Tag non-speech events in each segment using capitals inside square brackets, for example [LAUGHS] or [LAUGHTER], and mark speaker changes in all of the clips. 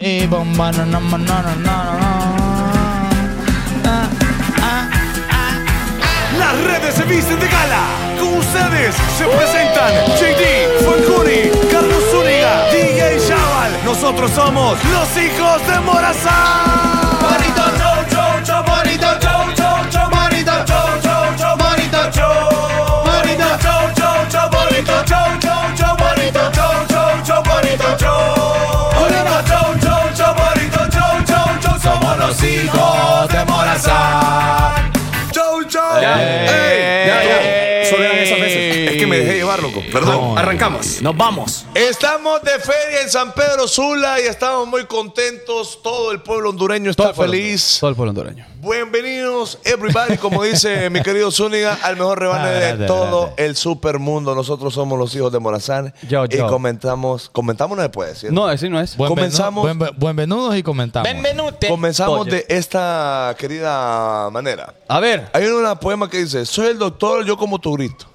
Speaker 1: Y bomba, no, no, no, no, no, no. Ah, ah,
Speaker 2: Las redes se visten de gala. Con ustedes se presentan JD, Fancuni, Carlos Zúñiga, DJ Chaval. Nosotros somos los hijos de Morazán. Bonito show, show, show, bonito show, show, show, bonito show, show, show, bonito show. Bonito show, show, show, bonito show, show, show, bonito show, show, show, bonito show. Bonito show, show, show, bonito show, show, show. Somos los hijos de Morazán. Show, show.
Speaker 3: Ya, ey, ya, ya. Solo eran esas
Speaker 4: Eh,
Speaker 3: veces.
Speaker 2: Es que me dejé llevar, loco. Perdón.
Speaker 3: No, Arrancamos.
Speaker 1: Nos vamos.
Speaker 2: Estamos de feria en San Pedro Sula y estamos muy contentos. Todo el pueblo hondureño está feliz.
Speaker 1: Todo el pueblo hondureño.
Speaker 2: Bienvenidos, everybody, como dice mi querido Zúñiga, al mejor rebane de
Speaker 1: Adelante,
Speaker 2: todo
Speaker 1: adelante.
Speaker 2: el supermundo. Nosotros somos los hijos de Morazán
Speaker 1: Yo, yo.
Speaker 2: y comentamos, comentamos no se puede decir.
Speaker 5: No, así no es.
Speaker 1: Buen
Speaker 2: Comenzamos.
Speaker 1: venu- buen- Buenvenudos y comentamos.
Speaker 6: Benvenute.
Speaker 2: Comenzamos
Speaker 5: Oye.
Speaker 2: de esta querida manera.
Speaker 5: A ver,
Speaker 2: Hay una poema que dice, soy el doctor, yo como tu grito.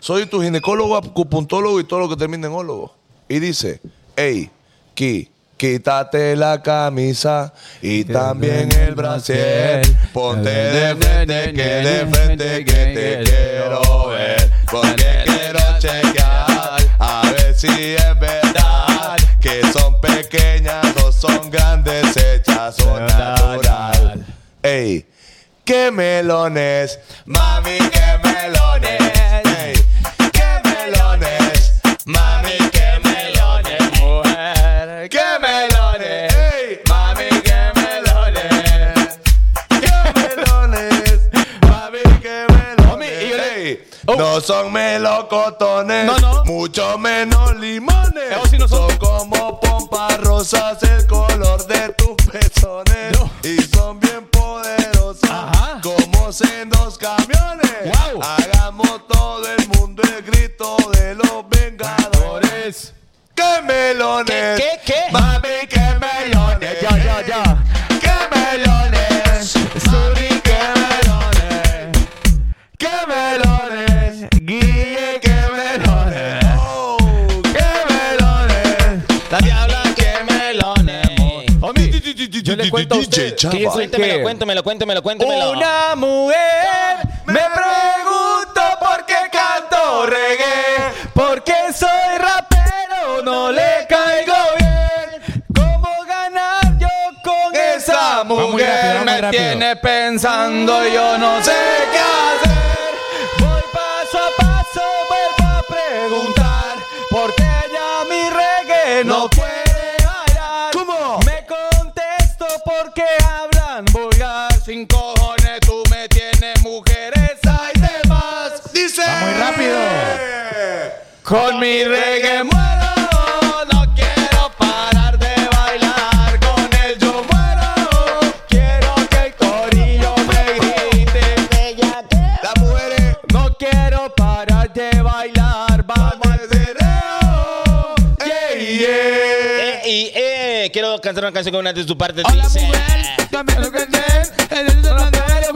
Speaker 2: Soy tu ginecólogo, acupuntólogo y todo lo que termine en ólogo. Y dice, hey, qui, quítate la camisa y también el brasier. Ponte de frente, que de frente que te quiero ver. Porque quiero chequear, a ver si es verdad. Que son pequeñas o son grandes, hechas o natural. Ey, qué melones, mami, qué melones. Ey, qué melones, mami, qué melones. Mujer, qué melones. Ey, mami, qué melones. Qué melones, mami, qué melones. Ey, No son melocotones,
Speaker 5: Oh. No, no.
Speaker 2: mucho menos limones.
Speaker 5: Eso sí no son-
Speaker 2: Son como pompas rosas el color de tus pezones
Speaker 5: No.
Speaker 2: y son bien poderosas
Speaker 5: Ajá.
Speaker 2: como sendos camiones.
Speaker 5: Guau.
Speaker 2: Hagamos todo el mundo el grito de los vengadores.
Speaker 5: Flores.
Speaker 2: ¡Qué melones!
Speaker 6: ¿Qué, qué, qué?
Speaker 2: Mami, qué melones.
Speaker 5: Ya, ya, ya.
Speaker 2: ¡Qué melones! Suri, qué melones. ¡Qué melones! Guille, qué melones. Oh, ¡Qué melones!
Speaker 6: La diabla que melones.
Speaker 1: Oh,
Speaker 5: Yo les cuento a ustedes que yo soy
Speaker 6: Cuéntemelo,
Speaker 5: que
Speaker 6: cuéntemelo, cuéntemelo, cuéntemelo.
Speaker 5: una mujer me pregunto por qué canto reggae, por qué soy rapero, no le caigo bien. ¿Cómo ganar yo con esa
Speaker 2: Vamos
Speaker 1: muy rápido,
Speaker 5: mujer?
Speaker 1: vamos muy
Speaker 5: Me
Speaker 1: rápido.
Speaker 5: tiene pensando, yo no sé qué hacer. Voy paso a paso, vuelvo a preguntar, porque ya mi reggae no puede hallar.
Speaker 2: ¿Cómo?
Speaker 5: Me contesto porque hablan vulgar. Sin cojones tú me tienes mujeres, hay demás.
Speaker 2: Dice.
Speaker 1: Va muy
Speaker 2: rápido.
Speaker 5: Con mi reggae muero, no quiero parar de bailar. Con él yo muero, quiero que el corillo me grite.
Speaker 2: Las mujeres
Speaker 5: No quiero parar de bailar, vamos al cereo.
Speaker 2: ¡Ey, yeah!
Speaker 6: Eh, y eh, quiero cantar una canción con una de tus partes.
Speaker 5: Hola
Speaker 6: dice.
Speaker 5: mujer, también lo que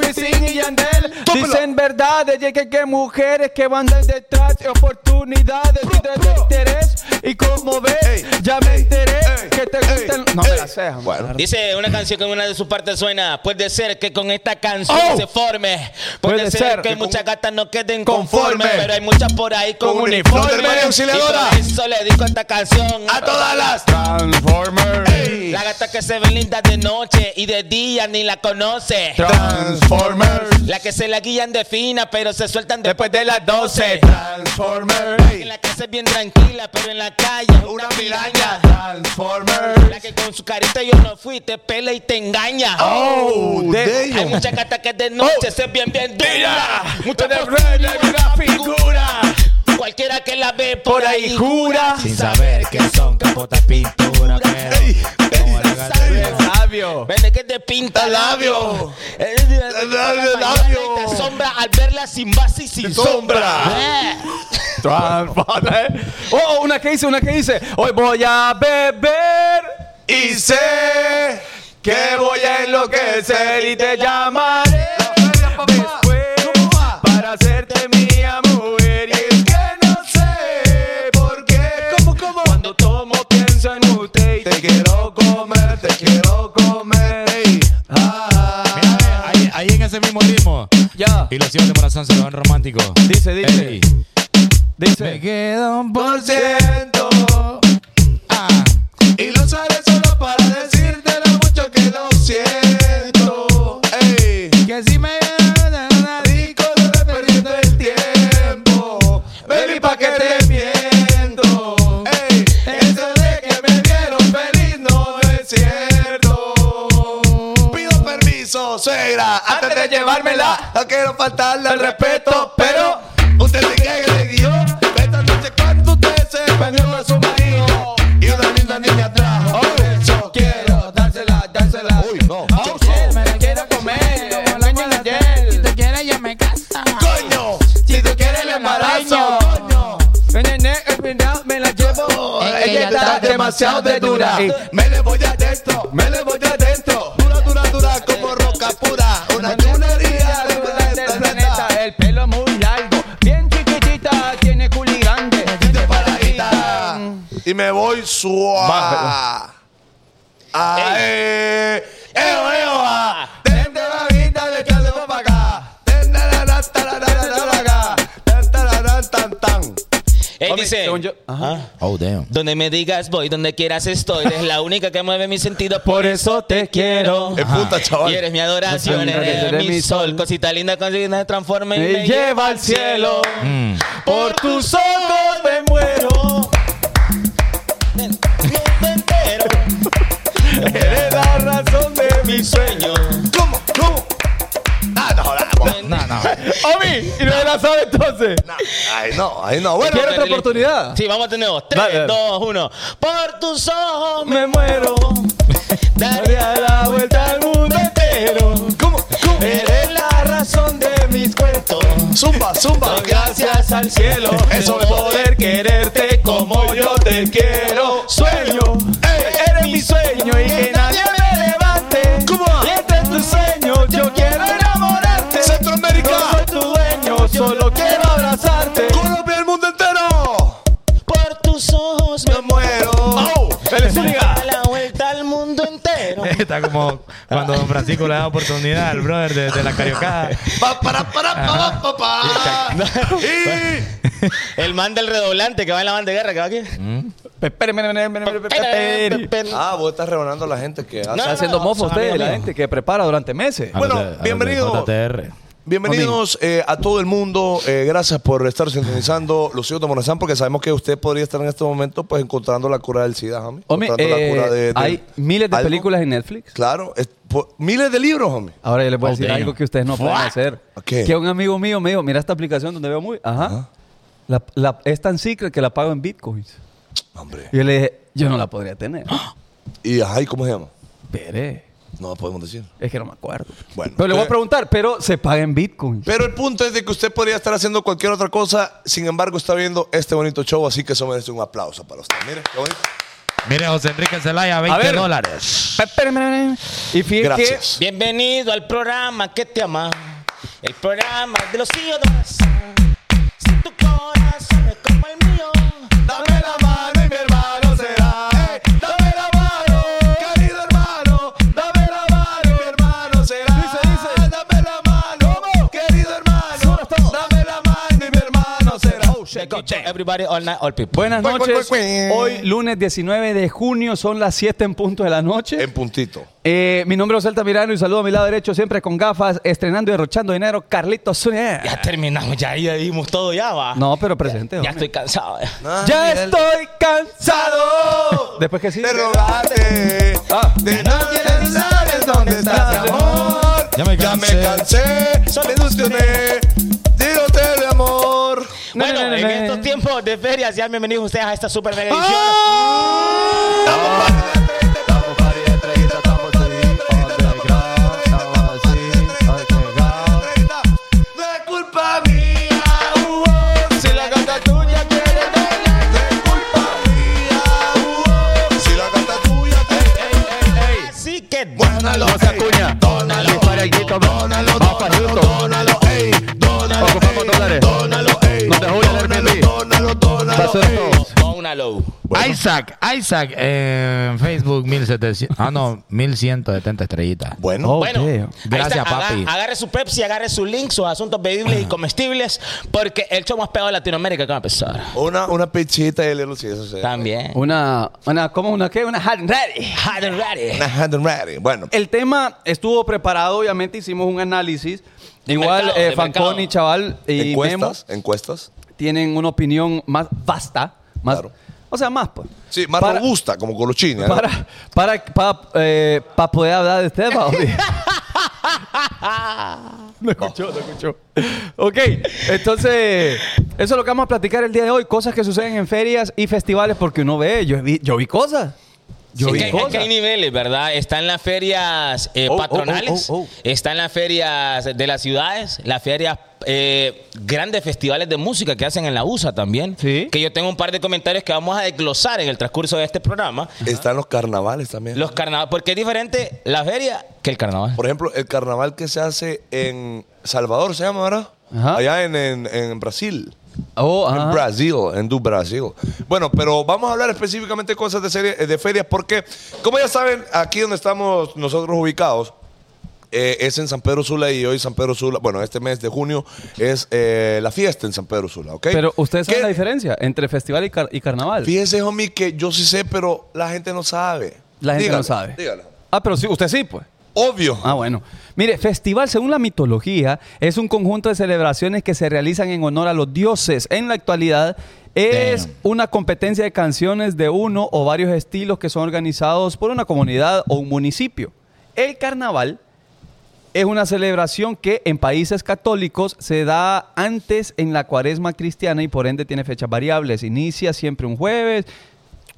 Speaker 5: Wisin y Yandel Dicen verdades, y que, que mujeres que van detrás de oportunidades y de interés Y como ves,
Speaker 2: Ey,
Speaker 5: ya me enteré
Speaker 2: ey,
Speaker 5: que te
Speaker 2: ey,
Speaker 5: gustan No me
Speaker 2: ey.
Speaker 5: la seas,
Speaker 2: Bueno.
Speaker 5: bueno
Speaker 6: Dice una canción que en una de sus partes suena. Puede ser que con esta canción
Speaker 5: Oh.
Speaker 6: se forme. Puede,
Speaker 5: Puede
Speaker 6: ser,
Speaker 5: ser
Speaker 6: que,
Speaker 5: que con-
Speaker 6: muchas gatas no queden conformes.
Speaker 2: Conforme.
Speaker 6: Pero hay muchas por ahí con,
Speaker 2: Con uniforme.
Speaker 6: uniforme.
Speaker 2: Norma Auxiliadora.
Speaker 6: Y por eso le digo esta canción.
Speaker 5: Ah.
Speaker 2: ¡A todas las!
Speaker 5: Transformer
Speaker 2: ¡Ey!
Speaker 6: La gata que se ve linda de noche y de día ni la conoce.
Speaker 2: Transformers.
Speaker 6: La que se la guían de fina, pero se sueltan después.
Speaker 5: Después de las 12
Speaker 2: Transformers.
Speaker 6: En La que se es bien tranquila, pero en la calle es una piraña. La
Speaker 2: Transformers.
Speaker 6: que con su carita yo no fui, te pelea y te engaña.
Speaker 2: ¡Oh,
Speaker 6: Hay
Speaker 2: damn!
Speaker 6: muchas gatas que de noche se ven bien dura. Muchas
Speaker 5: Muchas
Speaker 6: prostitutas,
Speaker 5: una figura
Speaker 6: Cualquiera que la ve
Speaker 5: Por ahí jura
Speaker 6: Sin saber que son capotas pintura, pero
Speaker 2: ¡Ey! ¡Ey!
Speaker 5: Sabio
Speaker 6: Vende que te pinta
Speaker 2: labio.
Speaker 6: Eh, eh, eh,
Speaker 2: Labio,
Speaker 6: mañana
Speaker 2: labio.
Speaker 6: y Te asombra al verla sin base y sin
Speaker 2: Sombra.
Speaker 6: sombra. Eh.
Speaker 5: Transformer [LAUGHS] Oh, una que dice, una que dice Hoy voy a beber
Speaker 2: Y sé
Speaker 5: Que voy a enloquecer y te llamaré
Speaker 2: ¿Cómo
Speaker 5: después
Speaker 2: va?
Speaker 5: para hacerte mía mujer. Y es que no sé por qué.
Speaker 2: ¿Cómo, cómo?
Speaker 5: Cuando tomo pienso en usted y
Speaker 2: Te quiero Ah, comer
Speaker 4: Y los tíos de Morazán se lo van romántico.
Speaker 5: Dice, dice.
Speaker 4: Ey, me
Speaker 5: Dice.
Speaker 4: queda un
Speaker 2: Por ciento.
Speaker 4: Ah,
Speaker 2: Y lo usaré solo para decirte lo mucho que lo siento. Ey.
Speaker 4: que si me
Speaker 2: Rico de estar perdiendo el tiempo. Baby, pa' que te miento. Ey, eso de que me vieron feliz no es cierto. Pido permiso, suegra, antes de llevármela. No quiero faltarle al respeto, pero usted se cree que le dio. Esta noche cuando usted se perdió de su marido y una linda niña trajo. Por eso Oh, quiero dársela, dársela. Uy, no.
Speaker 5: A usted Ah, me la quiero comer. Como el año de ayer.
Speaker 1: te quieres, ya me casa.
Speaker 2: Coño, si tú quieres el embarazo, coño.
Speaker 5: Nene, al final me la llevo.
Speaker 2: Ella, está demasiado de dura.
Speaker 5: Sí.
Speaker 2: Me le voy adentro, me le voy adentro. Dura, dura, dura como roca pura. Una chulería de verdad
Speaker 5: del
Speaker 2: del
Speaker 5: planeta,
Speaker 2: planeta.
Speaker 5: El pelo muy largo, bien chiquitita, tiene culi grande.
Speaker 2: De paradita. Y me voy suave. Ae, eo, eo, ah. Tente la vida de que hacemos pa' acá. Tente la na, ta, la, na, na, na, la, acá. Tente la, na, tan, tan.
Speaker 6: Él
Speaker 5: Hombre,
Speaker 6: dice,
Speaker 5: según yo-
Speaker 6: Ajá.
Speaker 4: Oh, damn.
Speaker 6: donde me digas voy, donde quieras estoy, eres la única que mueve mis sentidos, por eso te quiero.
Speaker 2: Es puta,
Speaker 6: Y
Speaker 2: chaval.
Speaker 6: eres mi adoración,
Speaker 5: Ajá.
Speaker 6: eres,
Speaker 5: Eres
Speaker 6: mi
Speaker 5: mi
Speaker 6: sol. Cosita linda, cosita se transforma y
Speaker 5: Me
Speaker 6: me
Speaker 5: lleva al cielo,
Speaker 4: Mm.
Speaker 5: por tus ojos me muero.
Speaker 6: mundo entero.
Speaker 5: Eres la razón de mi sueño.
Speaker 2: ¿Cómo? ¿Cómo? Ah, no, la-
Speaker 4: No, no.
Speaker 5: Omi, y no la sabe entonces.
Speaker 2: No, ahí no, ahí no. Bueno,
Speaker 5: ¿Quiere otra oportunidad?
Speaker 6: Sí, vamos a tener dos.
Speaker 5: Dale, dale.
Speaker 6: Tres, dos, uno. Por tus ojos me
Speaker 5: Me muero,
Speaker 6: daré
Speaker 5: daría la vuelta al mundo entero.
Speaker 2: ¿cómo? ¿Cómo?
Speaker 5: Eres la razón de mis cuentos.
Speaker 2: Zumba, zumba.
Speaker 5: Doy gracias al cielo
Speaker 2: Eso
Speaker 5: por
Speaker 2: es.
Speaker 5: poder quererte como yo te quiero. Sueño,
Speaker 2: Ey,
Speaker 5: eres mi sueño y que nadie me levante.
Speaker 2: ¿Cómo va?
Speaker 5: Y este es tu sueño, yo quiero enamorarte.
Speaker 2: Centroamérica.
Speaker 5: No soy tu dueño, solo quiero abrazarte.
Speaker 2: Colombia, el mundo entero.
Speaker 6: por tus ojos me
Speaker 2: Me muero.
Speaker 5: Félix Zúñiga.
Speaker 6: da la vuelta al mundo [LAUGHS] entero.
Speaker 4: [LAUGHS] Está como cuando Don Francisco le da oportunidad al brother de, de la cariocada.
Speaker 2: Pa, para, para, pa, pa, pa. Y
Speaker 6: El man del redoblante que va en la banda de guerra, que va aquí.
Speaker 5: Espere, espere, espere, espere, espere, espere.
Speaker 2: Ah, vos estás rebanando a la gente que hace.
Speaker 6: No,
Speaker 5: Está
Speaker 6: no,
Speaker 5: haciendo
Speaker 6: no,
Speaker 5: mofos
Speaker 6: son
Speaker 5: ustedes,
Speaker 6: amigos
Speaker 5: la
Speaker 6: míos.
Speaker 5: gente que prepara durante meses.
Speaker 2: Bueno,
Speaker 4: A los de- a los de
Speaker 2: bienvenido.
Speaker 4: JTR.
Speaker 2: Bienvenidos eh, a todo el mundo. Eh, gracias por estar sintonizando Los hijos de Morazán, porque sabemos que usted podría estar en este momento pues encontrando la cura del SIDA, homie.
Speaker 5: Homie,
Speaker 2: Encontrando la
Speaker 5: eh,
Speaker 2: cura de- de-
Speaker 5: hay miles de
Speaker 2: algo.
Speaker 5: películas en Netflix.
Speaker 2: Claro, es- po- miles de libros, homie.
Speaker 5: Ahora yo les voy a
Speaker 4: Oh,
Speaker 5: decir
Speaker 4: damn.
Speaker 5: algo que ustedes no pueden hacer.
Speaker 2: ¿Qué?
Speaker 5: Que un amigo mío me dijo, mira esta aplicación donde veo muy... Ajá. La- la- es tan secret que la pago en bitcoins.
Speaker 2: Hombre.
Speaker 5: Y yo le dije, yo no la podría [GASPS] tener.
Speaker 2: Y ay, ¿cómo se llama?
Speaker 5: Veré.
Speaker 2: No lo podemos decir.
Speaker 5: Es que no me acuerdo.
Speaker 2: Bueno.
Speaker 5: pero le voy a
Speaker 2: Eh.
Speaker 5: preguntar, pero se paga en bitcoins.
Speaker 2: Pero el punto es de que usted podría estar haciendo cualquier otra cosa, sin embargo está viendo este bonito show, así que eso merece un aplauso para usted. Mire, qué bonito.
Speaker 4: Mire, José Enrique Zelaya, 20
Speaker 5: ver.
Speaker 4: dólares.
Speaker 5: Y fíjate
Speaker 2: Gracias.
Speaker 6: Bienvenido al programa que te ama. El programa de los hijos de Morazán. Si tu corazón es como el mío.
Speaker 2: Dame la mano y mi hermano será. Ey, dame la mano, querido hermano. Dame la mano y mi hermano será. Dice, dice. Dame la mano, querido hermano. Dame la mano y mi hermano será.
Speaker 6: Shake it, shake everybody, all night, all people.
Speaker 5: Buenas
Speaker 2: Cuen, cuen,
Speaker 5: noches.
Speaker 2: cuen, cuen.
Speaker 5: Hoy, lunes 19 de junio, son las 7 en punto de la noche.
Speaker 2: En
Speaker 6: Em-,
Speaker 2: puntito.
Speaker 5: Eh, mi nombre es Celta Mirano y saludo a mi lado derecho, siempre con gafas, estrenando y derrochando dinero, Carlitos Zúñiga.
Speaker 6: Ya terminamos, ya, ya dijimos todo, ya va.
Speaker 5: No, pero presente.
Speaker 6: ya
Speaker 5: hombre. Ah,
Speaker 6: estoy cansado. ya.
Speaker 2: Ah,
Speaker 5: Ya estoy
Speaker 6: [LAUGHS]
Speaker 5: cansado. Después que sí.
Speaker 2: De rogarte,
Speaker 5: Ah.
Speaker 2: de no querer saber dónde está mi amor.
Speaker 4: Ya me cansé.
Speaker 2: solo me ilusioné. Digo de amor.
Speaker 5: No,
Speaker 6: bueno,
Speaker 5: no, no,
Speaker 6: en
Speaker 5: no, no. ¡Ah!
Speaker 6: estos tiempos de ferias, sean bienvenidos ustedes a esta super mega edición.
Speaker 2: Estamos party de treinta, estamos party de treinta, estamos treinta, estamos treinta, estamos treinta. No es culpa mía, uh-oh, si la gata tuya quiere bailar. No es culpa mía, uh-oh, si la gata tuya quiere-
Speaker 6: Así que
Speaker 2: Dónalo, ey, dónalo, dónalo, dónalo, dónalo, ey, dónalo, ey, dónalo, ey, dónalo, dónalo, dónalo, ey.
Speaker 6: dónalo.
Speaker 2: Bueno,
Speaker 4: Isaac, Isaac, eh, en Facebook 1700. Ah, no, 1170 estrellitas.
Speaker 2: Bueno,
Speaker 1: Oh.
Speaker 6: Bueno,
Speaker 1: Ok.
Speaker 6: ahí
Speaker 4: Gracias,
Speaker 6: está. Aga-
Speaker 4: papi.
Speaker 6: agarre su Pepsi, agarre su Link, sus asuntos bebibles
Speaker 5: Ah.
Speaker 6: y comestibles, porque el show más pegado de Latinoamérica acaba de empezar.
Speaker 5: Oh.
Speaker 2: una, una pechita de Little Caesar. sí.
Speaker 6: También.
Speaker 5: Una, una, ¿cómo? ¿Una qué? Una hot and ready.
Speaker 6: Hot and ready.
Speaker 2: Una hand and ready. Bueno,
Speaker 5: El tema estuvo preparado, obviamente hicimos un análisis. Igual
Speaker 6: mercado,
Speaker 5: eh,
Speaker 6: de
Speaker 5: Fanconi,
Speaker 6: mercado.
Speaker 5: chaval, y
Speaker 2: encuestas,
Speaker 5: Memo
Speaker 2: encuestas.
Speaker 5: tienen una opinión más vasta, más,
Speaker 2: Claro.
Speaker 5: o sea, más pues.
Speaker 2: Sí, más
Speaker 5: Para-
Speaker 2: robusta, como Colochini. ¿eh?
Speaker 5: [LAUGHS] Para, para, para, eh, para poder hablar de este
Speaker 2: [LAUGHS]
Speaker 5: tema. hombre. no escuchó, no escuchó. Ok, entonces, eso es lo que vamos a platicar el día de hoy. Cosas que suceden en ferias y festivales porque uno ve, yo vi, yo vi cosas. Yo
Speaker 6: Es
Speaker 5: vi
Speaker 6: que, hay- es
Speaker 5: cosas.
Speaker 6: que hay niveles, ¿verdad? Están las ferias eh,
Speaker 5: Oh, oh,
Speaker 6: patronales,
Speaker 5: oh, oh, oh.
Speaker 6: están las ferias de las ciudades, las ferias, eh, grandes festivales de música que hacen en la USA también.
Speaker 5: Sí.
Speaker 6: Que yo tengo un par de comentarios que vamos a desglosar en el transcurso de este programa.
Speaker 2: Están los carnavales también.
Speaker 6: Los carnavales, porque es diferente la feria que el carnaval.
Speaker 2: Por ejemplo, el carnaval que se hace en Salvador, se llama, ¿verdad?
Speaker 5: Ajá.
Speaker 2: Allá en, en- en Brasil.
Speaker 5: Oh,
Speaker 2: En
Speaker 5: ajá.
Speaker 2: Brasil, en Du Brasil. Bueno, pero vamos a hablar específicamente de cosas de, serie- eh, de ferias porque, como ya saben, aquí donde estamos nosotros ubicados eh, es en San Pedro Sula y hoy San Pedro Sula, bueno, este mes de junio es eh, la fiesta en San Pedro Sula, ¿ok?
Speaker 5: Pero ustedes saben
Speaker 2: ¿Qué?
Speaker 5: la diferencia entre festival y, car- y carnaval.
Speaker 2: Fíjese, homie, que yo sí sé, pero la gente no sabe.
Speaker 5: La gente
Speaker 2: Dígalo,
Speaker 5: no sabe.
Speaker 2: dígalo.
Speaker 5: Ah, pero sí, usted sí, pues.
Speaker 2: Obvio.
Speaker 5: Ah, bueno. Mire, festival, según la mitología, es un conjunto de celebraciones que se realizan en honor a los dioses. En la actualidad, es
Speaker 4: Damn.
Speaker 5: una competencia de canciones de uno o varios estilos que son organizados por una comunidad o un municipio. El carnaval es una celebración que en países católicos se da antes en la cuaresma cristiana y por ende tiene fechas variables. Inicia siempre un jueves.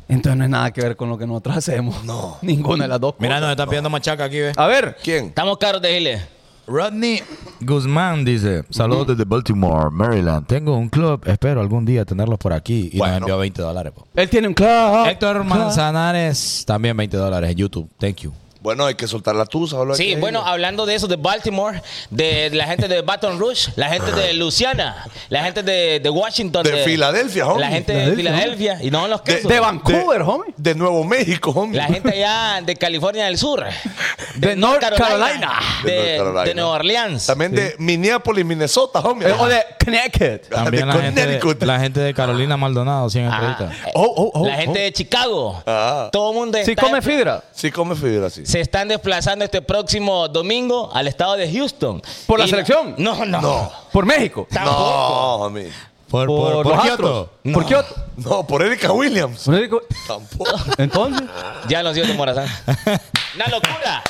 Speaker 5: Entonces no es nada que ver con lo que nosotros hacemos. No. [LAUGHS] Ninguna de las dos.
Speaker 4: Mira,
Speaker 5: cosas.
Speaker 4: nos están pidiendo machaca aquí, ve.
Speaker 2: Ah.
Speaker 5: A ver.
Speaker 2: ¿Quién?
Speaker 6: Estamos caros de Chile.
Speaker 4: Rodney Guzmán dice: Saludos desde Baltimore, Maryland. Tengo un club, espero algún día tenerlos por aquí. Y
Speaker 2: Bueno.
Speaker 4: nos envió 20 dólares. po.
Speaker 5: Él tiene un club.
Speaker 4: Héctor Manzanares, también 20 dólares en YouTube. Thank you.
Speaker 2: Bueno, hay que soltar la tusa. hablo
Speaker 6: Sí,
Speaker 2: aquí.
Speaker 6: bueno, hablando de eso, de Baltimore, de la gente de Baton Rouge, la gente de Luciana, la gente de, de Washington.
Speaker 2: De Filadelfia, homie.
Speaker 6: La gente de Filadelfia, y no los
Speaker 2: De-
Speaker 6: quesos.
Speaker 5: de Vancouver, homie.
Speaker 2: De Nuevo México, homie.
Speaker 6: La gente allá de California del Sur.
Speaker 5: De North Carolina.
Speaker 6: De,
Speaker 2: De North Carolina.
Speaker 6: de Nueva Orleans.
Speaker 2: También de Minneapolis, Minnesota, homie.
Speaker 5: Eh, O de Connecticut.
Speaker 4: También la gente,
Speaker 2: Connecticut.
Speaker 4: de, la gente de Carolina Maldonado, 100
Speaker 6: Ah,
Speaker 4: estrellitas.
Speaker 5: Oh, oh, oh,
Speaker 6: la gente de Chicago.
Speaker 2: Ah.
Speaker 6: Todo el mundo
Speaker 5: Si
Speaker 6: está-
Speaker 5: come fibra.
Speaker 2: Sí come fibra, sí.
Speaker 6: se están desplazando este próximo domingo al estado de Houston.
Speaker 5: ¿Por la
Speaker 6: Y-
Speaker 5: selección?
Speaker 6: No, no.
Speaker 2: No.
Speaker 5: Por México.
Speaker 6: Tampoco.
Speaker 2: No, homie.
Speaker 4: Por, por, por,
Speaker 5: los
Speaker 4: Kioto.
Speaker 5: Astros. Por Kioto.
Speaker 2: No, por Erika Williams.
Speaker 5: Por México.
Speaker 2: Tampoco.
Speaker 5: [LAUGHS] Entonces.
Speaker 6: Ya nos dio de Morazán. una locura.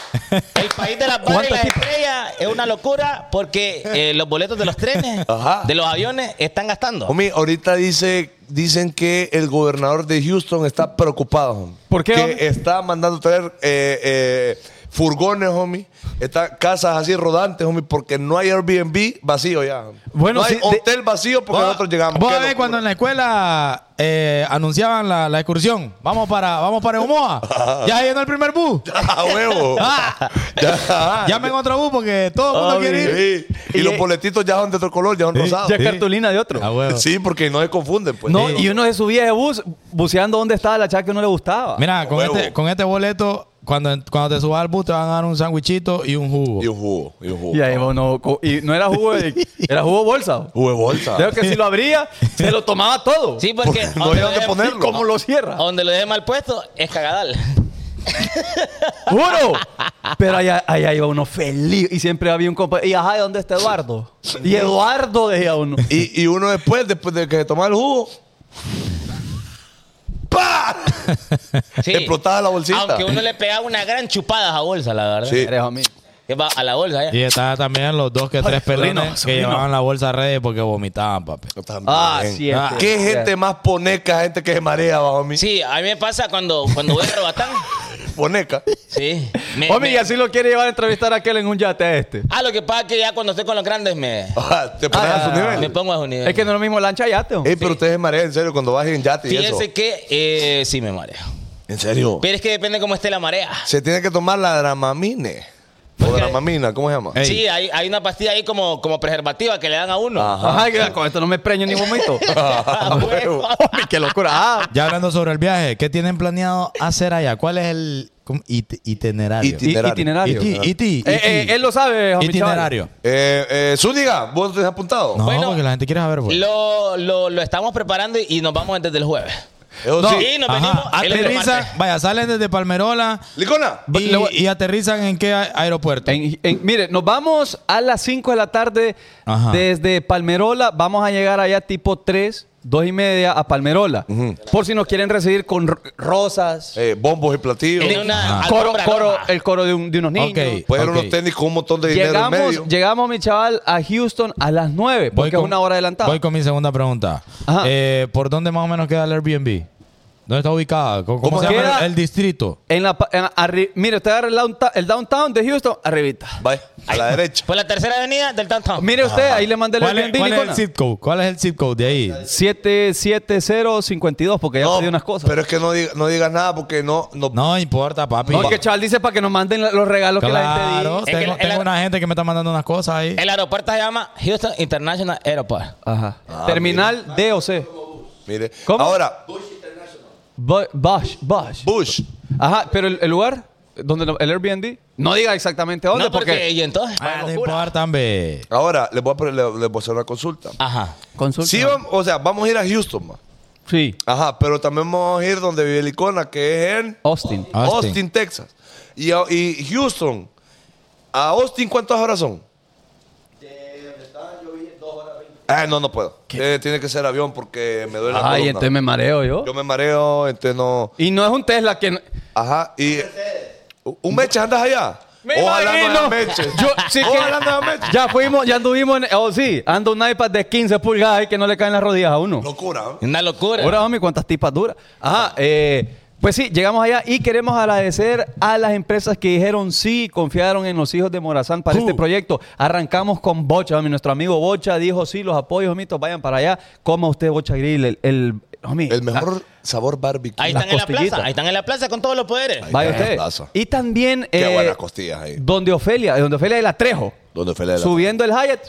Speaker 6: El país de las barras y
Speaker 5: ¿Cuántos
Speaker 6: las
Speaker 5: equipos?
Speaker 6: estrellas es una locura porque eh, los boletos de los trenes,
Speaker 2: Ajá.
Speaker 6: de los aviones, están gastando.
Speaker 2: Homie, ahorita dice, dicen que el gobernador de Houston está preocupado, homie.
Speaker 5: ¿Por qué,
Speaker 2: Que
Speaker 5: homie?
Speaker 2: está mandando traer eh, eh, furgones, homie. Está, casas así rodantes, homie, porque no hay Airbnb vacío ya. homie.
Speaker 5: Bueno,
Speaker 2: no hay
Speaker 5: sí, de-
Speaker 2: hotel vacío porque
Speaker 4: Vos-
Speaker 2: nosotros llegamos.
Speaker 4: Vos
Speaker 2: Qué
Speaker 4: ves
Speaker 2: locura.
Speaker 4: cuando en la escuela eh, anunciaban la, la excursión. Vamos para, vamos para
Speaker 2: [LAUGHS]
Speaker 4: Omoa. ya se llenó el primer bus.
Speaker 2: ¡Ah, huevo!
Speaker 4: Ah,
Speaker 2: [LAUGHS] Ya.
Speaker 4: llamen otro bus porque todo el mundo
Speaker 5: Obvio.
Speaker 4: quiere ir.
Speaker 2: Sí. Y,
Speaker 5: Y-
Speaker 2: los boletitos ya son de otro color, ya son rosados.
Speaker 5: Ya cartulina de otro.
Speaker 4: Ah, huevo.
Speaker 2: [LAUGHS] Sí, porque no se confunden, pues.
Speaker 5: No,
Speaker 2: Sí.
Speaker 5: y uno se subía de bus buceando dónde estaba la chaca que no le gustaba.
Speaker 4: Mira, con
Speaker 2: Ah, huevo.
Speaker 4: este, con este boleto, cuando, cuando te subas al bus, te van a dar un sandwichito y un jugo.
Speaker 2: Y un jugo, y un jugo.
Speaker 5: Y ahí no, y no era
Speaker 4: [LAUGHS]
Speaker 5: jugo de, era jugo bolsa.
Speaker 2: Jugo de bolsa.
Speaker 5: Creo que si lo abría, se lo tomaba todo.
Speaker 6: Sí, porque
Speaker 2: no hay
Speaker 6: donde, lo
Speaker 2: dónde
Speaker 6: deje-
Speaker 2: poner.
Speaker 5: ¿Y cómo lo cierra?
Speaker 6: [LAUGHS] donde lo deje mal puesto es cagadal.
Speaker 5: ¡Juro! Pero allá, allá iba uno feliz. Y siempre había un compañero. Y ajá, ¿de dónde está Eduardo? Y Eduardo decía uno.
Speaker 2: Y, y uno después, después de que tomaba el jugo, ¡pa!
Speaker 6: Sí.
Speaker 2: Explotaba la bolsita.
Speaker 6: Aunque uno le pegaba una gran chupada a esa bolsa, la verdad.
Speaker 2: Sí.
Speaker 5: Eres homie.
Speaker 6: Que va A la bolsa,
Speaker 4: Y
Speaker 6: ya.
Speaker 4: estaban también los dos que tres
Speaker 5: sobrino,
Speaker 4: pelones que
Speaker 5: sobrino.
Speaker 4: llevaban la bolsa redes porque vomitaban, papi.
Speaker 2: También.
Speaker 5: Ah, siempre.
Speaker 4: Ah,
Speaker 2: Qué gente más poneca, gente que se marea bajo mí.
Speaker 6: Sí, a mí me pasa cuando, cuando voy a Robatán.
Speaker 2: Poneca. [LAUGHS]
Speaker 6: Sí. Me-
Speaker 5: Homie,
Speaker 6: me-
Speaker 5: y así lo quiere llevar a entrevistar a aquel en un yate a este.
Speaker 6: Ah, lo que pasa es que ya cuando estoy con los grandes me,
Speaker 2: Ah, Te pones a su nivel.
Speaker 6: me pongo a su nivel.
Speaker 5: Es que no es lo mismo lancha y yate. homie.
Speaker 4: Eh,
Speaker 2: Ey, pero ustedes se marean en serio cuando vas en yate y eso.
Speaker 6: Fíjense que eh, sí me mareo.
Speaker 2: En serio.
Speaker 6: Pero es que depende cómo esté la marea.
Speaker 2: Se tiene que tomar la dramamine. O de
Speaker 6: Porque
Speaker 2: la
Speaker 6: hay-
Speaker 2: mamina, ¿cómo
Speaker 5: [LAUGHS]
Speaker 2: se llama?
Speaker 5: Ey.
Speaker 6: Sí, hay, hay una pastilla ahí como, como preservativa que le dan a uno.
Speaker 4: ah.
Speaker 5: Ajá, que con esto no me preño
Speaker 4: [LAUGHS]
Speaker 5: ni vomito.
Speaker 2: [LAUGHS] Ah,
Speaker 6: A huevo.
Speaker 5: Hombre, Ah, qué locura. Ah,
Speaker 4: Ya hablando sobre el viaje, ¿qué tienen planeado hacer allá? ¿Cuál es el cómo- it- itinerario?
Speaker 2: Iti-
Speaker 5: i-
Speaker 2: Itinerario. Ah.
Speaker 5: itinerario.
Speaker 4: Iti- iti-
Speaker 5: Eh, eh,
Speaker 4: iti-
Speaker 5: él lo sabe, homie,
Speaker 4: Itinerario.
Speaker 2: Eh, eh, Zúñiga, ¿vos te has apuntado?
Speaker 4: No,
Speaker 6: Bueno,
Speaker 4: porque la gente quiere saber. pues.
Speaker 6: Lo, lo, lo estamos preparando y, y nos vamos desde el jueves.
Speaker 2: Eso
Speaker 4: No.
Speaker 2: sí.
Speaker 6: Y nos
Speaker 4: Ajá.
Speaker 6: venimos el otro
Speaker 4: Aterrizan,
Speaker 6: martes.
Speaker 4: vaya, salen desde Palmerola
Speaker 2: Licona.
Speaker 4: y,
Speaker 5: le voy-
Speaker 4: y aterrizan en qué a- aeropuerto.
Speaker 5: En- en- mire, nos vamos a las 5 de la tarde
Speaker 4: Ajá.
Speaker 5: desde Palmerola. Vamos a llegar allá tipo 3, 2 y media a Palmerola. Por si nos quieren recibir con ro- rosas,
Speaker 2: Eh, bombos y platillos.
Speaker 6: En una
Speaker 5: coro,
Speaker 6: alfombra
Speaker 5: coro-
Speaker 6: roja.
Speaker 5: el coro de, un- de unos niños.
Speaker 4: Ok.
Speaker 2: Pueden
Speaker 4: Ok.
Speaker 2: unos tenis con un montón de dinero en medio.
Speaker 5: Llegamos, llegamos, mi chaval, a Houston a las 9,
Speaker 4: Voy
Speaker 5: porque
Speaker 4: con-
Speaker 5: es una hora adelantada.
Speaker 4: Voy con mi segunda pregunta.
Speaker 5: Ajá.
Speaker 4: Eh, ¿Por dónde más o menos queda el Airbnb? ¿Dónde está ubicada? ¿Cómo, cómo
Speaker 5: ¿Cómo
Speaker 4: se llama
Speaker 5: queda?
Speaker 4: el, el distrito?
Speaker 5: En la, pa- en la- arri- mire, usted agarra el downtown, el downtown de Houston, arribita.
Speaker 2: Vaya, a la derecha.
Speaker 6: Fue la tercera avenida del downtown.
Speaker 5: Mire usted, ahí le mandé el
Speaker 4: ¿Cuál, es,
Speaker 5: Airbnb,
Speaker 4: cuál es el
Speaker 5: Nicola.
Speaker 4: zip code? ¿Cuál es el zip code de ahí?
Speaker 5: 77052, porque [LAUGHS] ya
Speaker 2: No,
Speaker 5: pedí unas cosas.
Speaker 2: Pero es que no, diga- no digas nada porque no. no-
Speaker 4: No importa, papi.
Speaker 5: No, es que chaval dice para que nos manden la- los regalos que la
Speaker 4: claro,
Speaker 5: gente
Speaker 6: Es que
Speaker 4: tengo,
Speaker 6: el- el-
Speaker 4: tengo una gente que me está mandando unas cosas ahí.
Speaker 6: El aeropuerto se llama Houston International Airport.
Speaker 5: di. Ajá. Terminal D o C.
Speaker 2: Mire.
Speaker 5: ¿Cómo?
Speaker 2: Ahora,
Speaker 5: Bu- Bush, Bush.
Speaker 2: Bush.
Speaker 5: Ajá, pero el, el lugar, donde lo- el Airbnb, no diga exactamente dónde,
Speaker 6: No, porque,
Speaker 5: porque...
Speaker 6: y entonces.
Speaker 4: Ah, no importa, hombre.
Speaker 2: Ahora, les voy a, pre- le- les voy a hacer una consulta.
Speaker 6: Ajá.
Speaker 5: Consulta.
Speaker 2: Sí, vam- o sea, vamos a ir a Houston, ma.
Speaker 5: Sí.
Speaker 2: Ajá, pero también vamos a ir donde vive Licona, que es en
Speaker 5: Austin.
Speaker 4: Austin.
Speaker 2: Austin, Texas. Y, a- y Houston. ¿A Austin cuántas horas son? Ah, no, no puedo. Eh, tiene que ser avión porque me duele la
Speaker 5: Ay,
Speaker 2: columna.
Speaker 5: entonces me mareo yo.
Speaker 2: Yo me mareo, entonces no.
Speaker 5: Y no es un Tesla que...
Speaker 2: Ajá, y. ¿Un meche andas allá?
Speaker 5: Me
Speaker 2: Ojalá no
Speaker 5: imagino.
Speaker 2: haya meche.
Speaker 5: Yo, sí que-
Speaker 2: Ojalá no haya meche.
Speaker 5: Ya fuimos, ya anduvimos en... Oh, sí. Anda un iPad de 15 pulgadas y que no le caen las rodillas a uno.
Speaker 2: Locura. ¿eh?
Speaker 6: Una locura.
Speaker 5: Ahora, homie, ¿cuántas tipas duras? Ajá, eh, pues sí, llegamos allá y queremos agradecer a las empresas que dijeron sí, confiaron en los hijos de Morazán para
Speaker 2: Uh.
Speaker 5: este proyecto. Arrancamos con Bocha, homie. Nuestro amigo Bocha dijo sí, los apoyos, homitos, vayan para allá. Coma usted Bocha Grill, el... el, homie,
Speaker 2: El mejor sabor barbecue.
Speaker 6: Ahí
Speaker 5: las
Speaker 6: están en la
Speaker 5: costillitas.
Speaker 6: plaza. Ahí están en la plaza con todos los poderes.
Speaker 5: ah, Vaya
Speaker 2: Ahí está
Speaker 5: usted.
Speaker 2: la plaza.
Speaker 5: Y también...
Speaker 2: Qué
Speaker 5: eh,
Speaker 2: buenas costillas ahí.
Speaker 5: Donde Ofelia, donde Ofelia de la Trejo.
Speaker 2: Donde fue la de la-
Speaker 5: Subiendo el Hyatt.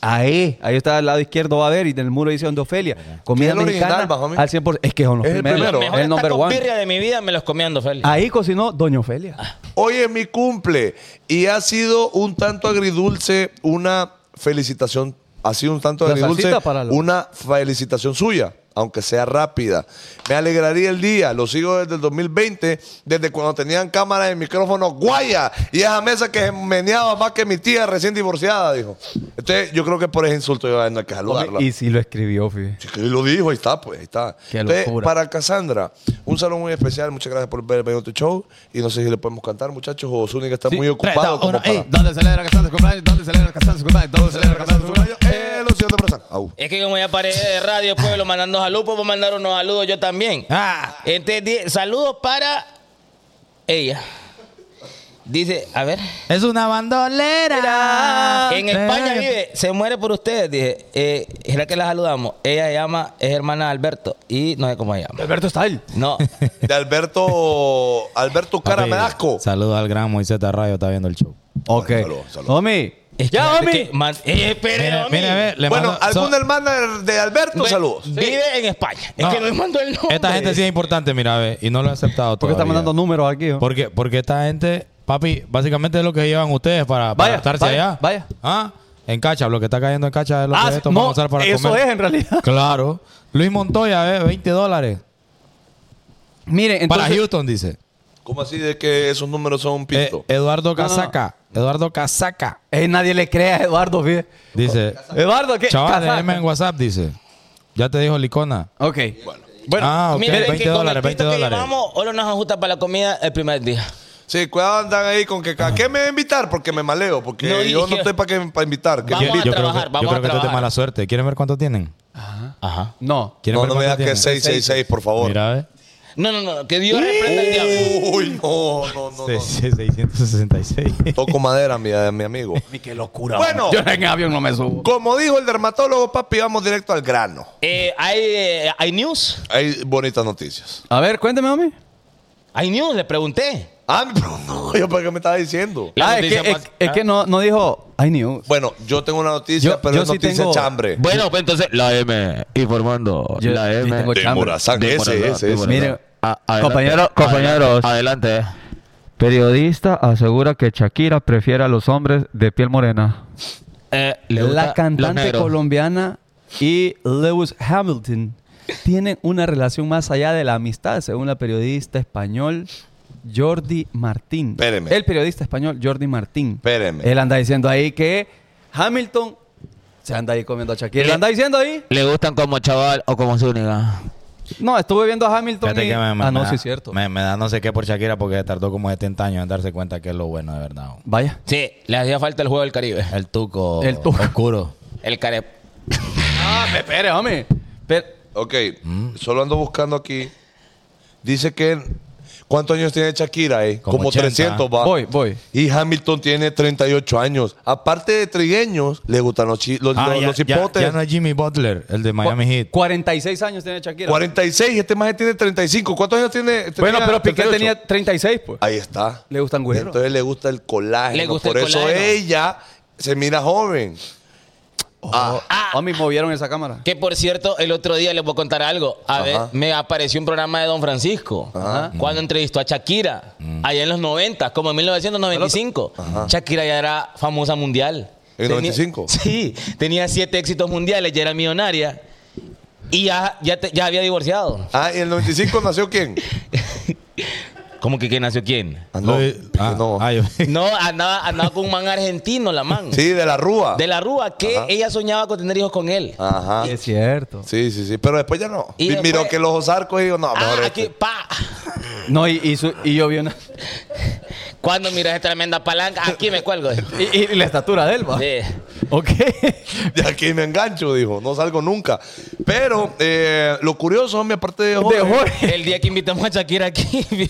Speaker 5: Ahí, ahí está al lado izquierdo va a ver y en el muro dice donde Ofelia. Comida
Speaker 2: es el original,
Speaker 5: mexicana
Speaker 2: va, homie?
Speaker 5: al 100%. Es que son los
Speaker 2: Es el
Speaker 5: primeros.
Speaker 2: primero. Pero
Speaker 6: Los mejores
Speaker 5: el number
Speaker 6: tacos
Speaker 5: one.
Speaker 6: birria de mi vida me los comí Ando Félix.
Speaker 5: Ahí cocinó Doña Ofelia.
Speaker 2: Hoy es mi cumple y ha sido un tanto agridulce una felicitación. Ha sido un tanto
Speaker 5: La
Speaker 2: agridulce
Speaker 5: salsita para la-
Speaker 2: una felicitación suya, aunque sea rápida. Me alegraría el día, lo sigo desde el 2020, desde cuando tenían cámaras y micrófonos guaya y esa mesa que meneaba más que mi tía recién divorciada, dijo. Entonces, yo creo que por ese insulto yo no hay que saludarla.
Speaker 5: Y si lo escribió, fíjate.
Speaker 2: Sí, que lo dijo, ahí está, pues, ahí está.
Speaker 5: Qué
Speaker 2: Entonces,
Speaker 5: locura.
Speaker 2: para Cassandra, un saludo muy especial. Muchas gracias por ver el Beyoncé Show. Y no sé si le podemos cantar, muchachos, o Zúñiga está muy ocupado. como para...
Speaker 7: ¿Dónde celebra Cassandra su cumpleaños? ¿Dónde celebra Cassandra su cumpleaños? ¿Dónde celebra Cassandra su cumpleaños?
Speaker 2: Eh, lo siento, pero-
Speaker 6: [LAUGHS]
Speaker 2: Au.
Speaker 6: Es que como ya paré de radio, pues, pueblo, mandando saludos, puedo mandar unos saludos yo también.
Speaker 4: Ah.
Speaker 6: Entonces, di- saludos para ella. Dice, a ver.
Speaker 4: Es una bandolera. Eh,
Speaker 6: En España vive, se muere por ustedes. Dije, eh, ¿será que la saludamos? Ella se llama, es hermana de Alberto y no sé cómo se llama.
Speaker 5: Alberto Style.
Speaker 6: No,
Speaker 4: [LAUGHS]
Speaker 2: De Alberto, Alberto
Speaker 4: Papi,
Speaker 2: Caramelasco.
Speaker 4: Saludos al gran Moisés Rayo, está viendo el show.
Speaker 5: Ok.
Speaker 2: Salud, salud.
Speaker 5: Homie.
Speaker 6: es que-
Speaker 5: Ya,
Speaker 6: es
Speaker 5: homie.
Speaker 6: que man- eh, espere,
Speaker 4: Mire,
Speaker 6: homie.
Speaker 4: mire, ve, le
Speaker 2: Bueno,
Speaker 4: mando-
Speaker 2: alguna
Speaker 4: so-
Speaker 2: hermana de Alberto, saludos.
Speaker 6: Vive en España. Es
Speaker 4: No.
Speaker 6: que no le mandó el nombre.
Speaker 4: Esta gente sí es importante, mira, ve, y no lo he aceptado
Speaker 5: Porque está
Speaker 4: todavía.
Speaker 5: mandando números aquí. oh? ¿no?
Speaker 4: Porque, porque esta gente, papi, básicamente es lo que llevan ustedes para, para
Speaker 5: Vaya,
Speaker 4: estarse
Speaker 5: vaya,
Speaker 4: allá.
Speaker 5: vaya.
Speaker 4: ¿Ah? En cacha, lo que está cayendo en cacha es lo
Speaker 5: Ah,
Speaker 4: que esto
Speaker 5: no,
Speaker 4: vamos a usar para
Speaker 5: eso
Speaker 4: comer.
Speaker 5: es en [LAUGHS] realidad.
Speaker 4: Claro. Luis Montoya, ve, 20 dólares.
Speaker 5: Miren, entonces.
Speaker 4: para Houston, dice.
Speaker 2: ¿Cómo así de que esos números son un pito?
Speaker 4: Eh, Eduardo
Speaker 5: no, no.
Speaker 4: Casaca. Eduardo Casaca.
Speaker 5: Eh, nadie le crea a Eduardo, fíjate.
Speaker 4: Dice.
Speaker 5: Eduardo, ¿qué?
Speaker 4: Chaval,
Speaker 5: Casaca.
Speaker 4: déjeme en WhatsApp, dice. Ya te dijo Licona.
Speaker 5: Ok.
Speaker 4: Bueno, ah, ok,
Speaker 6: Mire,
Speaker 4: 20
Speaker 6: que con
Speaker 4: dólares,
Speaker 6: el
Speaker 4: 20
Speaker 6: pito que
Speaker 4: dólares.
Speaker 6: llevamos, hoy no nos ajusta para la comida el primer día.
Speaker 2: Sí, cuidado andan ahí con que... ¿A qué me va a invitar? Porque me maleo, porque
Speaker 6: No, y
Speaker 2: yo no
Speaker 6: que-
Speaker 2: estoy para que para invitar. que-
Speaker 6: Vamos a
Speaker 4: creo
Speaker 6: trabajar,
Speaker 4: que,
Speaker 6: vamos
Speaker 4: yo creo
Speaker 6: a
Speaker 4: que esto es de
Speaker 6: trabajar.
Speaker 4: mala suerte. ¿Quieren ver cuánto tienen?
Speaker 6: Ajá.
Speaker 5: No.
Speaker 4: ¿Quieren
Speaker 2: No,
Speaker 4: ver
Speaker 2: no me
Speaker 4: cuánto
Speaker 2: das que
Speaker 4: tienen?
Speaker 2: 666, por favor.
Speaker 4: Mira, ve.
Speaker 6: No, no, no, que Dios reprenda al diablo.
Speaker 2: Uy, no, no, no, no. [LAUGHS]
Speaker 4: 666.
Speaker 2: Toco madera, mi, eh, mi [LAUGHS] amigo.
Speaker 5: Qué locura.
Speaker 2: Bueno.
Speaker 5: Yo en avión no me subo.
Speaker 2: Como dijo el dermatólogo, papi, vamos directo al grano.
Speaker 6: Eh, hay, eh, hay news.
Speaker 2: Hay bonitas noticias.
Speaker 5: A ver, cuénteme, homie.
Speaker 6: I knew, le pregunté.
Speaker 2: Ah, [LAUGHS] pero no, yo para qué me estaba diciendo.
Speaker 6: La
Speaker 5: Ah, es
Speaker 6: noticia
Speaker 5: que,
Speaker 6: más-
Speaker 5: es, es que no, no dijo, ay, news.
Speaker 2: Bueno, yo tengo una noticia,
Speaker 5: Yo-
Speaker 2: pero
Speaker 5: yo
Speaker 2: es
Speaker 5: sí
Speaker 2: noticia
Speaker 5: tengo-
Speaker 2: chambre.
Speaker 4: Bueno, pues entonces la M informando.
Speaker 5: Yo-
Speaker 4: la
Speaker 5: yo
Speaker 4: M.
Speaker 5: tengo
Speaker 2: de
Speaker 5: chambre.
Speaker 2: Morazán,
Speaker 4: de
Speaker 2: ese,
Speaker 4: Morazán,
Speaker 2: ese,
Speaker 4: de
Speaker 2: ese.
Speaker 4: Morazán.
Speaker 5: Mire,
Speaker 4: A- adelante,
Speaker 5: compañero-
Speaker 4: adelante,
Speaker 5: compañeros.
Speaker 4: Adelante.
Speaker 8: Periodista asegura que Shakira prefiere a los hombres de piel morena.
Speaker 4: Eh, le gusta
Speaker 5: La
Speaker 4: los
Speaker 5: cantante
Speaker 4: negros.
Speaker 5: colombiana y Lewis Hamilton tienen una relación más allá de la amistad, según la periodista español Jordi Martín.
Speaker 2: Espéreme.
Speaker 5: El periodista español Jordi Martín.
Speaker 2: Espéreme.
Speaker 5: Él anda diciendo ahí que Hamilton se anda ahí comiendo a Shakira.
Speaker 4: Le-
Speaker 5: ¿Le anda diciendo ahí?
Speaker 4: Le gustan como chaval o como zúñiga.
Speaker 5: No, estuve viendo a Hamilton
Speaker 4: Fíjate
Speaker 5: y...
Speaker 4: que me- me-
Speaker 5: ah, no,
Speaker 4: me da-
Speaker 5: sí es cierto.
Speaker 4: Me, me da no sé qué por Shakira porque tardó como 70 años en darse cuenta que es lo bueno de verdad. o.
Speaker 5: Vaya.
Speaker 6: Sí, le hacía falta el juego del Caribe.
Speaker 4: El tuco
Speaker 5: El tuco.
Speaker 4: oscuro.
Speaker 6: El Caribe.
Speaker 5: Ah, me espere, hombre. Pero,
Speaker 2: Ok,
Speaker 4: Mm.
Speaker 2: solo ando buscando aquí. Dice que. ¿Cuántos años tiene Shakira? Eh?
Speaker 4: Como
Speaker 2: Como,
Speaker 4: 80.
Speaker 2: 300, va.
Speaker 5: voy, voy.
Speaker 2: Y Hamilton tiene 38 años. Aparte de trigueños, le gustan los, chi- [LAUGHS] los,
Speaker 4: Ah,
Speaker 2: los-
Speaker 4: ya-
Speaker 2: los
Speaker 4: ya-
Speaker 2: hipotes.
Speaker 4: ya no es Jimmy Butler, el de Miami
Speaker 5: Cu-
Speaker 4: Heat.
Speaker 5: 46 años tiene Shakira.
Speaker 2: 46, este más tiene 35. ¿Cuántos años tiene? Este
Speaker 5: Bueno,
Speaker 2: tenía?
Speaker 5: pero Piqué
Speaker 2: 38.
Speaker 5: tenía 36, pues.
Speaker 2: Ahí está.
Speaker 5: Le gustan güeros.
Speaker 2: Entonces le gusta el colágeno.
Speaker 6: Le gusta el
Speaker 2: Por eso
Speaker 6: colágeno.
Speaker 2: ella se mira joven. Ah,
Speaker 5: Hombre, movieron esa cámara.
Speaker 6: Que por cierto, el otro día les voy a contar algo. A ver, me apareció un programa de Don Francisco ¿ah? cuando entrevistó a Shakira, allá en los 90, como en 1995. Shakira ya era famosa mundial.
Speaker 2: ¿En
Speaker 6: Tenía-
Speaker 2: 95?
Speaker 6: [LAUGHS] Sí, tenía siete éxitos mundiales, ya era millonaria y ya, ya, te- ya había divorciado.
Speaker 2: ah, ¿y en el 95 nació [LAUGHS] quién?
Speaker 6: ¿Cómo que quién nació quién?
Speaker 2: Ah, no.
Speaker 4: Luis- ah,
Speaker 2: no.
Speaker 4: ah, yo-
Speaker 5: [LAUGHS]
Speaker 6: No, andaba, andaba con un man argentino, la man.
Speaker 2: Sí, de la Rúa.
Speaker 6: De la Rúa, que
Speaker 2: Ajá.
Speaker 6: ella soñaba con tener hijos con él.
Speaker 2: Ajá.
Speaker 5: Es cierto.
Speaker 2: Sí, sí, sí. Pero después ya no.
Speaker 6: Y
Speaker 2: Y
Speaker 6: después-
Speaker 2: miró que los osarcos y dijo, no,
Speaker 6: Ah,
Speaker 2: mejor
Speaker 6: aquí,
Speaker 2: este.
Speaker 6: pa.
Speaker 5: No, y, y, su- y yo vi una...
Speaker 6: Cuando miras esa tremenda palanca, aquí me cuelgo. Sí.
Speaker 5: Y, y la estatura de él, va. Ok.
Speaker 2: [LAUGHS] De aquí me engancho, dijo. No salgo nunca. Pero eh, lo curioso, hombre, aparte de Jorge,
Speaker 5: De Jorge.
Speaker 6: El día que invitamos a Shakira aquí, vio.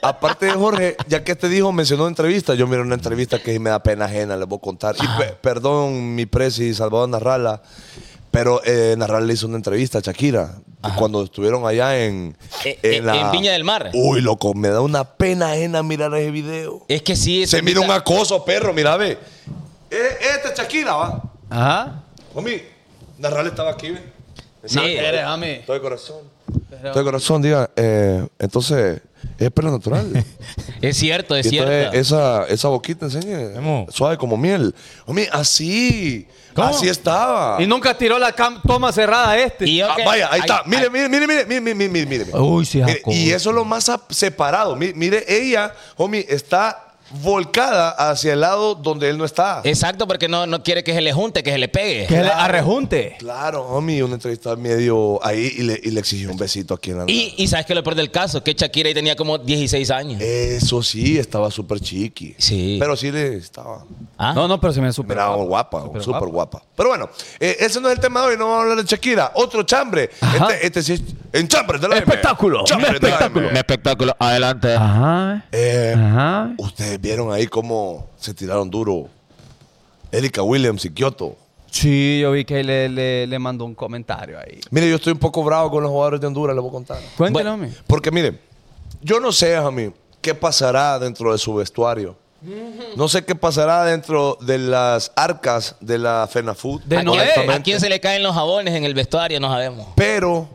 Speaker 2: aparte
Speaker 6: Ah,
Speaker 2: de Jorge, ya que este dijo, mencionó entrevista. Yo miré una entrevista que sí me da pena ajena, les voy a contar. Y pe- perdón, mi presi, Salvador Narrala. Pero eh, Narrala le hizo una entrevista a Shakira cuando estuvieron allá en,
Speaker 6: Eh, eh, en Viña del Mar.
Speaker 2: Uy, loco, me da una pena ajena mirar ese video.
Speaker 6: Es que sí.
Speaker 2: Se mira un
Speaker 6: esa-
Speaker 2: acoso, perro, mira, ve. Eh, Esta es Shakira, va.
Speaker 5: Ajá.
Speaker 2: Homie, Narral estaba aquí, ¿ve?
Speaker 6: Sí.
Speaker 5: Eres, hombre.
Speaker 2: Todo de corazón. Todo de corazón, diga. eh, entonces, es pelo natural.
Speaker 6: [LAUGHS] Es cierto, es
Speaker 2: Y entonces,
Speaker 6: cierto.
Speaker 2: esa, esa boquita, enseñe.
Speaker 4: Memo.
Speaker 2: Suave como miel. Homie, así. Así estaba.
Speaker 5: Y nunca tiró la cam- toma cerrada a este.
Speaker 6: Y yo
Speaker 2: Ah,
Speaker 6: que-
Speaker 2: vaya, ahí
Speaker 6: ay,
Speaker 2: está.
Speaker 6: ay,
Speaker 2: Mire, mire, mire, mire, mire, mire, mire, mire, mire.
Speaker 5: Uy, sí,
Speaker 2: Mire,
Speaker 5: Jacobo.
Speaker 2: y eso es lo más ap- separado. Mi- Mire, ella, homie, está volcada hacia el lado donde él no está.
Speaker 6: Exacto, porque no, no quiere que se le junte, que se le pegue.
Speaker 5: Que le arrejunte.
Speaker 2: Claro, homie, una entrevista medio ahí y le, y le exigió un besito aquí en la
Speaker 6: Y, y sabes que lo peor del caso, que Shakira ahí tenía como 16
Speaker 2: Eh,
Speaker 6: años.
Speaker 2: Eso sí, estaba súper chiqui.
Speaker 6: Sí.
Speaker 2: Pero sí le estaba.
Speaker 6: Ah.
Speaker 5: No, no, pero se me
Speaker 2: Miraba
Speaker 5: superó.
Speaker 2: guapa, súper guapa. Pero bueno, eh, ese no es el tema de hoy, no vamos a hablar de Shakira. Otro chambre. Este, este sí es. En chambre de la M.
Speaker 5: Espectáculo.
Speaker 2: Chambre de la
Speaker 4: espectáculo.
Speaker 2: M.
Speaker 4: espectáculo. Adelante.
Speaker 5: Ah.
Speaker 8: Ajá.
Speaker 2: Eh,
Speaker 8: Ajá.
Speaker 2: Ustedes vieron ahí cómo se tiraron duro. Erika Williams y Kyoto.
Speaker 5: Sí, yo vi que le, le, le mandó un comentario ahí.
Speaker 2: Mire, yo estoy un poco bravo con los jugadores de Honduras, les voy a contar.
Speaker 5: Cuéntelo,
Speaker 6: Bueno.
Speaker 5: hombre.
Speaker 2: Porque mire, yo no sé, Jamie, qué pasará dentro de su vestuario. No sé qué pasará dentro de las arcas de la FENAFUT.
Speaker 5: De
Speaker 6: ¿A,
Speaker 5: Noé.
Speaker 6: quién,
Speaker 2: honestamente.
Speaker 6: ¿A quién se le caen los jabones en el vestuario? No sabemos.
Speaker 2: Pero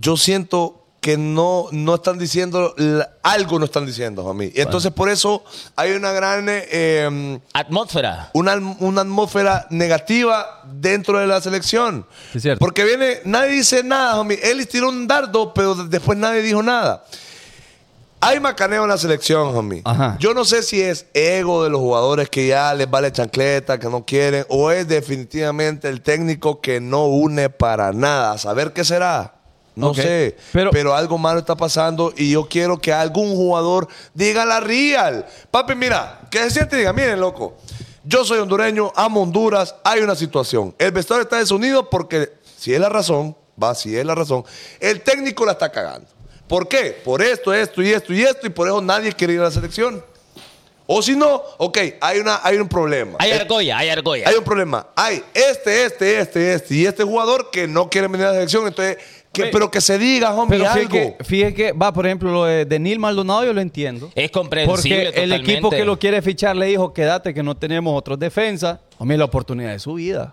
Speaker 2: yo siento que no, no están diciendo, la- algo no están diciendo, Jamie. Y entonces por eso hay una gran... eh, eh,
Speaker 6: Atmósfera.
Speaker 2: una, alm- una atmósfera negativa dentro de la selección.
Speaker 5: Sí, es cierto.
Speaker 2: Porque viene, nadie dice nada, homie. Él tiró un dardo, pero de- después nadie dijo nada. Hay macaneo en la selección, homie.
Speaker 5: Ajá.
Speaker 2: Yo no sé si es ego de los jugadores que ya les vale chancleta, que no quieren, o es definitivamente el técnico que no une para nada. A saber qué será. No
Speaker 5: Ok.
Speaker 2: sé.
Speaker 5: Pero-
Speaker 2: pero algo malo está pasando y yo quiero que algún jugador diga la real. Papi, mira, que se siente y diga, miren, loco, yo soy hondureño, amo Honduras, hay una situación. El vestuario de Estados Unidos porque, si es la razón, va, si es la razón, el técnico la está cagando. ¿Por qué? Por esto, esto y esto y esto y por eso nadie quiere ir a la selección. O si no, ok, hay, una, hay un problema.
Speaker 6: Hay
Speaker 2: El-
Speaker 6: argolla, hay argolla.
Speaker 2: hay un problema. Hay este, este, este, este y este jugador que no quiere venir a la selección. Entonces, que-
Speaker 5: Ve.
Speaker 2: pero que se diga, homie,
Speaker 5: Pero
Speaker 2: algo.
Speaker 5: fíjate que, fíjate que, va, por ejemplo, lo de, de Neil Maldonado yo lo entiendo.
Speaker 6: Es comprensible
Speaker 5: Porque el
Speaker 6: totalmente.
Speaker 5: equipo que lo quiere fichar le dijo, quédate que no tenemos otros defensas. Hombre, la oportunidad de su vida.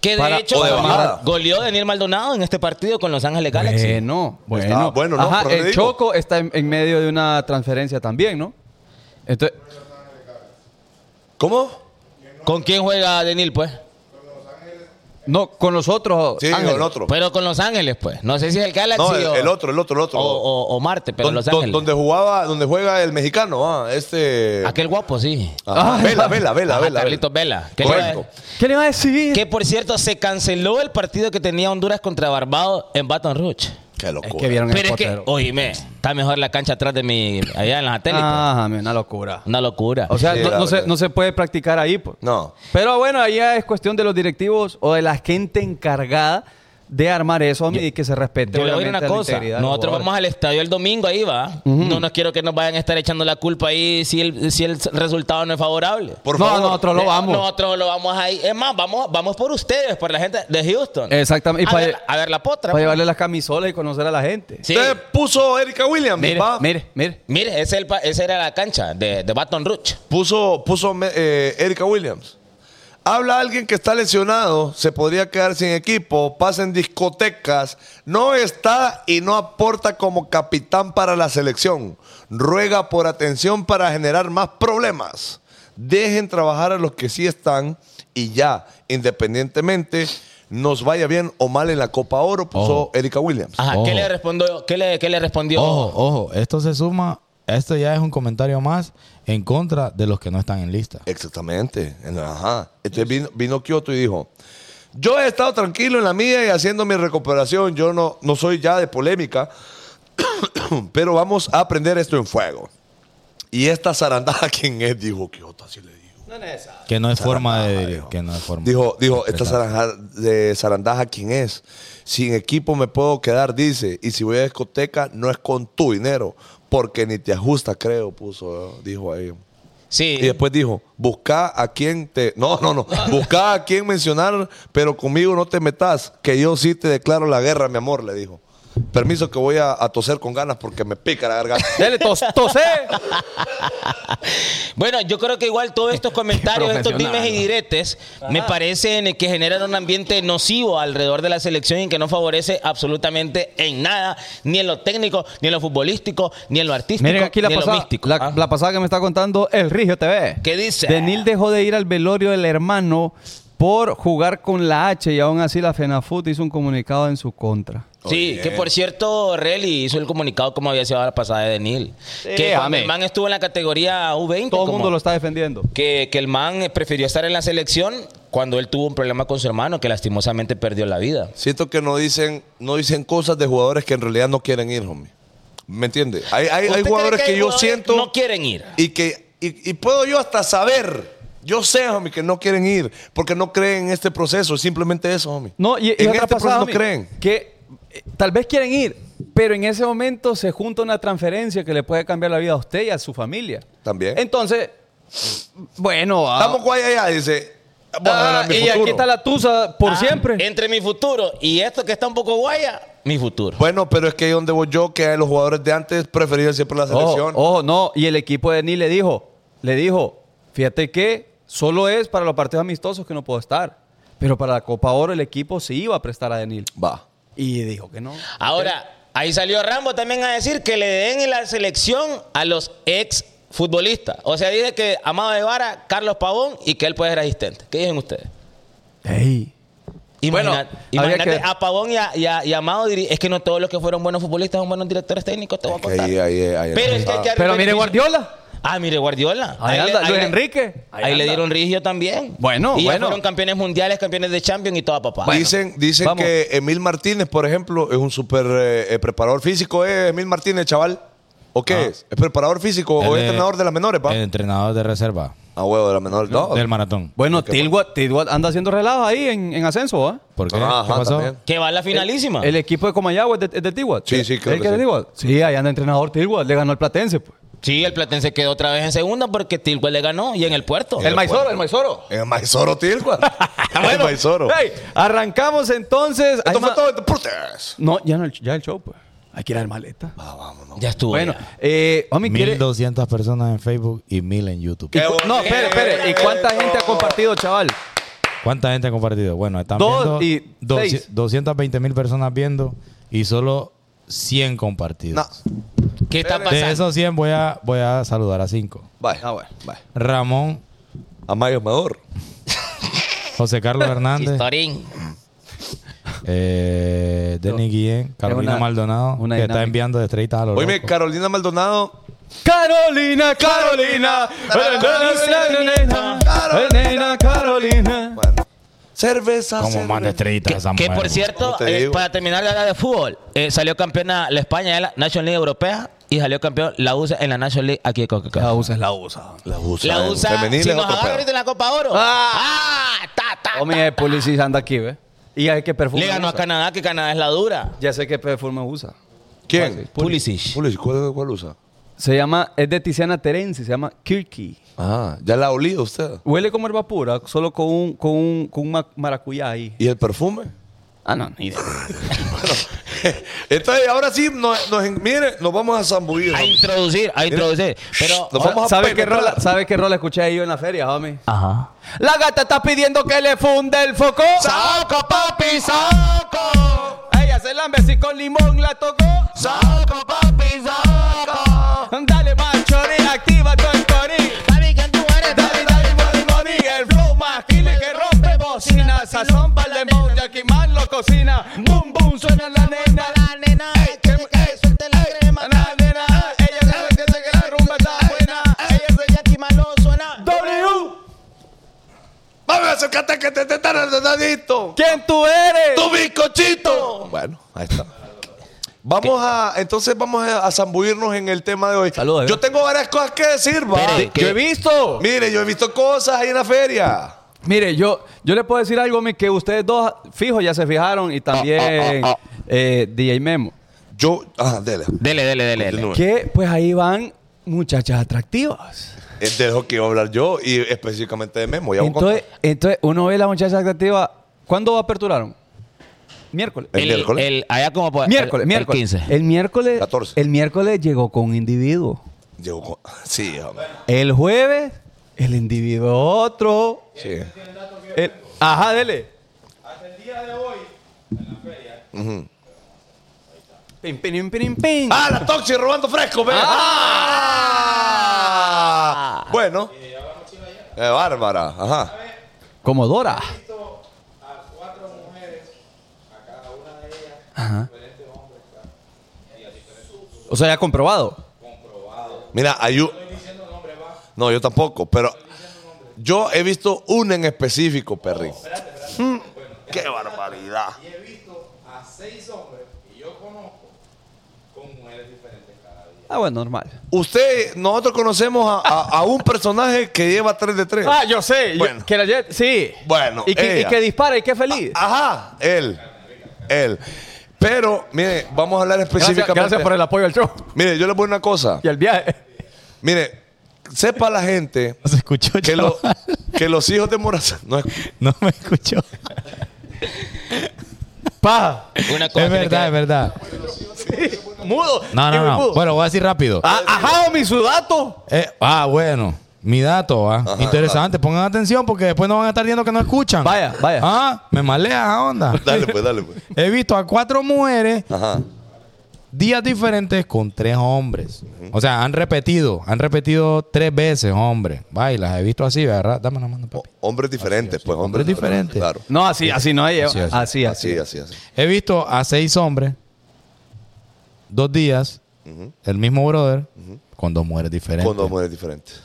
Speaker 6: Que de
Speaker 5: Para-
Speaker 6: hecho
Speaker 2: o de bajada.
Speaker 6: goleó Daniel Maldonado en este partido con Los Ángeles Galaxy.
Speaker 5: Bueno, bueno.
Speaker 2: Está bueno, ¿no?
Speaker 5: Ajá,
Speaker 2: Pero le
Speaker 5: el
Speaker 2: digo.
Speaker 5: Choco está en, en medio de una transferencia también, ¿no? Entonces,
Speaker 2: ¿Cómo?
Speaker 6: ¿Con quién juega Daniel, pues?
Speaker 5: no, con los otros.
Speaker 2: Sí,
Speaker 5: Ángeles.
Speaker 2: el otro.
Speaker 6: Pero con Los Ángeles, pues. No sé si es el Galaxy
Speaker 2: No, el,
Speaker 6: o,
Speaker 2: el otro, el otro, el
Speaker 6: o,
Speaker 2: otro.
Speaker 6: o- o Marte, pero
Speaker 2: Don-
Speaker 6: Los
Speaker 2: don-
Speaker 6: Ángeles.
Speaker 2: donde jugaba, donde juega el mexicano, ah, este.
Speaker 6: Aquel guapo, sí.
Speaker 2: Ajá,
Speaker 5: Ay,
Speaker 2: vela,
Speaker 5: ay.
Speaker 2: vela, vela,
Speaker 6: Ajá,
Speaker 2: vela.
Speaker 6: Carlitos Vela. eh. Que,
Speaker 2: Correcto.
Speaker 5: ¿Qué le va a decir?
Speaker 6: que, por cierto, se canceló el partido que tenía Honduras contra Barbados en Baton Rouge.
Speaker 2: Qué locura.
Speaker 5: que vieron el
Speaker 6: Pero es que,
Speaker 5: potero.
Speaker 6: oíme, está mejor la cancha atrás de mi. allá en la satélite.
Speaker 5: Ajá, men, una locura.
Speaker 6: Una locura.
Speaker 5: O sea,
Speaker 2: Sí,
Speaker 5: no,
Speaker 2: la
Speaker 5: no se,
Speaker 2: verdad.
Speaker 5: no se puede practicar ahí, pues.
Speaker 2: No.
Speaker 5: Pero bueno, ahí ya es cuestión de los directivos o de la gente encargada de armar eso homie, y que se respete.
Speaker 6: Te voy a decir
Speaker 5: obviamente,
Speaker 6: una
Speaker 5: la
Speaker 6: cosa.
Speaker 5: integridad de los
Speaker 6: Nosotros vamos
Speaker 5: jugadores.
Speaker 6: al estadio el domingo, ahí va. No nos quiero que nos vayan a estar echando la culpa ahí si el, si el resultado no es favorable.
Speaker 2: Por
Speaker 5: No,
Speaker 2: favor.
Speaker 5: nosotros lo
Speaker 6: Eh,
Speaker 5: vamos.
Speaker 6: Nosotros lo vamos ahí. Es más, vamos, vamos por ustedes, por la gente de Houston.
Speaker 5: Exactamente. Y pues,
Speaker 6: a,
Speaker 5: para,
Speaker 6: ver, a ver la potra. pues.
Speaker 5: para llevarle las camisolas y conocer a la gente.
Speaker 6: Sí.
Speaker 2: Usted puso Erika Williams,
Speaker 5: Mire,
Speaker 2: va.
Speaker 5: mire,
Speaker 6: [LAUGHS]
Speaker 5: mire.
Speaker 6: Mire, ese, el pa- esa era la cancha de, de Baton Rouge.
Speaker 2: Puso, puso me- eh, Erika Williams. Habla alguien que está lesionado, se podría quedar sin equipo, pasa en discotecas, no está y no aporta como capitán para la selección. Ruega por atención para generar más problemas. Dejen trabajar a los que sí están y ya, independientemente, nos vaya bien o mal en la Copa Oro, puso Erika Williams.
Speaker 6: Ajá, ¿qué
Speaker 4: Ojo.
Speaker 6: le respondió? ¿Qué le, qué le respondió?
Speaker 4: Ojo, ojo, esto se suma, esto ya es un comentario más en contra de los que no están en lista.
Speaker 2: Exactamente. En- Ajá. Entonces vino, vino Kioto y dijo: Yo he estado tranquilo en la mía y haciendo mi recuperación. Yo no, no soy ya de polémica, [COUGHS] pero vamos a aprender esto en fuego. Y esta zarandada, [LAUGHS] ¿quién es? Dijo Kioto, así le dijo.
Speaker 4: Que no es forma de... Que no es forma.
Speaker 2: Dijo, dijo
Speaker 4: Exacto.
Speaker 2: esta zaranja, de zarandaja, ¿quién es? Sin equipo me puedo quedar, dice. Y si voy a discoteca, no es con tu dinero, porque ni te ajusta, creo, puso, dijo ahí.
Speaker 6: Sí.
Speaker 2: Y después dijo, busca a quien te... No, no,
Speaker 6: [LAUGHS]
Speaker 2: no. Busca a quien mencionar, pero conmigo no te metas, que yo sí te declaro la guerra, mi amor, le dijo. Permiso que voy a, a toser con ganas porque me pica la
Speaker 6: [LAUGHS]
Speaker 2: garganta.
Speaker 5: Dele, tos, tosé.
Speaker 6: Bueno, yo creo que igual
Speaker 5: [LAUGHS]
Speaker 6: todos estos comentarios, estos
Speaker 5: profesional,
Speaker 6: dimes y
Speaker 5: ¿no?
Speaker 6: diretes, me parecen eh, que generan un ambiente nocivo alrededor de la selección y que no favorece absolutamente en nada, ni en lo técnico, ni en lo futbolístico, ni en lo artístico,
Speaker 5: Miren aquí la
Speaker 6: ni en lo
Speaker 5: pasada,
Speaker 6: místico.
Speaker 5: la,
Speaker 6: Ah.
Speaker 5: la pasada que me está contando el Rigio TV.
Speaker 6: ¿Qué dice?
Speaker 5: Denil dejó de ir al velorio del hermano por jugar con la H y aún así la FENAFUT hizo un comunicado en su contra.
Speaker 6: Sí, que por cierto, Relly hizo el comunicado como había sido la pasada de Denil. que cuando
Speaker 5: amén.
Speaker 6: el man estuvo en la categoría U20.
Speaker 5: Todo el
Speaker 6: como-
Speaker 5: mundo lo está defendiendo.
Speaker 6: que, que el man eh, prefirió estar en la selección cuando él tuvo un problema con su hermano que lastimosamente perdió la vida.
Speaker 2: Siento que no dicen, no dicen cosas de jugadores que en realidad no quieren ir, homie. ¿Me entiendes? Hay, hay- hay
Speaker 6: ¿Usted cree
Speaker 2: jugadores que,
Speaker 6: hay
Speaker 2: yo
Speaker 6: jugadores
Speaker 2: siento...
Speaker 6: No quieren ir.
Speaker 2: Y que y, y puedo yo hasta saber. Yo sé, homie, que no quieren ir porque no creen en este proceso. Es Simplemente eso, homie.
Speaker 5: No, y, y
Speaker 2: en
Speaker 5: otra
Speaker 2: este
Speaker 5: pasada,
Speaker 2: proceso no
Speaker 5: homie,
Speaker 2: creen.
Speaker 5: Que eh, tal vez quieren ir, pero en ese momento se junta una transferencia que le puede cambiar la vida a usted y a su familia.
Speaker 2: También.
Speaker 5: Entonces, bueno, ah,
Speaker 2: Estamos guay allá, dice. Bueno,
Speaker 5: ah,
Speaker 2: era mi
Speaker 5: y
Speaker 2: futuro.
Speaker 5: aquí está la tusa por
Speaker 6: Ah,
Speaker 5: siempre.
Speaker 6: Entre mi futuro y esto que está un poco guaya, mi futuro.
Speaker 2: Bueno, pero es que ahí donde voy yo, que los jugadores de antes preferían siempre la
Speaker 5: Ojo,
Speaker 2: selección.
Speaker 5: ojo, no. Y el equipo de Ni le dijo, le dijo, fíjate que solo es para los partidos amistosos que no puedo estar. Pero para la Copa Oro el equipo se iba a prestar a Denil.
Speaker 2: Va.
Speaker 5: Y dijo que no.
Speaker 6: Ah, Ahora, ahí salió Rambo también a decir que le den en la selección a los ex futbolistas. O sea, dice que Amado Guevara, Carlos Pavón y que él puede ser asistente. ¿Qué dicen ustedes?
Speaker 5: Ey.
Speaker 6: Imagina-
Speaker 5: habría
Speaker 6: imagínate
Speaker 5: que-
Speaker 6: a Pavón y a, y a- y a Amado. diri- Es que no todos los que fueron buenos futbolistas son buenos directores técnicos, te voy a
Speaker 2: Que
Speaker 6: contar.
Speaker 2: ahí- ahí- ahí- ahí
Speaker 6: Pero es que hay
Speaker 2: está.
Speaker 6: que darle
Speaker 5: Pero mire
Speaker 6: beneficio.
Speaker 5: Guardiola.
Speaker 6: Ah, mire Guardiola.
Speaker 5: Ahí
Speaker 6: le-
Speaker 5: anda, Luis
Speaker 6: le-
Speaker 5: Enrique.
Speaker 6: Ahí,
Speaker 5: Ahí
Speaker 6: le
Speaker 5: anda.
Speaker 6: dieron rigio también.
Speaker 5: Bueno,
Speaker 6: y ya
Speaker 5: bueno.
Speaker 6: fueron campeones mundiales, campeones de Champions y toda papá.
Speaker 2: dicen dicen
Speaker 5: vamos.
Speaker 2: que Emil Martínez, por ejemplo, es un súper eh, eh, preparador físico. ¿Es Emil Martínez, chaval? ¿O
Speaker 5: Ah.
Speaker 2: qué es? ¿Es preparador físico o
Speaker 4: Él es
Speaker 2: es entrenador de las menores, pa?
Speaker 4: eh, El entrenador de reserva
Speaker 2: Ah, huevo, de las menores. No.
Speaker 4: del maratón.
Speaker 5: Bueno, Tilwa, Tilwa anda haciendo relajo ahí en, en ascenso, ¿ah?
Speaker 4: ¿Por qué?
Speaker 2: Ajá,
Speaker 4: ¿Qué pasó?
Speaker 2: también.
Speaker 6: que va a la finalísima.
Speaker 5: El equipo de Comayagua es de, es de Tilwa.
Speaker 2: Sí, sí, creo
Speaker 5: ¿El
Speaker 2: que
Speaker 5: es de
Speaker 2: sí.
Speaker 5: Tilwa? Sí, ahí anda entrenador Tilwa. Le ganó al Platense, pues.
Speaker 6: Sí, el Platense quedó otra vez en segunda porque Tilgüe le ganó y en el puerto.
Speaker 2: El
Speaker 5: El Maizoro,
Speaker 2: puerto.
Speaker 5: el Maizoro.
Speaker 2: En Maizoro,
Speaker 5: [LAUGHS]
Speaker 2: Tilgua. en
Speaker 5: Bueno,
Speaker 2: Maizoro.
Speaker 5: hey, arrancamos entonces. Hay
Speaker 2: Esto fue
Speaker 5: ma-
Speaker 2: todo. Putes.
Speaker 5: No, ya no, el- ya el show, pues. Hay que ir al maleta.
Speaker 6: Ya estuvo.
Speaker 5: Bueno,
Speaker 6: ya.
Speaker 5: eh, homie, ¿quiere-
Speaker 4: 1200 personas en Facebook y 1000 en YouTube.
Speaker 5: y
Speaker 2: Qué
Speaker 5: cu- No, espere, espere. ¿Y cuánta
Speaker 2: bonito.
Speaker 5: gente ha compartido, chaval?
Speaker 4: ¿Cuánta gente ha compartido? Bueno, están
Speaker 5: Dos
Speaker 4: viendo
Speaker 5: y
Speaker 4: doci-
Speaker 5: seis.
Speaker 4: 220 mil personas viendo y solo 100 compartidos.
Speaker 6: ¿Qué está
Speaker 4: De
Speaker 6: pasando?
Speaker 4: esos 100 voy a, voy a saludar a 5.
Speaker 2: Bye.
Speaker 5: Ah, bueno, vale.
Speaker 4: Ramón,
Speaker 2: A Mayo Amador.
Speaker 4: José
Speaker 5: [LAUGHS]
Speaker 4: Carlos Hernández,
Speaker 6: Chistorín.
Speaker 4: eh, Denis Guillén, Carolina
Speaker 5: una-
Speaker 4: Maldonado,
Speaker 5: una
Speaker 4: que
Speaker 5: dinámica.
Speaker 4: está enviando de estrellitas a los
Speaker 2: Oye, Carolina Maldonado.
Speaker 5: Carolina, Carolina. Carolina, Carolina, Carolina.
Speaker 2: Bueno. Cerveza.
Speaker 4: Como
Speaker 2: cerveza.
Speaker 4: manda estrellitas a
Speaker 6: Que,
Speaker 4: esa
Speaker 6: que,
Speaker 4: mujer.
Speaker 6: por cierto,
Speaker 2: ¿Cómo te
Speaker 6: eh,
Speaker 2: digo?
Speaker 6: para terminar la de fútbol, eh, salió campeona la España de la National League Europea y salió campeón la USA en la National League aquí de Coca-Cola.
Speaker 5: usa es la usa.
Speaker 2: La usa.
Speaker 6: La USA,
Speaker 2: Ah, pues, Femenina
Speaker 6: si
Speaker 2: es
Speaker 6: nos
Speaker 2: otro
Speaker 6: agarra
Speaker 2: pedo.
Speaker 6: ahorita en la Copa Oro.
Speaker 5: Ah.
Speaker 6: ¡Ah! ta, ta,
Speaker 5: Homie,
Speaker 6: ta.
Speaker 5: el policía anda aquí, ¿ve? Y hay que perfume.
Speaker 6: Le ganó a
Speaker 5: usa.
Speaker 6: Canadá, que Canadá es la dura.
Speaker 5: Ya sé qué perfume usa.
Speaker 2: ¿Quién?
Speaker 6: Pulisic.
Speaker 2: Pulisic, ¿Cuál, cuál usa?
Speaker 5: Se llama, es de Tiziana Terenzi, se llama Kirky.
Speaker 2: Ah, ya la olía usted.
Speaker 5: Huele como el vapura, solo con un, con un, con un ma- maracuyá ahí.
Speaker 2: ¿Y el perfume?
Speaker 5: Ah, no,
Speaker 2: [LAUGHS]
Speaker 5: ni idea.
Speaker 2: Entonces, ahora sí, nos, nos, mire, nos vamos a zambullir.
Speaker 6: A introducir, a introducir. Pero.
Speaker 2: Nos vamos a
Speaker 5: ¿Sabe qué,
Speaker 2: penetrar.
Speaker 5: rola, ¿Sabe qué rola escuché ahí yo en la feria, homie?
Speaker 6: Ajá.
Speaker 5: La gata está pidiendo que le funde el foco.
Speaker 6: ¡Saoco, papi! ¡Saoco!
Speaker 5: Ella se lambe así con limón, la tocó.
Speaker 6: ¡Saoco, papi! ¡Saoco!
Speaker 5: Dale, macho, activa tu escoril.
Speaker 6: Papi, que tú eres?
Speaker 5: Dale, dale, money, money, el flow más killer que rompe bocina. Sazón para el dembow, Jackie Man lo cocina. Boom, boom, suena la nena.
Speaker 6: La nena, que me cae, suelte la crema.
Speaker 5: La nena, ella sabe que se que la rumba está buena.
Speaker 6: Ella soy Jackie Malo, suena.
Speaker 5: W,
Speaker 2: Vamos a acercarte que te te están alrededorito.
Speaker 5: ¿quién tú eres?
Speaker 2: ¡Tu bizcochito! Bueno, ahí está. Vamos a, entonces vamos a, a zambullirnos en el tema de hoy.
Speaker 5: Saludos,
Speaker 2: Yo
Speaker 5: eh.
Speaker 2: tengo varias cosas que decir, va.
Speaker 6: Espere,
Speaker 5: Yo he visto.
Speaker 2: Mire, yo he visto cosas ahí en la feria.
Speaker 5: Mire, yo, yo le puedo decir algo, mi, que ustedes dos fijos ya se fijaron y también
Speaker 6: Ah,
Speaker 5: eh, DJ Memo.
Speaker 2: Yo, ah, dele.
Speaker 6: Dele, dele, dele. dele.
Speaker 2: Continúe.
Speaker 5: Que pues ahí van muchachas atractivas.
Speaker 2: Es de lo que iba a hablar yo y específicamente de Memo. Ya voy a
Speaker 5: Entonces,
Speaker 2: contar.
Speaker 5: entonces, uno ve la muchacha atractiva. ¿Cuándo aperturaron? Miércoles. Ah,
Speaker 2: El
Speaker 6: El,
Speaker 2: miércoles.
Speaker 6: el- allá como por-
Speaker 5: miércoles,
Speaker 6: el,
Speaker 5: miércoles.
Speaker 6: El 15.
Speaker 5: miércoles.
Speaker 2: 14.
Speaker 5: El miércoles llegó con un individuo.
Speaker 2: Llegó con- [LAUGHS] Sí, hombre.
Speaker 5: El jueves, el individuo otro.
Speaker 2: Sí.
Speaker 5: El- ajá, dele. Hasta el día de hoy, en la feria. Pim, pim, pim, pim, pim.
Speaker 2: ¡Ah, la Toxi robando fresco, ve! ¡Ah! Bueno. Eh, Bárbara, ajá.
Speaker 5: Como Dora. Ajá. O sea, ya comprobado.
Speaker 2: Mira, hay un... No, yo tampoco, pero yo he visto una en específico, Perry. Mm, ¡Qué barbaridad!
Speaker 5: Ah, bueno, normal.
Speaker 2: Usted, nosotros conocemos a, a- a un personaje que lleva 3 de 3.
Speaker 5: Ah, yo sé. yo-
Speaker 2: Bueno.
Speaker 5: que la jet, sí.
Speaker 2: Bueno,
Speaker 5: Y que, y
Speaker 2: ella. Ah,
Speaker 5: que dispara y que feliz.
Speaker 2: Ajá, él. Él. Pero, mire, vamos a hablar específicamente.
Speaker 5: el apoyo al show [LAUGHS]
Speaker 2: Mire, yo le pongo una cosa.
Speaker 5: y al viaje.
Speaker 2: Mire, sepa la gente
Speaker 4: [LAUGHS] No se escuchó,
Speaker 2: que, lo-
Speaker 4: [LAUGHS] chaval.
Speaker 2: que los hijos de Morazán.
Speaker 4: [LAUGHS]
Speaker 2: No,
Speaker 4: No me escuchó.
Speaker 5: Pa.
Speaker 6: Una cosa
Speaker 4: Es
Speaker 6: tiene
Speaker 4: verdad, es
Speaker 6: que-
Speaker 4: verdad.
Speaker 5: Mudo.
Speaker 4: No, no,
Speaker 5: Qué
Speaker 4: no.
Speaker 5: mudo.
Speaker 4: Bueno, voy a decir rápido.
Speaker 5: Ah, ajá, mi sudato.
Speaker 4: Eh, ah, bueno. Mi dato, ah. Interesante. Pongan atención porque después no van a estar viendo que no escuchan.
Speaker 5: Vaya, vaya.
Speaker 4: Ah, me malea esa onda.
Speaker 2: dale, pues, dale, pues.
Speaker 4: He visto a cuatro mujeres
Speaker 2: Ajá.
Speaker 4: días diferentes con tres hombres. O sea, han repetido. Han repetido tres veces, hombre. Vaya, las he visto así, ¿verdad? Dame la mano, papi.
Speaker 2: Hombres diferentes, pues. Hombres,
Speaker 4: Hombres diferentes.
Speaker 2: Claro.
Speaker 5: No, así, así no hay. Así,
Speaker 4: así.
Speaker 5: así.
Speaker 2: Así, así, así.
Speaker 4: He visto a seis hombres, dos días, el mismo brother, con dos mujeres diferentes.
Speaker 2: Con dos mujeres diferentes.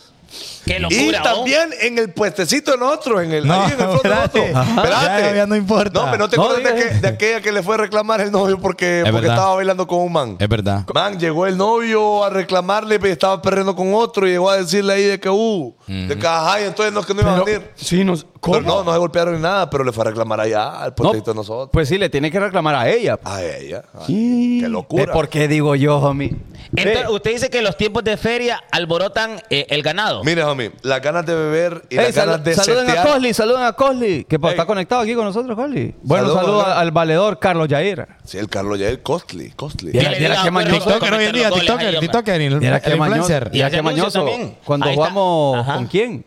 Speaker 6: Qué locura,
Speaker 2: Y
Speaker 6: oh.
Speaker 2: también en el puestecito de nosotros, en el,
Speaker 4: No,
Speaker 2: ahí en el fondo de
Speaker 4: espérate.
Speaker 2: nosotros.
Speaker 4: Ajá.
Speaker 2: Espérate.
Speaker 4: Ya, ya no importa.
Speaker 2: No, pero no te
Speaker 5: No,
Speaker 2: acuerdas de,
Speaker 5: diga.
Speaker 2: que- de aquella que le fue a reclamar el novio porque, porque
Speaker 4: verdad.
Speaker 2: estaba bailando con un man.
Speaker 4: Es verdad.
Speaker 2: Man, llegó el novio a reclamarle, pero estaba perreando con otro y llegó a decirle ahí de que, uh, de que, ajá, y entonces no es que no iba a venir.
Speaker 5: sí, no,
Speaker 2: Pero no, no se golpearon ni nada, pero le fue a reclamar allá al potito de nosotros.
Speaker 5: Pues sí, le tiene que reclamar a ella.
Speaker 2: a ella. ay,
Speaker 5: Sí.
Speaker 2: Ah, Qué locura.
Speaker 5: ¿Por qué digo yo, homie?
Speaker 6: Entonces,
Speaker 5: Ve,
Speaker 6: usted dice que los tiempos de feria alborotan eh, el ganado.
Speaker 2: Mire, homie, las ganas de beber y
Speaker 5: Ey,
Speaker 2: las
Speaker 5: salu-
Speaker 2: ganas de
Speaker 5: saluden
Speaker 2: setear.
Speaker 5: a Cosli, saluden a Cosli, que pues,
Speaker 2: Ey.
Speaker 5: está conectado aquí con nosotros, Cosli. Bueno,
Speaker 2: Saludos,
Speaker 5: saludo
Speaker 2: Cosli.
Speaker 5: a- al valedor Carlos Yair.
Speaker 2: Sí, el Carlos Yael Costly. Costly.
Speaker 5: Bien.
Speaker 6: Que le
Speaker 5: viera
Speaker 6: diga,
Speaker 5: qué
Speaker 6: "Ah,
Speaker 5: mañoso".
Speaker 6: pero
Speaker 4: TikToker hoy en día,
Speaker 6: mételo, goles, ahí,
Speaker 4: TikToker,
Speaker 6: hombre.
Speaker 4: TikToker, el,
Speaker 5: Mira
Speaker 4: el
Speaker 5: qué mañoso.
Speaker 4: influencer.
Speaker 5: Mira
Speaker 6: hace
Speaker 5: qué
Speaker 6: anuncios
Speaker 5: mañoso.
Speaker 6: también.
Speaker 5: Cuando
Speaker 6: Ahí está.
Speaker 5: jugamos,
Speaker 6: Ajá.
Speaker 5: ¿con quién?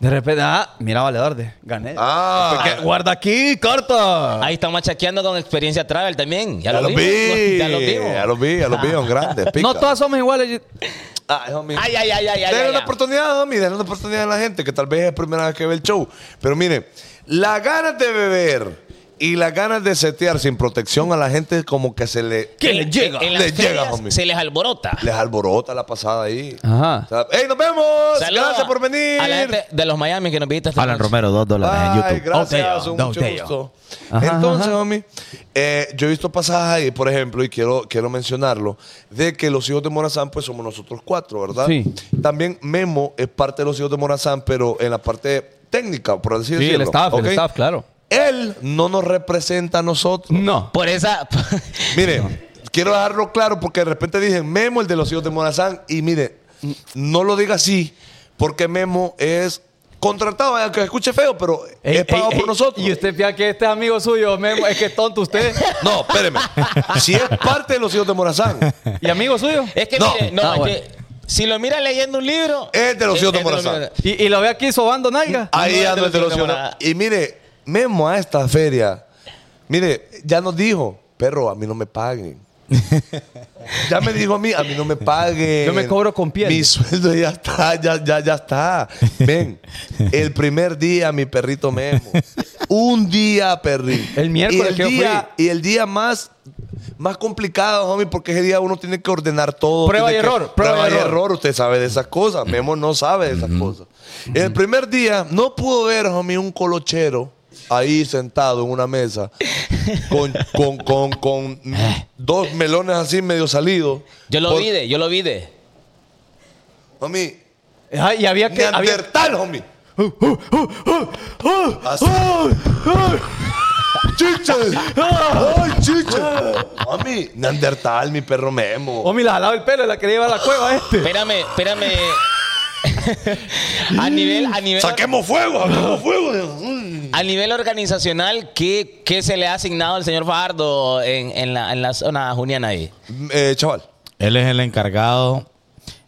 Speaker 5: De repente, ah, mira, valedor de, gané.
Speaker 2: Ah.
Speaker 5: Porque guarda aquí, corta.
Speaker 6: Ahí estamos machaqueando con experiencia travel también. Ya,
Speaker 2: Ya
Speaker 6: lo
Speaker 2: lo
Speaker 6: vi.
Speaker 2: vi.
Speaker 6: Ya lo vimos.
Speaker 2: Ya lo vi, ya lo vi. Son grandes.
Speaker 5: [LAUGHS] No
Speaker 2: pica.
Speaker 5: todas somos iguales.
Speaker 2: Ay, homie.
Speaker 6: Ay, ay, ay, ay, ay.
Speaker 2: Denle
Speaker 6: ay,
Speaker 2: una
Speaker 6: ay.
Speaker 2: oportunidad, homie, denle una oportunidad a la gente que tal vez es la primera vez que ve el show. Pero mire, las ganas de beber y las ganas de setear sin protección a la gente como que se le,
Speaker 5: ¿Qué les llega?
Speaker 6: En las
Speaker 2: Les llega,
Speaker 6: ferias
Speaker 2: homie.
Speaker 6: se les alborota.
Speaker 2: les alborota la pasada ahí.
Speaker 5: Ajá.
Speaker 2: O sea, ¡Ey, nos vemos!
Speaker 6: Saludos
Speaker 2: gracias por venir.
Speaker 6: A la gente de los Miami que nos viste hasta
Speaker 7: Alan Romero, dos dólares en
Speaker 2: Ay,
Speaker 7: YouTube.
Speaker 2: gracias,
Speaker 7: Don't
Speaker 2: un
Speaker 7: tell,
Speaker 2: mucho
Speaker 7: don't tell.
Speaker 2: gusto.
Speaker 5: Ajá,
Speaker 2: Entonces,
Speaker 5: ajá.
Speaker 2: homie, eh, yo he visto pasajes ahí, por ejemplo, y quiero, quiero mencionarlo, de que los hijos de Morazán, pues somos nosotros cuatro, ¿verdad?
Speaker 5: Sí.
Speaker 2: También Memo es parte de los hijos de Morazán, pero en la parte técnica, por así
Speaker 5: Sí,
Speaker 2: decirlo.
Speaker 5: el staff,
Speaker 2: ¿ok?
Speaker 5: el staff, claro.
Speaker 2: Él no nos representa a nosotros.
Speaker 5: No.
Speaker 6: Por esa. [LAUGHS]
Speaker 2: Mire, quiero dejarlo claro porque de repente dicen Memo, el de los hijos de Morazán, y mire, no lo diga así, porque Memo es contratado, aunque escuche feo, pero
Speaker 5: Ey,
Speaker 2: es pagado
Speaker 5: ey,
Speaker 2: por
Speaker 5: ey,
Speaker 2: nosotros.
Speaker 5: Eh, Y usted piensa que este es amigo suyo, Memo, es que es tonto usted.
Speaker 2: No, espéreme. Si es parte de los hijos de Morazán,
Speaker 5: ¿Y amigo suyo?
Speaker 6: es que,
Speaker 2: No. Este
Speaker 6: mire, no,
Speaker 5: Ah,
Speaker 6: es
Speaker 5: bueno.
Speaker 6: que si lo mira leyendo un libro. este
Speaker 2: es de los hijos de Morazán.
Speaker 5: ¿Y, y lo ve aquí sobando nalga?
Speaker 2: Ahí
Speaker 6: No,
Speaker 2: anda el de los hijos de
Speaker 6: Morazán.
Speaker 2: Y mire, Memo a esta feria, mire, ya nos dijo, perro, a mí no me
Speaker 5: [LAUGHS]
Speaker 2: paguen. ya me dijo a mí, a mí no me paguen.
Speaker 5: Yo me cobro con piel.
Speaker 2: Mi sueldo ya está, ya, ya, ya está. Ven, el primer día, mi perrito Memo. Un día, perrito.
Speaker 5: El
Speaker 2: y
Speaker 5: miércoles
Speaker 2: el
Speaker 5: que yo
Speaker 2: día, Y el día más, más complicado, homie, porque ese día uno tiene que ordenar todo.
Speaker 5: Prueba
Speaker 2: tiene
Speaker 5: y
Speaker 2: que-
Speaker 5: error, prueba y error.
Speaker 2: Usted sabe de esas cosas. Memo no sabe de esas cosas. El primer día no pudo ver, homie, un colochero ahí sentado en una mesa con, con, con, con dos melones así medio salidos.
Speaker 6: Yo lo
Speaker 2: Por-
Speaker 6: vi de, yo lo vi de.
Speaker 2: Homie,
Speaker 5: Ajá, y había que... había-
Speaker 2: Neandertal, homie. Así. ¡Chiches! ¡Ay, chiches! Homie, Neandertal, mi perro Memo.
Speaker 5: Homie, la jalaba el pelo, la quería llevar a la cueva este.
Speaker 6: Espérame, espérame. [LAUGHS] a nivel, a nivel,
Speaker 2: ¡Saquemos fuego! ¡Saquemos fuego!
Speaker 6: a nivel organizacional, ¿qué, qué se le ha asignado al señor Fajardo en, en la, en la zona juniana ahí?
Speaker 2: Eh, chaval.
Speaker 4: Él es el encargado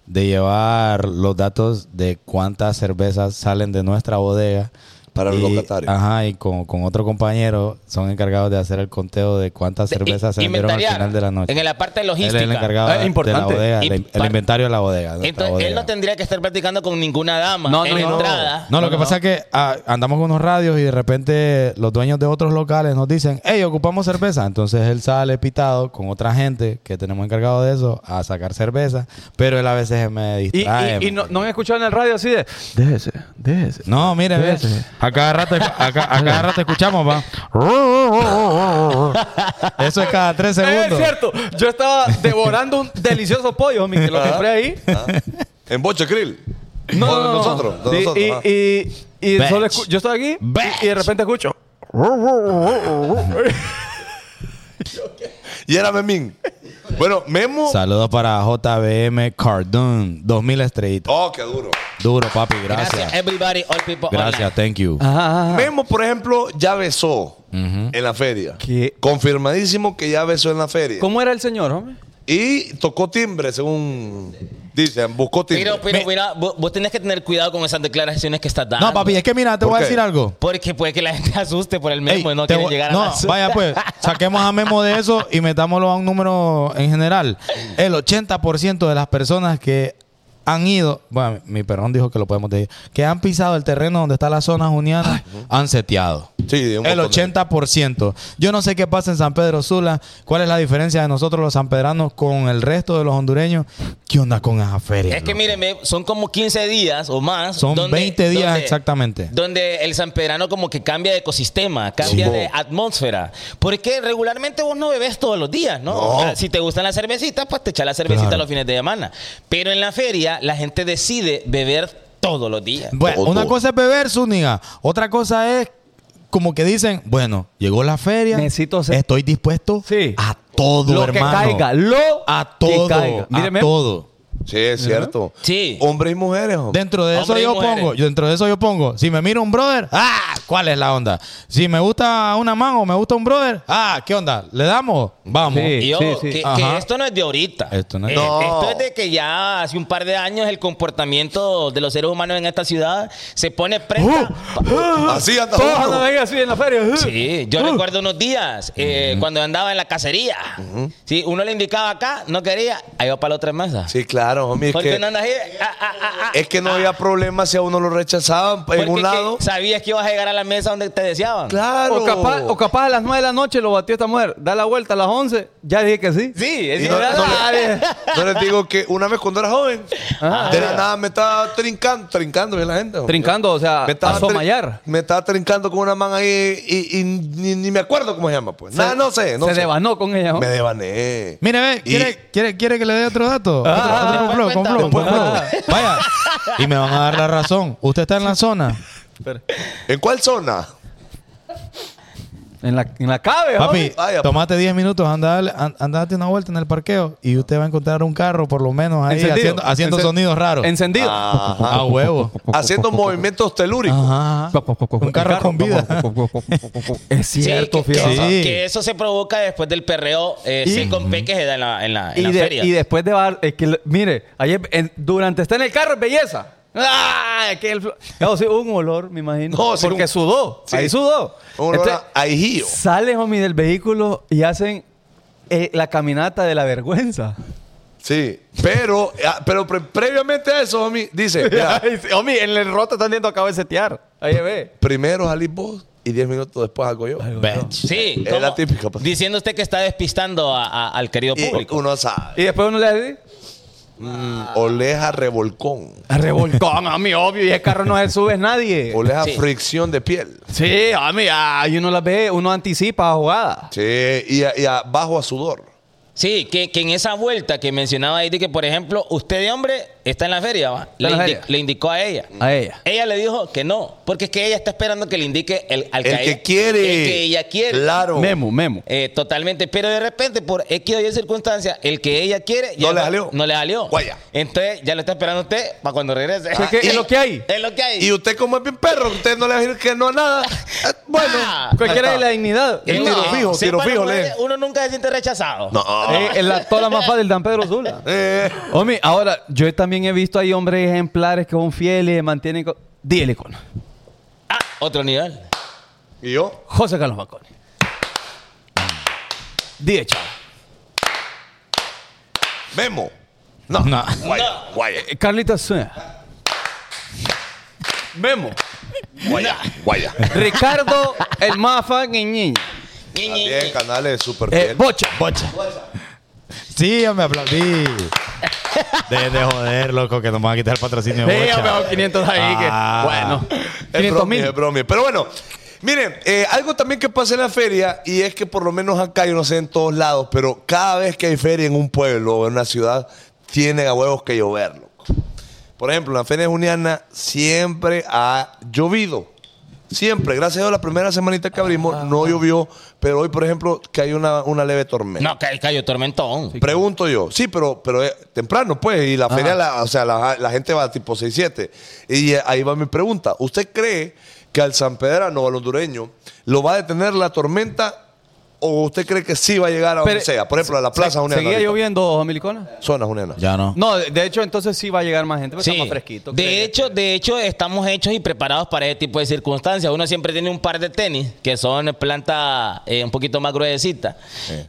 Speaker 4: de llevar los datos de cuántas cervezas salen de nuestra bodega.
Speaker 2: Para los
Speaker 4: Y-
Speaker 2: locatarios.
Speaker 4: Ajá, y con, con otro compañero son encargados de hacer el conteo de cuántas
Speaker 6: De-
Speaker 4: cervezas se
Speaker 6: in-
Speaker 4: vendieron al
Speaker 6: inventariar.
Speaker 4: final de la noche.
Speaker 6: En la parte
Speaker 4: Él es el
Speaker 6: logística.
Speaker 4: encargado
Speaker 5: Ah,
Speaker 4: de-
Speaker 5: importante.
Speaker 4: de la bodega,
Speaker 6: Y
Speaker 4: la-
Speaker 6: par-
Speaker 4: el inventario de la bodega. nuestra
Speaker 6: Entonces, él
Speaker 4: bodega.
Speaker 6: no tendría que estar platicando con ninguna dama
Speaker 5: No,
Speaker 6: en
Speaker 5: no,
Speaker 6: la
Speaker 5: no.
Speaker 6: entrada.
Speaker 4: No, lo que pasa es que ah, andamos con unos radios y de repente los dueños de otros locales nos dicen, hey, ocupamos cerveza. Entonces él sale pitado con otra gente que tenemos encargado de eso a sacar cerveza, pero él a veces me
Speaker 5: Y, y-
Speaker 4: distrae.
Speaker 5: y
Speaker 4: ¿me
Speaker 5: no, no han escuchado en el radio así de...
Speaker 7: Déjese, déjese.
Speaker 4: No, mire, ve.
Speaker 7: Espérate.
Speaker 4: A cada rato, a, ca- a cada rato escuchamos, va. Eso es cada tres
Speaker 5: Eh,
Speaker 4: segundos.
Speaker 5: [LAUGHS] Es cierto, yo estaba devorando un delicioso pollo, homie, que lo compré ahí.
Speaker 2: En Boche Krill. O de nosotros. de
Speaker 5: Sí,
Speaker 2: nosotros,
Speaker 5: y-
Speaker 2: ajá.
Speaker 5: y, y,
Speaker 4: Bitch.
Speaker 5: solo escu- yo estoy aquí
Speaker 4: Bitch.
Speaker 5: y de repente escucho.
Speaker 2: Y era Memín. Bueno, Memo.
Speaker 4: [LAUGHS] Saludos para JBM Cardone. 2000 estrellitas.
Speaker 2: Oh, qué duro.
Speaker 4: Duro, papi.
Speaker 6: Gracias,
Speaker 5: eh,
Speaker 4: Gracias.
Speaker 6: everybody, all people.
Speaker 4: Gracias.
Speaker 6: online.
Speaker 4: Thank you.
Speaker 2: Memo, por ejemplo, ya besó en la feria.
Speaker 5: ¿Qué?
Speaker 2: Confirmadísimo que ya besó en la feria.
Speaker 5: ¿Cómo era el señor, homie?
Speaker 2: Y tocó timbre, según dicen, buscó timbre.
Speaker 6: Pero, pero mira, vos, vos tenés que tener cuidado con esas declaraciones que estás dando.
Speaker 4: No, papi, es que mira, te
Speaker 2: ¿Por
Speaker 4: voy a
Speaker 2: qué?
Speaker 4: decir algo.
Speaker 6: Porque puede que la gente [LAUGHS] asuste por el
Speaker 4: Ey,
Speaker 6: memo y pues no
Speaker 4: te
Speaker 6: quieren
Speaker 4: voy-
Speaker 6: llegar a
Speaker 4: no,
Speaker 6: la asunta.
Speaker 4: vaya pues, saquemos a Memo de eso y metámoslo a un número en general. El 80% de las personas que han ido, bueno, mi perrón dijo que lo podemos decir, que han pisado el terreno donde está la zona juniana, han seteado.
Speaker 2: Sí, un montón
Speaker 4: el
Speaker 2: de-
Speaker 4: 80%. Yo no sé qué pasa en San Pedro Sula, cuál es la diferencia de nosotros los sanpedranos con el resto de los hondureños. ¿Qué onda con esa feria?
Speaker 6: Es que
Speaker 4: loco?
Speaker 6: míreme, son como 15 días o más.
Speaker 4: Son 20 días exactamente.
Speaker 6: Donde el sanpedrano como que cambia de ecosistema, cambia
Speaker 2: Sí.
Speaker 6: de atmósfera. Porque regularmente vos no bebes todos los días, ¿no?
Speaker 2: No.
Speaker 6: O sea, si te gustan las cervecitas, pues te echas la cervecita
Speaker 4: Claro.
Speaker 6: los fines de semana. Pero en la feria la gente decide beber todos los días.
Speaker 4: Bueno,
Speaker 2: Todo.
Speaker 4: una cosa es beber, Zúñiga. Otra cosa es como que dicen, bueno, llegó la feria.
Speaker 5: Necesito ser-
Speaker 4: Estoy dispuesto
Speaker 5: Sí.
Speaker 4: a todo,
Speaker 5: lo
Speaker 4: hermano.
Speaker 5: que caiga, lo
Speaker 4: a todo,
Speaker 5: que caiga.
Speaker 4: a
Speaker 5: Míreme.
Speaker 4: todo.
Speaker 2: Sí, es cierto.
Speaker 6: Sí.
Speaker 2: Hombres y mujeres, hombre.
Speaker 4: Dentro de eso
Speaker 6: Hombres y
Speaker 4: yo
Speaker 6: mujeres.
Speaker 4: pongo, yo dentro de eso yo pongo, si me mira un brother, ah, ¿cuál es la onda? Si me gusta una man o me gusta un brother, ah, ¿qué onda? ¿Le damos? Vamos.
Speaker 6: Y yo,
Speaker 5: Sí, sí.
Speaker 6: Que, que
Speaker 4: Ajá.
Speaker 6: esto no es de ahorita.
Speaker 4: Esto no es-
Speaker 6: Eh,
Speaker 2: No.
Speaker 6: esto es de que ya hace un par de años el comportamiento de los seres humanos en esta ciudad se pone presta.
Speaker 4: ¡Uh!
Speaker 6: pa-
Speaker 2: Así anda
Speaker 5: Todos
Speaker 2: uno.
Speaker 5: andan ahí así en la feria. Uh.
Speaker 6: Sí, yo recuerdo unos días eh, cuando andaba en la cacería. Sí, uno le indicaba acá, no quería, ahí va para la otra mesa.
Speaker 2: Sí, claro, homie. Es
Speaker 6: Porque
Speaker 2: que,
Speaker 6: no andas ahí. Ah, ah, ah, ah.
Speaker 2: es que no había problema si a uno lo rechazaban en
Speaker 6: Porque
Speaker 2: un
Speaker 6: que
Speaker 2: lado.
Speaker 6: Sabías que ibas a llegar a la mesa donde te deseaban.
Speaker 2: Claro.
Speaker 5: O capaz, o capaz a las 9 de la noche lo batió esta mujer. Da la vuelta a las 11. Ya dije que sí.
Speaker 6: Sí, es
Speaker 2: Y no-
Speaker 6: verdad. Ah.
Speaker 2: no le- [LAUGHS] No les digo que una vez cuando era joven,
Speaker 5: Ah,
Speaker 2: de la nada me estaba trincando, trincando bien la gente. homie.
Speaker 5: Trincando, o sea,
Speaker 2: Me estaba,
Speaker 5: asomallar.
Speaker 2: trin- me estaba trincando con una man ahí y, y ni, ni me acuerdo cómo se llama, pues. Nada, no sé. No
Speaker 5: se
Speaker 2: sé.
Speaker 5: devanó con ella. ¿no?
Speaker 2: Me devané.
Speaker 4: Mire, ve,
Speaker 2: Y-
Speaker 4: ¿quiere, quiere, quiere que le dé otro dato?
Speaker 5: Ah,
Speaker 4: Otro- otro
Speaker 6: después
Speaker 4: con flow, con
Speaker 6: cuenta,
Speaker 4: flow, con
Speaker 5: después
Speaker 4: flow. Vaya, y me van a dar la razón. Usted está en la zona.
Speaker 2: ¿En cuál zona?
Speaker 5: En la, en la cabe,
Speaker 4: Papi,
Speaker 5: homie.
Speaker 2: Vaya,
Speaker 4: tomate 10 minutos, anda, a darle- an- anda a darte una vuelta en el parqueo y usted va a encontrar un carro, por lo menos, ahí
Speaker 5: Encendido.
Speaker 4: haciendo, haciendo
Speaker 5: Encen-
Speaker 4: sonidos raros.
Speaker 5: Encendido.
Speaker 2: Ajá.
Speaker 4: A huevo.
Speaker 2: Haciendo movimientos telúricos.
Speaker 4: Ajá. ajá. Un carro con vida.
Speaker 5: Es
Speaker 6: Sí,
Speaker 5: cierto,
Speaker 6: que,
Speaker 5: fíjate.
Speaker 6: que-
Speaker 4: Sí.
Speaker 6: que eso se provoca después del perreo eh, sí, con P que se da en la, en la, en
Speaker 5: Y,
Speaker 6: la
Speaker 5: de-
Speaker 6: feria.
Speaker 5: y después de bar, es que, le- mire, ayer, en- durante estar en el carro es belleza. ¡Ah! Es que el, flo- No, sí, un olor, me imagino.
Speaker 2: No, sí,
Speaker 5: porque
Speaker 2: un-
Speaker 5: sudó.
Speaker 2: sí.
Speaker 5: Ahí sudó. Este,
Speaker 2: Un
Speaker 4: Este-
Speaker 2: olor
Speaker 5: Entonces,
Speaker 2: a ajío.
Speaker 5: Salen, homie, del vehículo y hacen eh, la caminata de la vergüenza.
Speaker 2: Sí. Pero, ah, pero pre- previamente a eso, homie, dice, mira,
Speaker 5: [LAUGHS] Ay, sí, homie, en el roto están viendo acabo de setear. Ahí ve.
Speaker 2: primero salís vos y 10 minutos después hago yo.
Speaker 6: Sí,
Speaker 2: Es la
Speaker 6: ¿cómo?
Speaker 2: típica, pues.
Speaker 6: Diciendo usted que está despistando a- a- al querido
Speaker 2: Y
Speaker 6: público.
Speaker 2: uno sabe.
Speaker 5: Y después uno le hace
Speaker 6: Ah.
Speaker 2: Oleja revolcón.
Speaker 5: a [LAUGHS] revolcón, a mí, obvio, y el carro no se sube nadie.
Speaker 2: Oleja
Speaker 6: Sí.
Speaker 2: fricción de piel.
Speaker 5: Sí, a mí, ahí uno las ve, uno anticipa la jugada.
Speaker 2: Sí. Y, a- y a- bajo a sudor.
Speaker 6: Sí, que, que en esa vuelta que mencionaba ahí, de que por ejemplo, usted de hombre está en la feria, ¿va? Le,
Speaker 5: en la
Speaker 6: indi-
Speaker 5: feria.
Speaker 6: le indicó a ella.
Speaker 5: A ella.
Speaker 6: Ella le dijo que no, porque es que ella está esperando que le indique el, al
Speaker 2: El
Speaker 6: ella-
Speaker 2: que quiere.
Speaker 6: El que ella quiere.
Speaker 2: Claro.
Speaker 5: Memo, memo.
Speaker 6: Eh, totalmente, pero de repente, por X o Y circunstancia, el que ella quiere
Speaker 2: No
Speaker 6: ya
Speaker 2: le salió.
Speaker 6: No le salió.
Speaker 2: Guaya.
Speaker 6: Entonces ya lo está esperando usted para cuando regrese.
Speaker 5: Es que es lo que hay.
Speaker 6: [LAUGHS] Es lo que hay.
Speaker 2: Y usted como es bien perro, usted no le va a decir que no a
Speaker 6: [LAUGHS]
Speaker 2: nada. Eh, Bueno.
Speaker 6: Ah,
Speaker 5: Cualquiera de la dignidad.
Speaker 2: El tiro fijo,
Speaker 6: sepa
Speaker 2: tiro
Speaker 6: las
Speaker 2: fijo,
Speaker 6: mujeres,
Speaker 2: lee.
Speaker 6: Uno nunca se siente rechazado.
Speaker 2: No.
Speaker 5: Eh, es la tola más fácil, Dan Pedro [LAUGHS] Sula.
Speaker 2: Eh,
Speaker 5: Homie, ahora, yo también he visto ahí hombres ejemplares que son fieles, mantienen. co- Dile con
Speaker 6: Ah, otro nivel.
Speaker 2: ¿Y yo?
Speaker 5: José Carlos Baconi. Dile, chao.
Speaker 2: Memo. No.
Speaker 4: No.
Speaker 2: Guay, guay,
Speaker 5: Eh, Carlitos Suena. Memo.
Speaker 2: guay, guay.
Speaker 6: [LAUGHS]
Speaker 5: Ricardo, el más fan en niña.
Speaker 6: Ñi, ñi,
Speaker 2: También
Speaker 6: ñi.
Speaker 2: canales super
Speaker 5: Eh,
Speaker 2: fiel.
Speaker 5: bocha.
Speaker 4: Sí, yo me aplaudí. Dejen de joder, loco, que nos van a quitar el patrocinio. de
Speaker 5: Sí,
Speaker 4: Bocha.
Speaker 5: yo me hago 500 ahí. que-
Speaker 4: Ah.
Speaker 5: bueno.
Speaker 2: Es
Speaker 5: 500
Speaker 2: bromi,
Speaker 5: mil.
Speaker 2: es bromi. Pero bueno, miren, eh, algo también que pasa en la feria y es que por lo menos acá, yo no sé en todos lados, pero cada vez que hay feria en un pueblo o en una ciudad, tiene a huevos que llover, loco. Por ejemplo, en la feria juniana siempre ha llovido. Siempre, gracias a Dios, la primera semanita que abrimos no llovió, pero hoy, por ejemplo, que hay una, una leve tormenta.
Speaker 6: No, ca- cayó tormentón.
Speaker 2: Pregunto yo. Sí, pero, pero eh, temprano, pues. Y la feria, la- o sea, la, la gente va tipo 6-7. Y eh, ahí va mi pregunta. ¿Usted cree que al San Pedrano, al hondureño, lo va a detener la tormenta? ¿O usted cree que sí va a llegar a donde
Speaker 5: Pero-
Speaker 2: sea? Por ejemplo, a la plaza Juliana.
Speaker 5: ¿Seguía
Speaker 2: ahorita.
Speaker 5: lloviendo, Milicona?
Speaker 2: Zona Juliana.
Speaker 4: Ya no.
Speaker 5: No, de- de hecho, entonces sí va a llegar más gente, porque
Speaker 6: Sí.
Speaker 5: Pues está más fresquito.
Speaker 6: De hecho, de hecho, estamos hechos y preparados para ese tipo de circunstancias. Uno siempre tiene un par de tenis que son planta eh, un poquito más gruesita.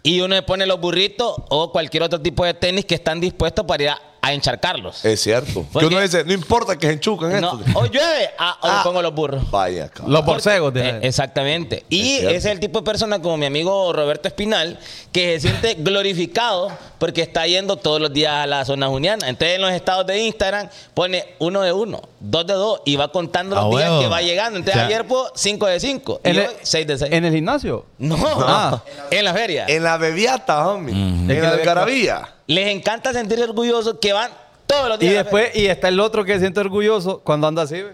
Speaker 6: Y uno le pone los burritos o cualquier otro tipo de tenis que están dispuestos para ir a, a encharcarlos.
Speaker 5: Eh,
Speaker 2: Es cierto.
Speaker 6: Porque-
Speaker 2: Yo no dice, no importa que se enchucan
Speaker 6: No,
Speaker 2: esto.
Speaker 6: o llueve ah, o
Speaker 2: Ah.
Speaker 6: le pongo los burros.
Speaker 2: Vaya, cabrón.
Speaker 5: Los borcegos.
Speaker 6: Eh, exactamente. Y
Speaker 2: Es
Speaker 6: ese
Speaker 2: cierto.
Speaker 6: es el tipo de persona como mi amigo Roberto Espinal que se
Speaker 2: [LAUGHS]
Speaker 6: siente glorificado porque está yendo todos los días a la zona juniana. Entonces en los estados de Instagram pone uno de uno, dos de dos y va contando los
Speaker 4: Ah,
Speaker 6: días
Speaker 4: huevo.
Speaker 6: que va llegando. Entonces
Speaker 4: Ya.
Speaker 6: ayer fue cinco de cinco y
Speaker 5: En
Speaker 6: hoy
Speaker 5: el,
Speaker 6: seis de seis.
Speaker 5: ¿En el gimnasio?
Speaker 6: no,
Speaker 5: Ah.
Speaker 6: [LAUGHS] en la feria.
Speaker 2: En la bebiata, homie. En la
Speaker 5: que la-
Speaker 2: algarabía.
Speaker 6: Les encanta sentirse orgullosos que van Todos los
Speaker 5: Y
Speaker 6: días.
Speaker 5: después, y está el otro que se siente orgulloso cuando anda así, ve.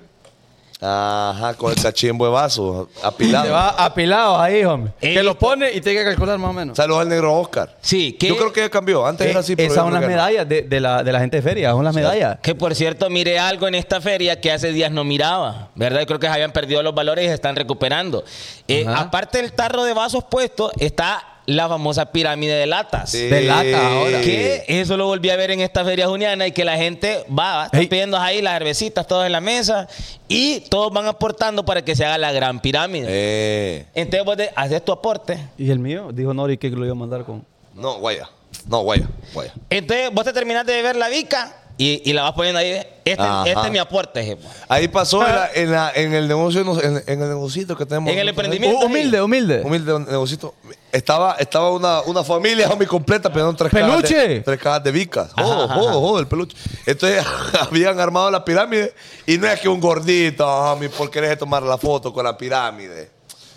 Speaker 2: Ajá, con el cachimbo de vaso,
Speaker 5: Se
Speaker 2: apilado.
Speaker 5: va apilados ahí, hombre.
Speaker 6: Ey.
Speaker 5: Que lo pone y tiene que calcular más o menos.
Speaker 2: Saludos al negro Oscar.
Speaker 6: Sí, que-
Speaker 2: Yo creo que ya cambió. Antes
Speaker 5: Eh,
Speaker 2: era así. pero
Speaker 5: esas
Speaker 2: yo
Speaker 5: son
Speaker 2: creo
Speaker 5: las
Speaker 2: que no.
Speaker 5: medallas de, de la, de la gente de feria, son las medallas.
Speaker 6: Que por cierto, miré algo en esta feria que hace días no miraba, ¿verdad? Yo creo que habían perdido los valores y se están recuperando. Eh, aparte del tarro de vasos puesto, está la famosa pirámide de latas.
Speaker 2: Sí.
Speaker 5: De lata ahora.
Speaker 6: Que eso lo volví a ver en esta feria juniana y que la gente va, están
Speaker 5: Ey.
Speaker 6: pidiendo ahí las cervecitas todas en la mesa y todos van aportando para que se haga la gran pirámide.
Speaker 2: Eh,
Speaker 6: Entonces vos de- haces tu aporte.
Speaker 5: Y el mío, dijo Nori que lo iba a mandar con.
Speaker 2: no, guaya. No, guaya. Guaya.
Speaker 6: Entonces vos te terminás de ver la vica y, y la vas poniendo ahí. Este,
Speaker 2: Ajá.
Speaker 6: este es mi aporte. jefe.
Speaker 2: Ahí pasó en,
Speaker 5: Ah.
Speaker 2: la- en, la- en el negocio, nos- en, en el negocito que tenemos.
Speaker 6: En el emprendimiento.
Speaker 5: Uh, humilde, humilde.
Speaker 2: Humilde negocito. Estaba, estaba una, una familia, [LAUGHS] homie, completa, pero tres
Speaker 5: ¡Peluche!
Speaker 2: cajas de, tres cajas de vicas. Jodo, jodo, jodo, el peluche. Entonces [LAUGHS] habían armado la pirámide y no es que un gordito, homie, por querer tomar la foto con la pirámide.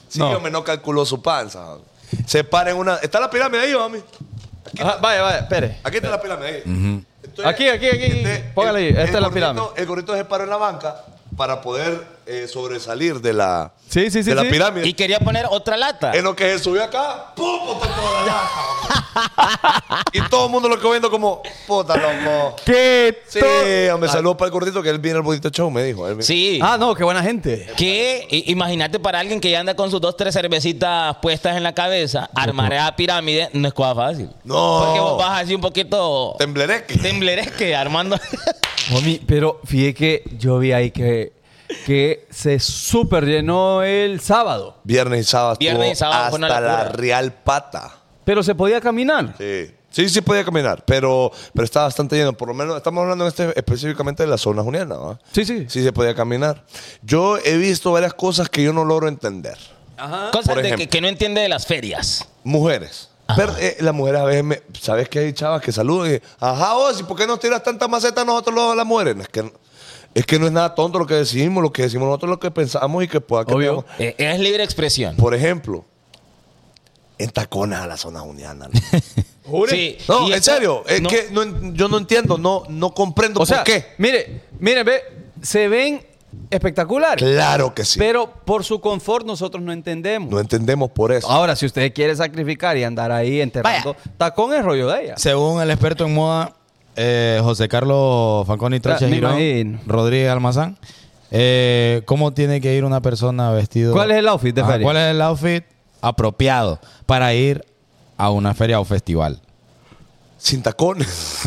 Speaker 2: Sí,
Speaker 5: No.
Speaker 2: homie, no calculó su panza, homie. Se para en una. Está la pirámide ahí, homie.
Speaker 5: Ajá, vaya, vaya, espere.
Speaker 2: Aquí está la pirámide. ahí. Entonces,
Speaker 5: Aquí, aquí, aquí, aquí. Póngale ahí. Esta es la
Speaker 2: gordito-
Speaker 5: pirámide.
Speaker 2: El gorrito se paró en la banca para poder eh, sobresalir de la,
Speaker 5: Sí, sí, sí,
Speaker 2: de la
Speaker 5: sí.
Speaker 2: pirámide.
Speaker 6: Y quería poner otra lata.
Speaker 2: En lo que se subió acá, ¡pum! Botó toda la lata,
Speaker 6: [LAUGHS]
Speaker 2: hombre. y todo el mundo lo que viendo como, puta loco.
Speaker 5: ¿Qué?
Speaker 2: Sí, me saludo para el gordito que él viene al bonito show, me dijo. Él me-
Speaker 6: Ah. Sí.
Speaker 5: Ah, no, qué buena gente.
Speaker 6: Que i- imagínate para alguien que ya anda con sus dos, tres cervecitas puestas en la cabeza, armar la pirámide no es cosa fácil.
Speaker 2: No.
Speaker 6: Porque vos vas así un poquito
Speaker 2: Temblereque.
Speaker 6: tembleresque armando. [LAUGHS]
Speaker 5: Homie, pero fíjate que yo vi ahí que, que se super llenó el sábado.
Speaker 2: Viernes y sábado
Speaker 6: Viernes y
Speaker 2: estuvo
Speaker 6: sábado fue una
Speaker 2: hasta la
Speaker 6: locura.
Speaker 2: real pata.
Speaker 5: Pero se podía caminar.
Speaker 2: Sí. Sí, sí podía caminar, pero, pero estaba bastante lleno. Por lo menos estamos hablando en este, específicamente de la zona juniana, ¿va?
Speaker 5: Sí, sí.
Speaker 2: Sí se podía caminar. Yo he visto varias cosas que yo no logro entender.
Speaker 6: Cosas
Speaker 2: Por
Speaker 6: de que,
Speaker 2: ejemplo.
Speaker 6: que no entiende de las ferias.
Speaker 2: Mujeres. Pero, eh, las mujeres a veces, me- ¿sabes que hay chavas que saludan? Y, Ajá, vos, ¿y por qué nos tiras tantas macetas a nosotros los- las mujeres? Es que, es que no es nada tonto lo que decimos, lo que decimos nosotros, lo que pensamos y que pueda que
Speaker 5: Obvio.
Speaker 2: tengamos.
Speaker 6: Eh, es libre expresión.
Speaker 2: Por ejemplo, en tacones a la zona juniana.
Speaker 5: [LAUGHS]
Speaker 2: ¿no?
Speaker 6: Sí.
Speaker 2: No,
Speaker 6: Y
Speaker 2: en
Speaker 6: esto-
Speaker 2: serio, es
Speaker 6: no.
Speaker 2: que no en- yo no entiendo, no, no comprendo
Speaker 5: O sea,
Speaker 2: por qué.
Speaker 5: mire, mire, ve, se ven espectaculares.
Speaker 2: Claro que sí.
Speaker 5: Pero por su confort nosotros no entendemos.
Speaker 2: no entendemos por eso.
Speaker 6: Ah.
Speaker 5: Ahora, si usted quiere sacrificar y andar ahí enterrando, tacón es rollo de ella.
Speaker 4: Según el experto en moda, eh, José Carlos Fanconi Trache
Speaker 5: me
Speaker 4: Girón,
Speaker 5: imagino.
Speaker 4: Rodríguez Almazán, eh, ¿cómo tiene que ir una persona vestido?
Speaker 5: ¿Cuál es el outfit de
Speaker 4: Ajá,
Speaker 5: feria?
Speaker 4: ¿Cuál es el outfit apropiado para ir a una feria o festival?
Speaker 2: Sin tacones. [LAUGHS]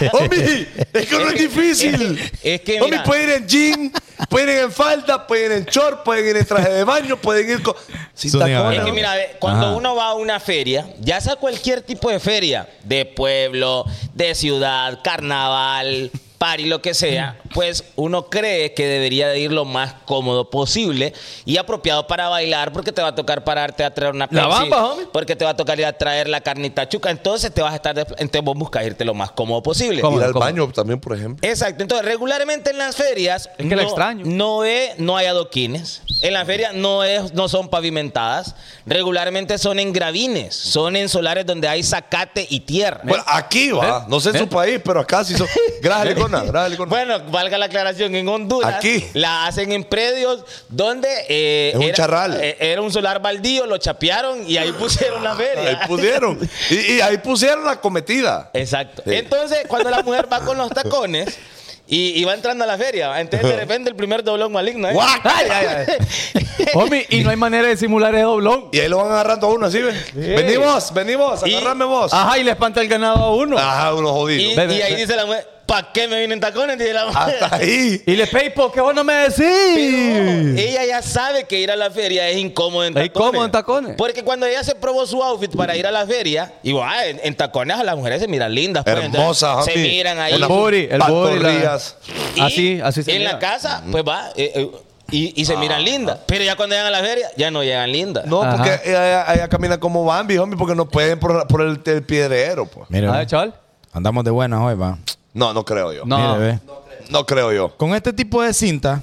Speaker 2: ¿Qué? ¡Homie! Es que no es difícil.
Speaker 6: Es que,
Speaker 2: Homie,
Speaker 6: mira.
Speaker 2: pueden ir en jean, pueden ir en falda, pueden ir en short, pueden ir en traje de baño, pueden ir con. Sin
Speaker 4: Zúñiga,
Speaker 2: tacones.
Speaker 6: Es que
Speaker 4: Bueno.
Speaker 6: mira, ve, cuando
Speaker 4: Ajá.
Speaker 6: uno va a una feria, ya sea cualquier tipo de feria, de pueblo, de ciudad, carnaval, party, lo que sea, pues uno cree que debería de ir lo más cómodo posible y apropiado para bailar, porque te va a tocar pararte a traer una
Speaker 5: La
Speaker 6: Pepsi,
Speaker 5: bamba, homie.
Speaker 6: porque te va a tocar ir a traer la carnita chuca, entonces te vas a estar, despl- entonces vos buscas irte lo más cómodo posible.
Speaker 5: ¿Cómo?
Speaker 2: Ir al
Speaker 5: ¿Cómo?
Speaker 2: baño también, por ejemplo.
Speaker 6: Exacto, entonces regularmente en las ferias
Speaker 5: Es que la extraño.
Speaker 6: no es- no hay adoquines. En las ferias no es no son pavimentadas, regularmente son en gravines, son en solares donde hay zacate y tierra.
Speaker 2: Bueno, ah, aquí va.
Speaker 6: ¿Eh?
Speaker 2: No sé en su país, pero acá sí
Speaker 6: [LAUGHS]
Speaker 2: son. Gracias, Licona. Gracias, Licona.
Speaker 6: Bueno, valga la aclaración, en Honduras
Speaker 2: Aquí.
Speaker 6: la hacen en predios donde eh,
Speaker 2: Es un charral.
Speaker 6: eh, era un solar baldío, lo chapearon y ahí pusieron la feria.
Speaker 2: ahí pusieron. Y, y ahí pusieron la cometida.
Speaker 6: Exacto.
Speaker 2: Sí.
Speaker 6: Entonces, cuando la mujer va con los tacones y, y va entrando a la feria, entonces de repente el primer doblón maligno. ¿eh?
Speaker 2: Guac.
Speaker 6: Ay, ay, ay.
Speaker 5: Homie, y no hay manera de simular ese doblón.
Speaker 2: Y ahí lo van agarrando a uno, así, ¿ves? Venimos, venimos,
Speaker 6: Y-
Speaker 2: agarrame vos.
Speaker 5: Ajá, y le espanta el ganado a uno.
Speaker 2: Ajá, uno
Speaker 6: Y,
Speaker 2: jodido.
Speaker 6: y
Speaker 5: Ve, ve,
Speaker 6: ahí
Speaker 5: ve.
Speaker 6: dice la mujer, ¿para qué me vienen tacones? Dice la mujer.
Speaker 2: Hasta ahí.
Speaker 5: Y le pay, ¿por qué vos no me
Speaker 6: [LAUGHS] Pero
Speaker 5: decís?
Speaker 6: ella ya sabe que ir a la feria es incómodo en
Speaker 5: Es
Speaker 6: tacones.
Speaker 5: incómodo en tacones.
Speaker 6: Porque cuando ella se probó su outfit para ir a la feria, digo, ah, en, en tacones a las mujeres se miran lindas. pues,
Speaker 2: Hermosas,
Speaker 6: entonces, Se
Speaker 2: homie.
Speaker 6: miran ahí.
Speaker 2: En la-
Speaker 5: booty, el booty, la-
Speaker 2: Pantorrillas.
Speaker 6: Y
Speaker 5: Así, así se
Speaker 6: En
Speaker 5: mira.
Speaker 6: la casa, pues va, eh, eh, y, y se miran lindas. Pero ya cuando llegan a la feria, ya no llegan lindas.
Speaker 2: Ah. No,
Speaker 5: Ajá.
Speaker 2: porque ella, ella camina como Bambi, homie, porque no pueden por, por el, el piedrero, pues.
Speaker 4: Mire,
Speaker 5: A
Speaker 4: ve,
Speaker 5: ver, chaval.
Speaker 4: andamos de buenas hoy, va.
Speaker 2: No, no creo yo. No,
Speaker 5: No.
Speaker 4: Mire, ve.
Speaker 2: creo yo.
Speaker 4: Con este tipo de cinta,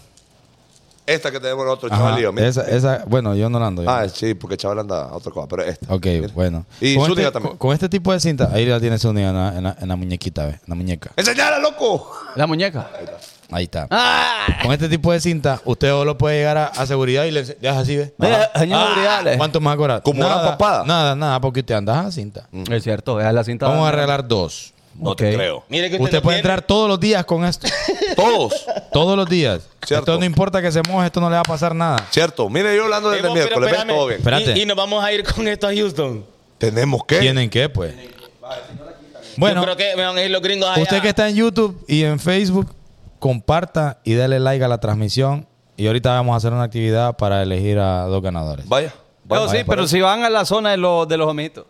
Speaker 2: Esta que tenemos nosotros,
Speaker 4: Ajá,
Speaker 2: chavalío. mira.
Speaker 4: esa, esa, bueno, yo no la ando. yo.
Speaker 2: Ah, sí, porque chaval anda a otra cosa, pero esta.
Speaker 4: ok,
Speaker 2: Mira.
Speaker 4: bueno.
Speaker 2: Y
Speaker 4: con
Speaker 2: Zúñiga
Speaker 4: este,
Speaker 2: también.
Speaker 4: con- con este tipo de cinta, ahí la tiene Zúñiga en la, en la- en la muñequita, ¿ves? En la muñeca.
Speaker 2: ¡Enseñala, loco!
Speaker 5: La muñeca.
Speaker 4: Ahí está. Con este tipo de cinta, usted solo puede llegar a, a seguridad y le ense- le hace así, ¿ves?
Speaker 9: Eh, señor seguridad, le-
Speaker 4: ah, ¿Cuánto más acordás?
Speaker 2: Como una
Speaker 4: Nada,
Speaker 2: papada.
Speaker 4: Nada, nada, porque usted anda a cinta.
Speaker 5: Es cierto, es la cinta.
Speaker 4: Vamos a arreglar dos.
Speaker 2: No
Speaker 5: Ok.
Speaker 2: te creo.
Speaker 6: Mire que
Speaker 4: Usted, puede entrar todos los días con esto.
Speaker 2: Todos.
Speaker 4: todos los días.
Speaker 2: Cierto.
Speaker 4: Esto no importa que se moje, esto no le va a pasar nada.
Speaker 2: Cierto. Mire, yo hablando desde el miércoles, ven todo bien.
Speaker 4: Espérate.
Speaker 6: Y, y nos vamos a ir con esto a Houston.
Speaker 2: ¿Tenemos que.
Speaker 4: ¿Tienen qué, pues? Bueno,
Speaker 6: Yo creo que me van a ir los gringos allá.
Speaker 4: usted que está en YouTube y en Facebook, comparta y dale like a la transmisión. Y ahorita vamos a hacer una actividad para elegir a dos ganadores.
Speaker 2: Vaya.
Speaker 5: Yo sí, pero si van a la zona de los, de los omitos.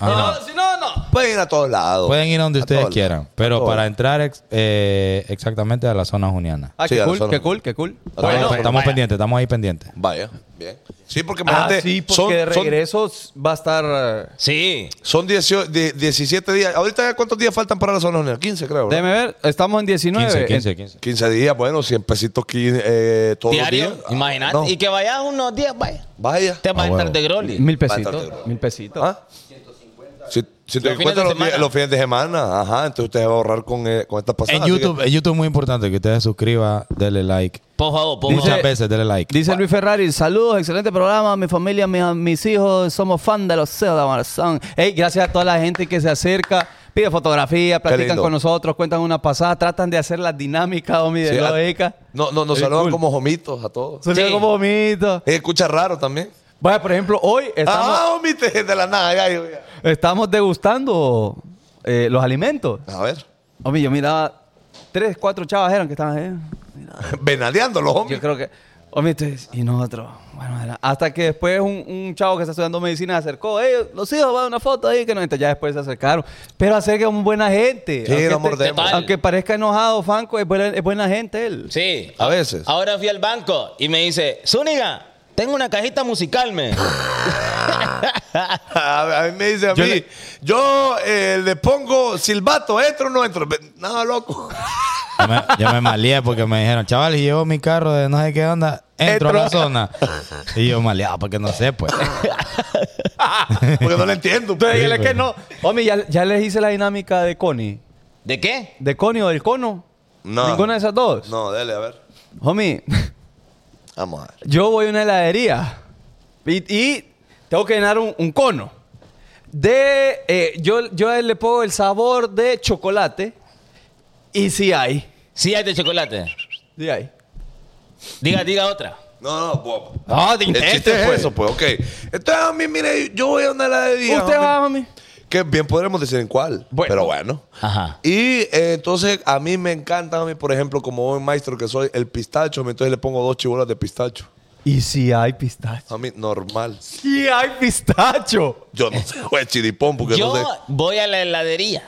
Speaker 4: Ajá.
Speaker 5: Si no, si no, no.
Speaker 2: Pueden ir a todos lados.
Speaker 4: Pueden ir a donde
Speaker 2: A
Speaker 4: ustedes
Speaker 2: todos
Speaker 4: quieran,
Speaker 2: lados, a
Speaker 4: pero
Speaker 2: todos
Speaker 4: para
Speaker 2: lados.
Speaker 4: entrar ex- eh, exactamente a la zona juniana.
Speaker 5: Ah,
Speaker 2: Sí,
Speaker 5: qué,
Speaker 2: a la
Speaker 5: cool,
Speaker 2: zona.
Speaker 5: qué cool, qué cool,
Speaker 2: A todos
Speaker 4: Estamos,
Speaker 2: lados.
Speaker 4: estamos pendientes, estamos ahí pendientes.
Speaker 2: Vaya. Bien. Sí, porque
Speaker 5: Ah,
Speaker 2: imagínate,
Speaker 5: sí, porque
Speaker 2: son-
Speaker 5: de
Speaker 2: son
Speaker 5: regreso va a estar. eh,
Speaker 6: Sí.
Speaker 2: Son 18, die- 17 días. ¿Ahorita cuántos días faltan para la zona honor? 15, creo. ¿no?
Speaker 5: Déjeme ver, estamos en
Speaker 4: 15,
Speaker 5: 19.
Speaker 4: 15,
Speaker 5: en-
Speaker 4: 15.
Speaker 2: 15 días, bueno, 100 pesitos qui- eh, todos los
Speaker 6: Diario.
Speaker 2: días.
Speaker 6: Imagínate.
Speaker 2: No, Ah,
Speaker 6: Y que vayas unos días, vaya.
Speaker 2: Vaya.
Speaker 6: Te vas a
Speaker 4: huevo.
Speaker 6: estar de Groli.
Speaker 5: Mil
Speaker 2: Bastante, bro.
Speaker 5: pesitos. Mil pesitos.
Speaker 2: ¿Ah? Si, si te
Speaker 6: Los fines de
Speaker 2: encuentras los,
Speaker 6: semana.
Speaker 2: días- los fines de semana, ajá, entonces usted va a ahorrar con, eh, con estas pasadas.
Speaker 4: En
Speaker 2: así
Speaker 4: YouTube,
Speaker 2: que-
Speaker 4: en YouTube es muy importante que ustedes suscriban, denle like.
Speaker 6: Por favor, por
Speaker 4: Muchas
Speaker 6: favor.
Speaker 4: veces denle like.
Speaker 5: Dice Luis Ferrari, saludos, excelente programa, mi familia, mi- mis, hijos, somos fan de los CEOs de Amarazán. Ey, gracias a toda la gente que se acerca, pide fotografía, platican
Speaker 2: lindo.
Speaker 5: con nosotros, cuentan una pasada, tratan de hacer la dinámica, Omi, de
Speaker 2: sí, ah.
Speaker 5: la
Speaker 2: a-
Speaker 5: beca.
Speaker 2: no, no, nos
Speaker 5: Es
Speaker 2: saludan
Speaker 5: cool.
Speaker 2: como jomitos a todos.
Speaker 5: Se ve
Speaker 6: Sí.
Speaker 5: como vomito.
Speaker 2: Eh, escucha raro también.
Speaker 5: Vaya, por ejemplo, hoy estamos,
Speaker 2: Ah, homite, de la nada. ya, ya, ya.
Speaker 5: estamos degustando eh, los alimentos.
Speaker 2: A ver,
Speaker 5: Omi, yo miraba tres, cuatro chavas eran que estaban ahí.
Speaker 2: [LAUGHS] venadeando los hombres.
Speaker 5: Yo creo que. Hombre, entonces, y nosotros. Bueno, era- hasta que después un, un chavo que está estudiando medicina se acercó. Ellos, los hijos, va una foto ahí. que no, entonces ya después se acercaron. Pero acerca es buena gente.
Speaker 2: Sí,
Speaker 5: aunque,
Speaker 2: no mordemos.
Speaker 6: Total.
Speaker 5: aunque parezca enojado, Franco, es buena, es buena gente él.
Speaker 6: Sí.
Speaker 2: A veces.
Speaker 6: Ahora fui al banco y me dice, Zúñiga, tengo una cajita musical, me.
Speaker 2: [LAUGHS] A, a mí me dice a mí, yo eh, le pongo silbato, entro o no entro. Ve- Nada,
Speaker 5: [LAUGHS]
Speaker 2: loco.
Speaker 4: Yo me, yo me malía porque me dijeron, chaval, y llevo mi carro de no sé qué onda, entro a la zona. Y yo maleado porque no sé,
Speaker 2: [LAUGHS]
Speaker 4: pues.
Speaker 2: Porque no lo entiendo.
Speaker 5: Entonces,
Speaker 2: pues.
Speaker 5: él es que no. Hombre, ya, ya les hice la dinámica de Connie.
Speaker 6: ¿De qué?
Speaker 5: ¿De Connie o del cono?
Speaker 2: No.
Speaker 5: ¿Ninguna de esas dos?
Speaker 2: No, dale, a ver.
Speaker 5: Homie,
Speaker 2: Vamos a ver.
Speaker 5: yo voy a una heladería y, y tengo que llenar un, un cono. De, eh, yo, yo le pongo el sabor de chocolate y sí hay.
Speaker 6: Sí, hay de chocolate.
Speaker 5: Sí hay.
Speaker 6: Diga, diga otra.
Speaker 2: No, no, Bob.
Speaker 5: No, te
Speaker 2: El chiste fue eso, pues, ok. Entonces, a mí, mire, yo voy a una heladería.
Speaker 5: Usted
Speaker 2: homie,
Speaker 5: va, mami.
Speaker 2: Que bien podremos decir en cuál.
Speaker 5: Bueno.
Speaker 2: Pero bueno.
Speaker 6: Ajá.
Speaker 2: Y eh, entonces, a mí me encanta, a mí, por ejemplo, como buen maestro que soy, el pistacho. homie, Entonces le pongo dos chibolas de pistacho.
Speaker 5: Y si hay pistacho.
Speaker 2: A mí, normal.
Speaker 5: Sí hay pistacho.
Speaker 2: Yo no sé, [LAUGHS] güey, chiripón, porque
Speaker 6: Yo
Speaker 2: no sé.
Speaker 6: voy a la heladería.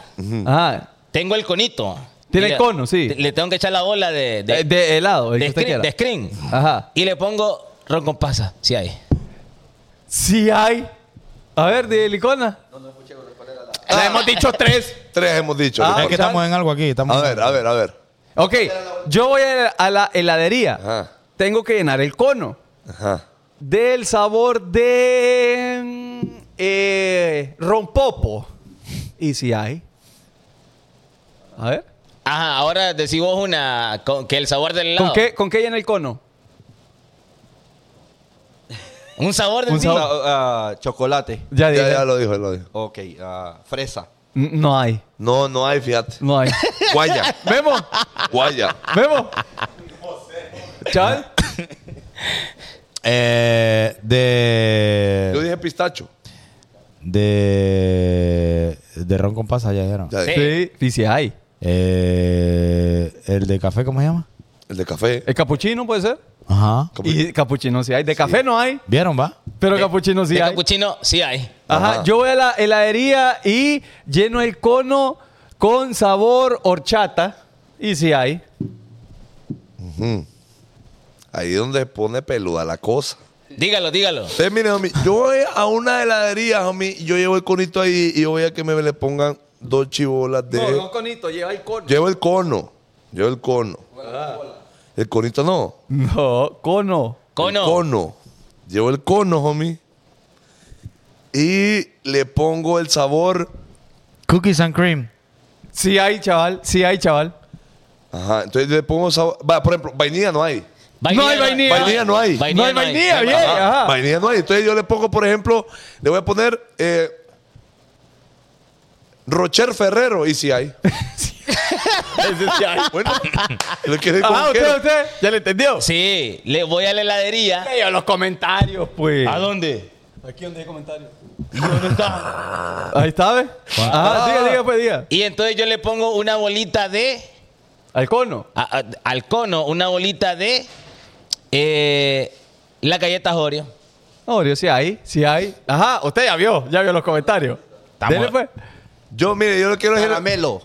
Speaker 5: Ajá.
Speaker 6: Tengo el conito.
Speaker 5: Tiene
Speaker 6: Y
Speaker 5: el
Speaker 6: le-
Speaker 5: cono, sí. Eh,
Speaker 6: Le tengo que echar la bola de...
Speaker 5: De,
Speaker 6: De,
Speaker 5: de helado, el
Speaker 6: de
Speaker 5: que usted
Speaker 6: screen,
Speaker 5: quiera.
Speaker 6: de screen.
Speaker 5: Ajá.
Speaker 6: Y le pongo ron con pasa, si hay.
Speaker 5: Sí hay. A ver, de licona.
Speaker 2: Le hemos dicho tres. Tres hemos dicho.
Speaker 5: Ah,
Speaker 4: es que
Speaker 2: Recuerda.
Speaker 4: estamos en algo aquí. Estamos
Speaker 2: a ver, a ver, a ver.
Speaker 5: Ok, yo voy a a la heladería.
Speaker 2: Ajá.
Speaker 5: Tengo que llenar el cono.
Speaker 2: Ajá.
Speaker 5: del sabor de mm, eh, rompopo. ¿Y si hay? A ver.
Speaker 6: Ajá, ahora decís vos una... con- que el sabor del helado.
Speaker 5: ¿Con qué, ¿Con qué llena el cono?
Speaker 6: Un sabor de
Speaker 5: Un
Speaker 6: helado.
Speaker 5: sabor.
Speaker 10: Ah, chocolate.
Speaker 5: Ya dije.
Speaker 2: Ya, ya lo dijo, lo dijo.
Speaker 10: Ok, ah, fresa.
Speaker 5: N- No hay.
Speaker 2: No, no hay, fíjate.
Speaker 5: [LAUGHS] No
Speaker 6: [LAUGHS]
Speaker 5: hay.
Speaker 2: Guaya,
Speaker 5: ¿Vemos?
Speaker 2: guaya.
Speaker 5: ¿Vemos? Chaval.
Speaker 4: Eh,
Speaker 2: Yo
Speaker 5: Eh.
Speaker 4: de,
Speaker 2: dije pistacho.
Speaker 4: de. De ron con pasa, ya dijeron.
Speaker 2: Ya,
Speaker 5: Sí. ¿Y si hay?
Speaker 4: Eh, el de café, ¿cómo se llama?
Speaker 2: El de café.
Speaker 5: ¿El capuchino puede ser?
Speaker 4: Ajá.
Speaker 2: Capu-
Speaker 5: Eh, Y capuchino sí hay. De café no hay,
Speaker 4: ¿Vieron, va?
Speaker 5: pero capuchino sí
Speaker 6: de
Speaker 5: hay.
Speaker 6: capuchino, sí hay.
Speaker 5: Ajá.
Speaker 2: Ajá.
Speaker 5: Yo voy a la heladería y lleno el cono con sabor horchata. ¿Y si hay?
Speaker 2: Ahí es donde se pone peluda la cosa.
Speaker 6: Dígalo, dígalo.
Speaker 2: Entonces, mire, homie, yo voy a una heladería, homie. Yo llevo el conito ahí y yo voy a que me le pongan dos chibolas de.
Speaker 5: conito, lleva el cono. Ah.
Speaker 2: Llevo el cono. Llevo el cono. El conito no.
Speaker 5: No, cono.
Speaker 6: Cono.
Speaker 2: El cono. Llevo el cono, homie. Y le pongo el sabor.
Speaker 4: Cookies and cream.
Speaker 5: Sí hay, chaval. Sí hay, chaval.
Speaker 2: Ajá. Entonces le pongo sabor. Va, por ejemplo, vainilla no hay.
Speaker 6: Vainilla
Speaker 5: No hay vainilla.
Speaker 2: Vainilla no hay.
Speaker 5: No hay vainilla, bien.
Speaker 2: Ajá.
Speaker 5: Ajá.
Speaker 2: Vainilla no hay. Entonces yo le pongo, por ejemplo, le voy a poner eh, Rocher Ferrero. Y si hay. Bueno, lo que es
Speaker 5: [LAUGHS] Ah,
Speaker 2: como
Speaker 5: usted,
Speaker 2: quiero.
Speaker 5: usted. ¿Ya le entendió?
Speaker 6: Sí, le voy a la heladería.
Speaker 5: Ey, a los comentarios, pues.
Speaker 6: ¿A dónde?
Speaker 5: Aquí donde hay comentarios. Ahí está, ¿ves? Ajá, diga, diga, pues, diga.
Speaker 6: Y entonces yo le pongo una bolita de.
Speaker 5: Al cono.
Speaker 6: a- a- al cono, una bolita de. eh, la galleta Oreo.
Speaker 5: No, Oreo, sí hay, sí hay. Ajá, usted ya vio, ya vio los comentarios. Dele, pues.
Speaker 2: Yo, mire, yo lo quiero hacer.
Speaker 11: Caramelo.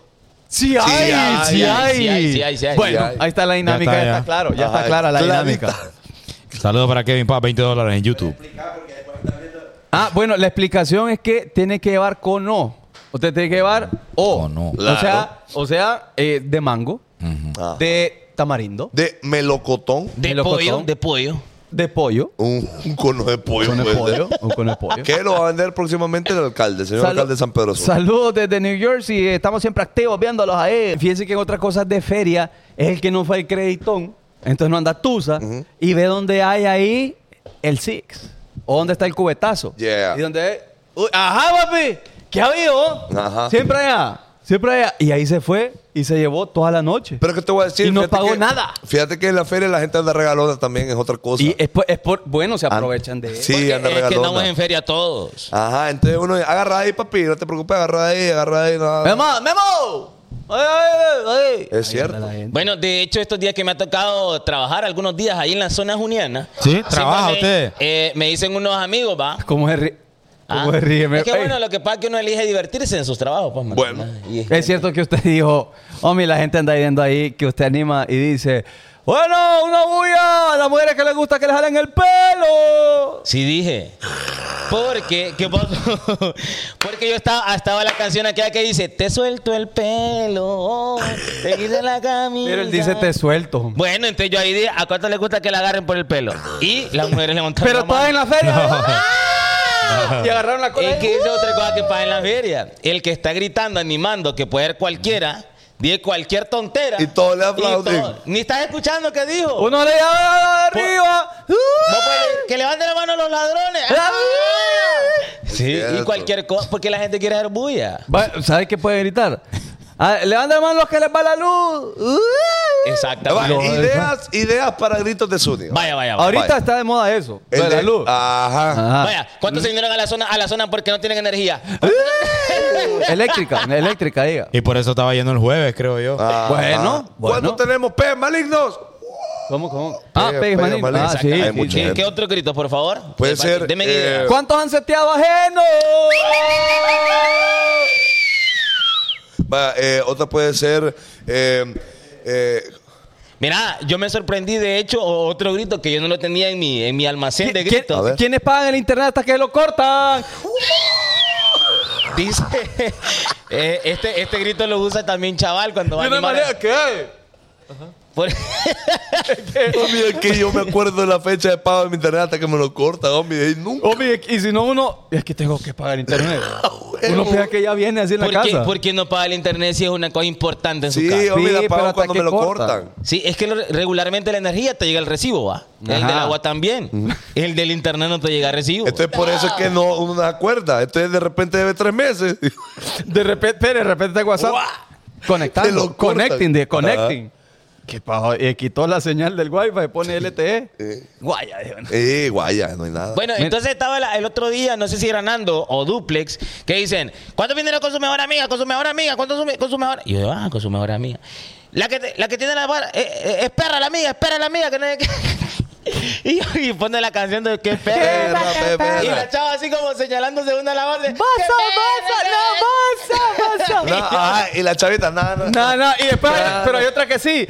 Speaker 5: Sí hay, sí hay.
Speaker 6: sí hay, sí hay, sí hay.
Speaker 5: Bueno,
Speaker 2: Sí hay.
Speaker 5: ahí está la dinámica,
Speaker 4: Ya
Speaker 5: ya
Speaker 4: está,
Speaker 5: está,
Speaker 4: ya.
Speaker 5: claro, ya
Speaker 2: Ajá,
Speaker 5: está clara la
Speaker 2: clarita.
Speaker 5: dinámica.
Speaker 4: Saludos para Kevin Paz, 20 dólares en YouTube.
Speaker 5: Ah, bueno, la explicación es que tiene que llevar cono. Usted tiene que llevar o.
Speaker 4: Cono.
Speaker 5: O sea, o sea eh, de mango,
Speaker 2: Ah.
Speaker 5: de tamarindo,
Speaker 2: De melocotón.
Speaker 6: De
Speaker 5: Melocotón.
Speaker 6: pollo, de pollo.
Speaker 5: de pollo.
Speaker 2: Un, un cono de pollo.
Speaker 5: Con el
Speaker 2: puede ser.
Speaker 5: pollo, o con el pollo.
Speaker 2: Que lo va a vender próximamente el alcalde, señor
Speaker 5: Salud-
Speaker 2: alcalde de San Pedro Sula.
Speaker 5: Saludos desde New Jersey. eh, Estamos siempre activos viéndolos ahí. Fíjense que en otras cosas de feria es el que no fue el creditón. Entonces no anda tusa y ve dónde hay ahí el Six. O dónde está el cubetazo.
Speaker 2: Yeah.
Speaker 5: Y donde. Uy, ajá, papi. ¿Qué ha habido?
Speaker 2: Ajá.
Speaker 5: Siempre allá. Siempre allá. Y ahí se fue y se llevó toda la noche.
Speaker 2: Pero que te voy a decir.
Speaker 5: Y no
Speaker 2: fíjate
Speaker 5: pagó
Speaker 2: que-
Speaker 5: nada.
Speaker 2: Fíjate que en la feria la gente anda regalona también, es otra cosa.
Speaker 5: y es por, es por- Bueno, se
Speaker 2: Ah,
Speaker 5: aprovechan de
Speaker 2: Sí,
Speaker 6: Porque
Speaker 2: anda
Speaker 6: es que
Speaker 2: regalona.
Speaker 6: estamos en feria todos.
Speaker 2: Ajá, entonces uno dice, agarra ahí, papi, no te preocupes, agarra ahí, agarra ahí. nada".
Speaker 5: ¡Memo! ¡Memo! ¡Ay, ay, ay, ay!
Speaker 2: Es cierto.
Speaker 6: Bueno, de hecho, estos días que me ha tocado trabajar algunos días ahí en la zona juniana.
Speaker 4: Sí, trabaja
Speaker 6: siempre
Speaker 4: usted.
Speaker 6: me- eh, me dicen unos amigos, va.
Speaker 5: ¿Cómo se ríe? ¿Cómo
Speaker 6: Ah,
Speaker 5: se ríe? Me-
Speaker 6: Es que
Speaker 5: Ey.
Speaker 6: bueno, lo que pasa es que uno elige divertirse en sus trabajos, pues, man.
Speaker 2: Bueno.
Speaker 6: Y es-
Speaker 5: Es cierto que usted dijo, homie, la gente anda yendo ahí, que usted anima y dice, bueno, una bulla a las mujeres que les gusta que les jalen el pelo.
Speaker 6: Sí dije. Porque, ¿qué pasó? [LAUGHS] Porque yo estaba, ah, estaba la canción aquella que dice, te suelto el pelo, te quito la camisa.
Speaker 5: Pero él dice, te suelto. homie".
Speaker 6: Bueno, entonces yo ahí dije, ¿a cuánto le gusta que la agarren por el pelo? Y las mujeres le montaron
Speaker 5: Pero
Speaker 6: la mano.
Speaker 5: todas en la feria. ¡ah! [LAUGHS] Y agarraron la cola.
Speaker 6: Es
Speaker 5: y-
Speaker 6: que esa es otra cosa que pasa en la feria. El que está gritando, animando, que puede ser cualquiera, dice cualquier tontera.
Speaker 2: Y todos le aplauden.
Speaker 6: Y todo- Ni estás escuchando qué dijo.
Speaker 5: Uno le llama de arriba.
Speaker 6: Pues,
Speaker 5: ¡Uh!
Speaker 6: No puede- que levanten la mano los ladrones.
Speaker 5: ¡Ah!
Speaker 6: Sí, y
Speaker 2: Cierto.
Speaker 6: cualquier cosa, porque la gente quiere hacer bulla.
Speaker 5: Va- ¿Sabes qué puede gritar? Ah, Levanten la mano los que les va la luz. ¡Uh!
Speaker 2: Va,
Speaker 6: Exactamente.
Speaker 2: ideas, ideas para gritos de Zúñiga.
Speaker 6: Vaya, Ah, vaya, vaya.
Speaker 5: Ahorita
Speaker 2: Vaya.
Speaker 5: está de moda eso.
Speaker 2: El
Speaker 5: lo de la
Speaker 2: de-
Speaker 5: luz. Ah,
Speaker 2: Ajá.
Speaker 5: Ajá.
Speaker 6: Vaya, ¿cuántos se vinieron a la zona a la zona porque no tienen energía?
Speaker 5: [LAUGHS] Eléctrica, eléctrica, diga.
Speaker 4: Y por eso estaba yendo el jueves, creo yo.
Speaker 2: Ajá.
Speaker 5: Bueno,
Speaker 2: ¿Cuándo
Speaker 5: bueno.
Speaker 2: tenemos pez malignos?
Speaker 5: ¿Cómo, cómo? Ah,
Speaker 2: Pega,
Speaker 5: pegues
Speaker 2: pega,
Speaker 5: maligno.
Speaker 2: maligno.
Speaker 5: Ah, sí,
Speaker 2: Hay
Speaker 5: sí,
Speaker 2: mucha
Speaker 5: sí.
Speaker 6: ¿Qué,
Speaker 2: gente.
Speaker 6: qué otro grito, por favor?
Speaker 2: Puede
Speaker 6: Eh,
Speaker 2: ser,
Speaker 6: Pati, Deme
Speaker 2: eh,
Speaker 6: idea.
Speaker 5: ¿Cuántos han seteado ajeno?
Speaker 2: Va, eh, otra puede ser. eh, eh,
Speaker 6: Mira, yo me sorprendí, de hecho, o- otro grito que yo no lo tenía en mi, en mi almacén de
Speaker 5: ¿Quién-
Speaker 6: gritos.
Speaker 2: ver.
Speaker 5: ¿Quiénes pagan el internet hasta que lo cortan?
Speaker 6: Dice, [LAUGHS] eh, este, este grito lo usa también chaval cuando va a animar.
Speaker 5: ¿qué?
Speaker 6: Por-
Speaker 5: Eh.
Speaker 2: homie, es que yo me acuerdo de la fecha de pago de mi internet hasta que me lo corta, homie. Y nunca.
Speaker 5: Oye, y si no uno, es que tengo que
Speaker 2: [LAUGHS]
Speaker 5: pagar internet.
Speaker 2: Ah,
Speaker 5: uno piensa que ya viene así en la
Speaker 6: ¿Por qué,
Speaker 5: casa.
Speaker 6: por qué no paga el internet si es una cosa importante en su
Speaker 2: Sí,
Speaker 6: casa?
Speaker 2: homie,
Speaker 5: Sí,
Speaker 2: la
Speaker 5: pero
Speaker 2: pago
Speaker 5: hasta
Speaker 2: cuando
Speaker 5: que
Speaker 2: me lo
Speaker 5: corta.
Speaker 2: cortan.
Speaker 6: Sí, es que lo- regularmente la energía te llega el recibo, ¿va? El
Speaker 5: Ajá.
Speaker 6: del agua también. El del internet no te llega el recibo.
Speaker 2: Entonces por eso es que no, uno no se acuerda. Entonces de repente debe tres meses. [LAUGHS]
Speaker 5: De repente, pero de repente WhatsApp.
Speaker 2: Te lo cortan.
Speaker 5: Conectando. Connecting, de connecting. Que pajo, y quitó la señal del wifi, pone E. LTE.
Speaker 2: Eh.
Speaker 5: Guaya, dijo, ¿no?
Speaker 2: eh, guaya, no hay nada.
Speaker 6: Bueno, entonces estaba la- el otro día, no sé si era Nando o Duplex, que dicen, ¿cuánto dinero con su mejor amiga? Con su mejor amiga, ¿cuánto su, con su mejor Y yo digo, ah, con su mejor amiga. La que, te- la que tiene la vara, eh, eh, es perra la amiga, es perra la amiga, que no es que... [LAUGHS] Y, y pone la canción de que perra.
Speaker 2: Perra, pe- perra.
Speaker 6: Y la chava así como señalándose una a la otra. ¡Basa,
Speaker 5: ¡Basa, basa! ¡No, basa,
Speaker 2: No,
Speaker 5: basa!
Speaker 2: ajá, y la chavita, nada, nada.
Speaker 5: Ah, No, no, y después, pero hay otra que sí.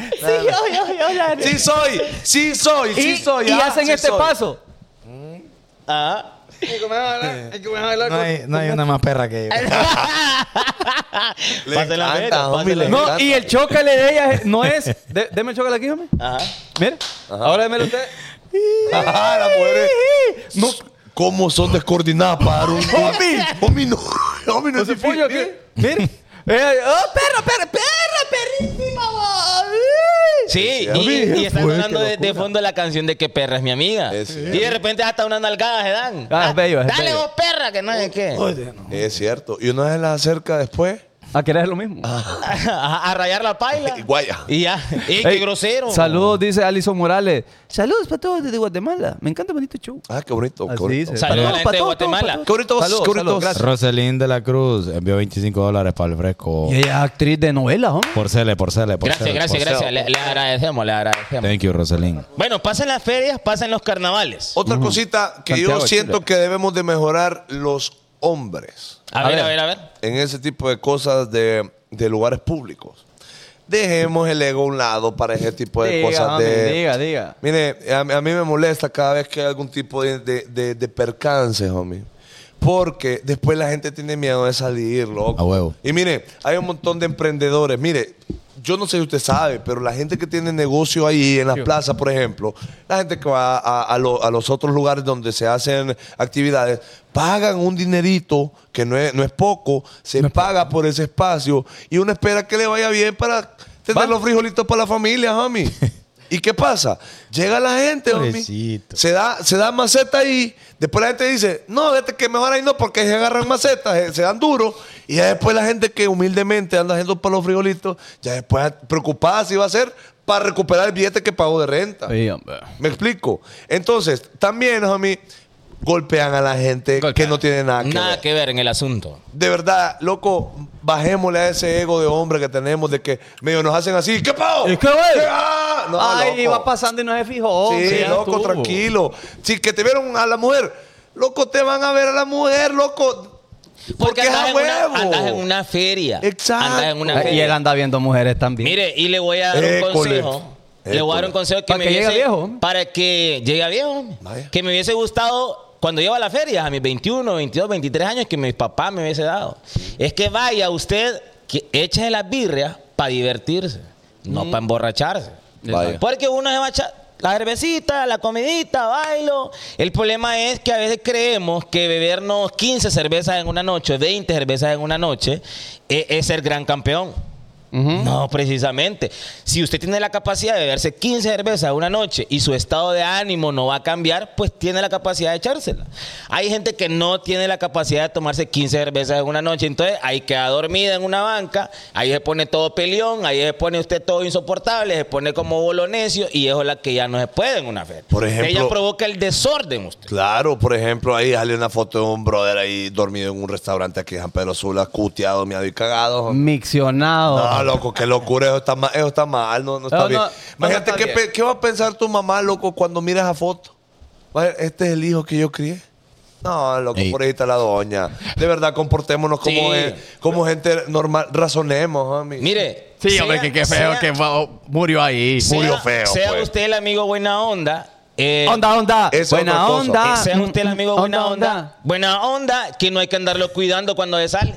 Speaker 2: Sí soy, sí soy,
Speaker 5: Y,
Speaker 2: sí soy.
Speaker 5: y
Speaker 2: ah,
Speaker 5: hacen
Speaker 2: sí
Speaker 5: [LAUGHS] este
Speaker 2: soy.
Speaker 5: paso.
Speaker 6: Ajá.
Speaker 4: No hay, no hay una más perra que yo.
Speaker 2: [LAUGHS] Le
Speaker 6: Pase la
Speaker 2: encanta,
Speaker 6: meta,
Speaker 2: homie,
Speaker 6: pase la
Speaker 2: le
Speaker 6: meta.
Speaker 5: No, y el chocale de ella es- no es. de- deme el chocale aquí, hombre.
Speaker 6: Ajá.
Speaker 5: Mira. Ahora démelo usted.
Speaker 2: Ajá, las mujeres.
Speaker 5: No.
Speaker 2: ¿Cómo son descoordinadas para dar un.
Speaker 5: Homie.
Speaker 2: ¡Homie, no! [LAUGHS] ¡Homie, no!
Speaker 5: No se
Speaker 2: es difícil,
Speaker 5: pollo aquí.
Speaker 2: mire.
Speaker 5: Mira. Eh, ¡Oh, perra, perra, perra, perrísima, vos! Uy.
Speaker 6: Sí, y,
Speaker 2: Homie,
Speaker 6: y están
Speaker 2: pues,
Speaker 6: sonando
Speaker 2: qué
Speaker 6: de, de
Speaker 2: locura.
Speaker 6: fondo la canción de que perra es mi amiga.
Speaker 2: Es cierto.
Speaker 6: y de repente hasta una nalgada se dan.
Speaker 5: Ah, es bello, es
Speaker 6: Dale
Speaker 5: bello.
Speaker 6: vos perra, que no sé qué.
Speaker 2: Es cierto. Y una vez las acerca después.
Speaker 5: ¿A querer es Ah, lo mismo?
Speaker 6: [LAUGHS] a, a rayar la paila.
Speaker 2: Y [LAUGHS] guaya.
Speaker 6: Y ya. Ey, qué
Speaker 5: Ey,
Speaker 6: grosero.
Speaker 5: Saludos, dice Alison Morales. Saludos para todos desde Guatemala. Me encanta bonito show.
Speaker 2: Ah, qué bonito. qué
Speaker 5: Así
Speaker 2: bonito.
Speaker 5: dice.
Speaker 6: Saludos a
Speaker 5: Saludos
Speaker 6: la gente de
Speaker 5: pa' todos,
Speaker 6: Guatemala.
Speaker 5: todos,
Speaker 2: Qué bonito,
Speaker 5: Saludos,
Speaker 2: qué bonito.
Speaker 5: saludos, gracias.
Speaker 4: Roselín de la Cruz envió 25 dólares para el fresco.
Speaker 5: Y ella es actriz de novela, ¿no?
Speaker 4: Por cele, por cele, por
Speaker 6: Gracias,
Speaker 4: cele,
Speaker 6: gracias,
Speaker 4: por
Speaker 6: gracias.
Speaker 4: cele.
Speaker 6: Le, le agradecemos, le agradecemos.
Speaker 4: Thank you, Roselín.
Speaker 6: Bueno, pasen las ferias, pasen los carnavales.
Speaker 2: Otra cosita que yo siento que debemos de mejorar los hombres
Speaker 6: A, ver, a ver, a ver.
Speaker 2: en ese tipo de cosas de, de lugares públicos. Dejemos el ego a un lado para ese tipo de cosas
Speaker 5: hombre,
Speaker 2: de...
Speaker 5: diga, diga.
Speaker 2: Mire, a, a mí me molesta cada vez que hay algún tipo de, de, de- de percance, homie. Porque después la gente tiene miedo de salir, loco.
Speaker 4: A huevo.
Speaker 2: Y mire, hay un montón de emprendedores. Mire, yo no sé si usted sabe, pero la gente que tiene negocio ahí en las plazas, por ejemplo, la gente que va a, a lo- a los otros lugares donde se hacen actividades, pagan un dinerito que no es, no es poco, se paga por ese espacio y uno espera que le vaya bien para tener
Speaker 5: Va.
Speaker 2: los frijolitos para la familia, homie. [LAUGHS] ¿Y qué pasa? Llega la gente, homie,
Speaker 4: Pobrecito.
Speaker 2: se da, se da maceta ahí, después la gente dice, no, vete que mejor ahí no, porque se agarran macetas, eh, se dan duro, y ya después la gente que humildemente anda haciendo para los frijolitos, ya después preocupada si va a ser para recuperar el billete que pagó de renta.
Speaker 5: Sí, hombre.
Speaker 2: ¿Me explico? Entonces, también, homie, golpean a la gente que no tiene nada que ver.
Speaker 6: Nada que ver en el asunto.
Speaker 2: De verdad, loco, bajémosle a ese ego de hombre que tenemos de que medio nos hacen así, ¿qué pao?
Speaker 5: ¿Y qué, güey?
Speaker 2: Ah, no,
Speaker 5: Ay,
Speaker 2: loco.
Speaker 5: iba pasando y no se fijó.
Speaker 2: Sí,
Speaker 5: hombre, ya
Speaker 2: loco,
Speaker 5: estuvo.
Speaker 2: tranquilo. Si que te vieron a la mujer, loco, te van a ver a la mujer, loco. Porque, es a
Speaker 6: andas, en
Speaker 2: huevo.
Speaker 6: una, andas en una feria.
Speaker 2: Exacto.
Speaker 6: Andas en una
Speaker 2: Ay,
Speaker 6: feria.
Speaker 5: Ah, Y él anda viendo mujeres también.
Speaker 6: Mire, y le voy a dar un
Speaker 2: École.
Speaker 6: consejo. Le voy a dar un
Speaker 2: École.
Speaker 6: consejo que
Speaker 5: Para
Speaker 6: me
Speaker 5: que llegue
Speaker 6: hubiese-
Speaker 5: viejo.
Speaker 6: Para que llegue a viejo.
Speaker 2: Vaya.
Speaker 6: Que me hubiese gustado cuando llevo a la feria, a mis 21, 22, 23 años, que mi papá me hubiese dado. Es que vaya usted, que eche las birrias para divertirse, no para emborracharse.
Speaker 2: Vaya.
Speaker 6: Porque uno se va a echar la cervecita, la comidita, bailo. El problema es que a veces creemos que bebernos 15 cervezas en una noche, 20 cervezas en una noche, e- es ser gran campeón. No, precisamente. Si usted tiene la capacidad de beberse 15 cervezas una noche y su estado de ánimo no va a cambiar, pues tiene la capacidad de echársela. Hay gente que no tiene la capacidad de tomarse 15 cervezas en una noche, entonces ahí queda dormida en una banca, ahí se pone todo peleón, ahí se pone usted todo insoportable, se pone como bolonesio y eso es la que ya no se puede en una feria.
Speaker 2: Por ejemplo-
Speaker 6: Ella provoca el desorden usted.
Speaker 2: Claro, por ejemplo, ahí sale una foto de un brother ahí dormido en un restaurante aquí en San Pedro Sula, cuteado, miado y cagado.
Speaker 5: Miccionado.
Speaker 2: No, loco, qué locura, eso está mal, eso está mal, no, no está
Speaker 5: No,
Speaker 2: bien.
Speaker 5: no, no
Speaker 2: Imagínate,
Speaker 5: está
Speaker 2: qué,
Speaker 5: bien.
Speaker 2: pe- qué va a pensar tu mamá, loco, cuando mira esa foto? Va a ver, Este es el hijo que yo crié. No, loco,
Speaker 4: Ey.
Speaker 2: por ahí está la doña. De verdad, comportémonos como,
Speaker 6: Sí.
Speaker 2: eh, como gente normal, razonemos, homie.
Speaker 6: Mire.
Speaker 7: Sí,
Speaker 6: sea-
Speaker 7: hombre, que qué feo
Speaker 6: sea-
Speaker 7: que va- murió ahí.
Speaker 6: sea-
Speaker 2: murió feo,
Speaker 6: Sea
Speaker 2: pues.
Speaker 6: usted el amigo buena onda. eh,
Speaker 5: Onda, onda.
Speaker 2: Esa es otra
Speaker 5: Buena
Speaker 2: cosa.
Speaker 5: onda.
Speaker 6: Que Eh, sea usted el amigo
Speaker 5: Mm,
Speaker 6: buena onda, Buena onda, que no hay que andarlo cuidando cuando le sale.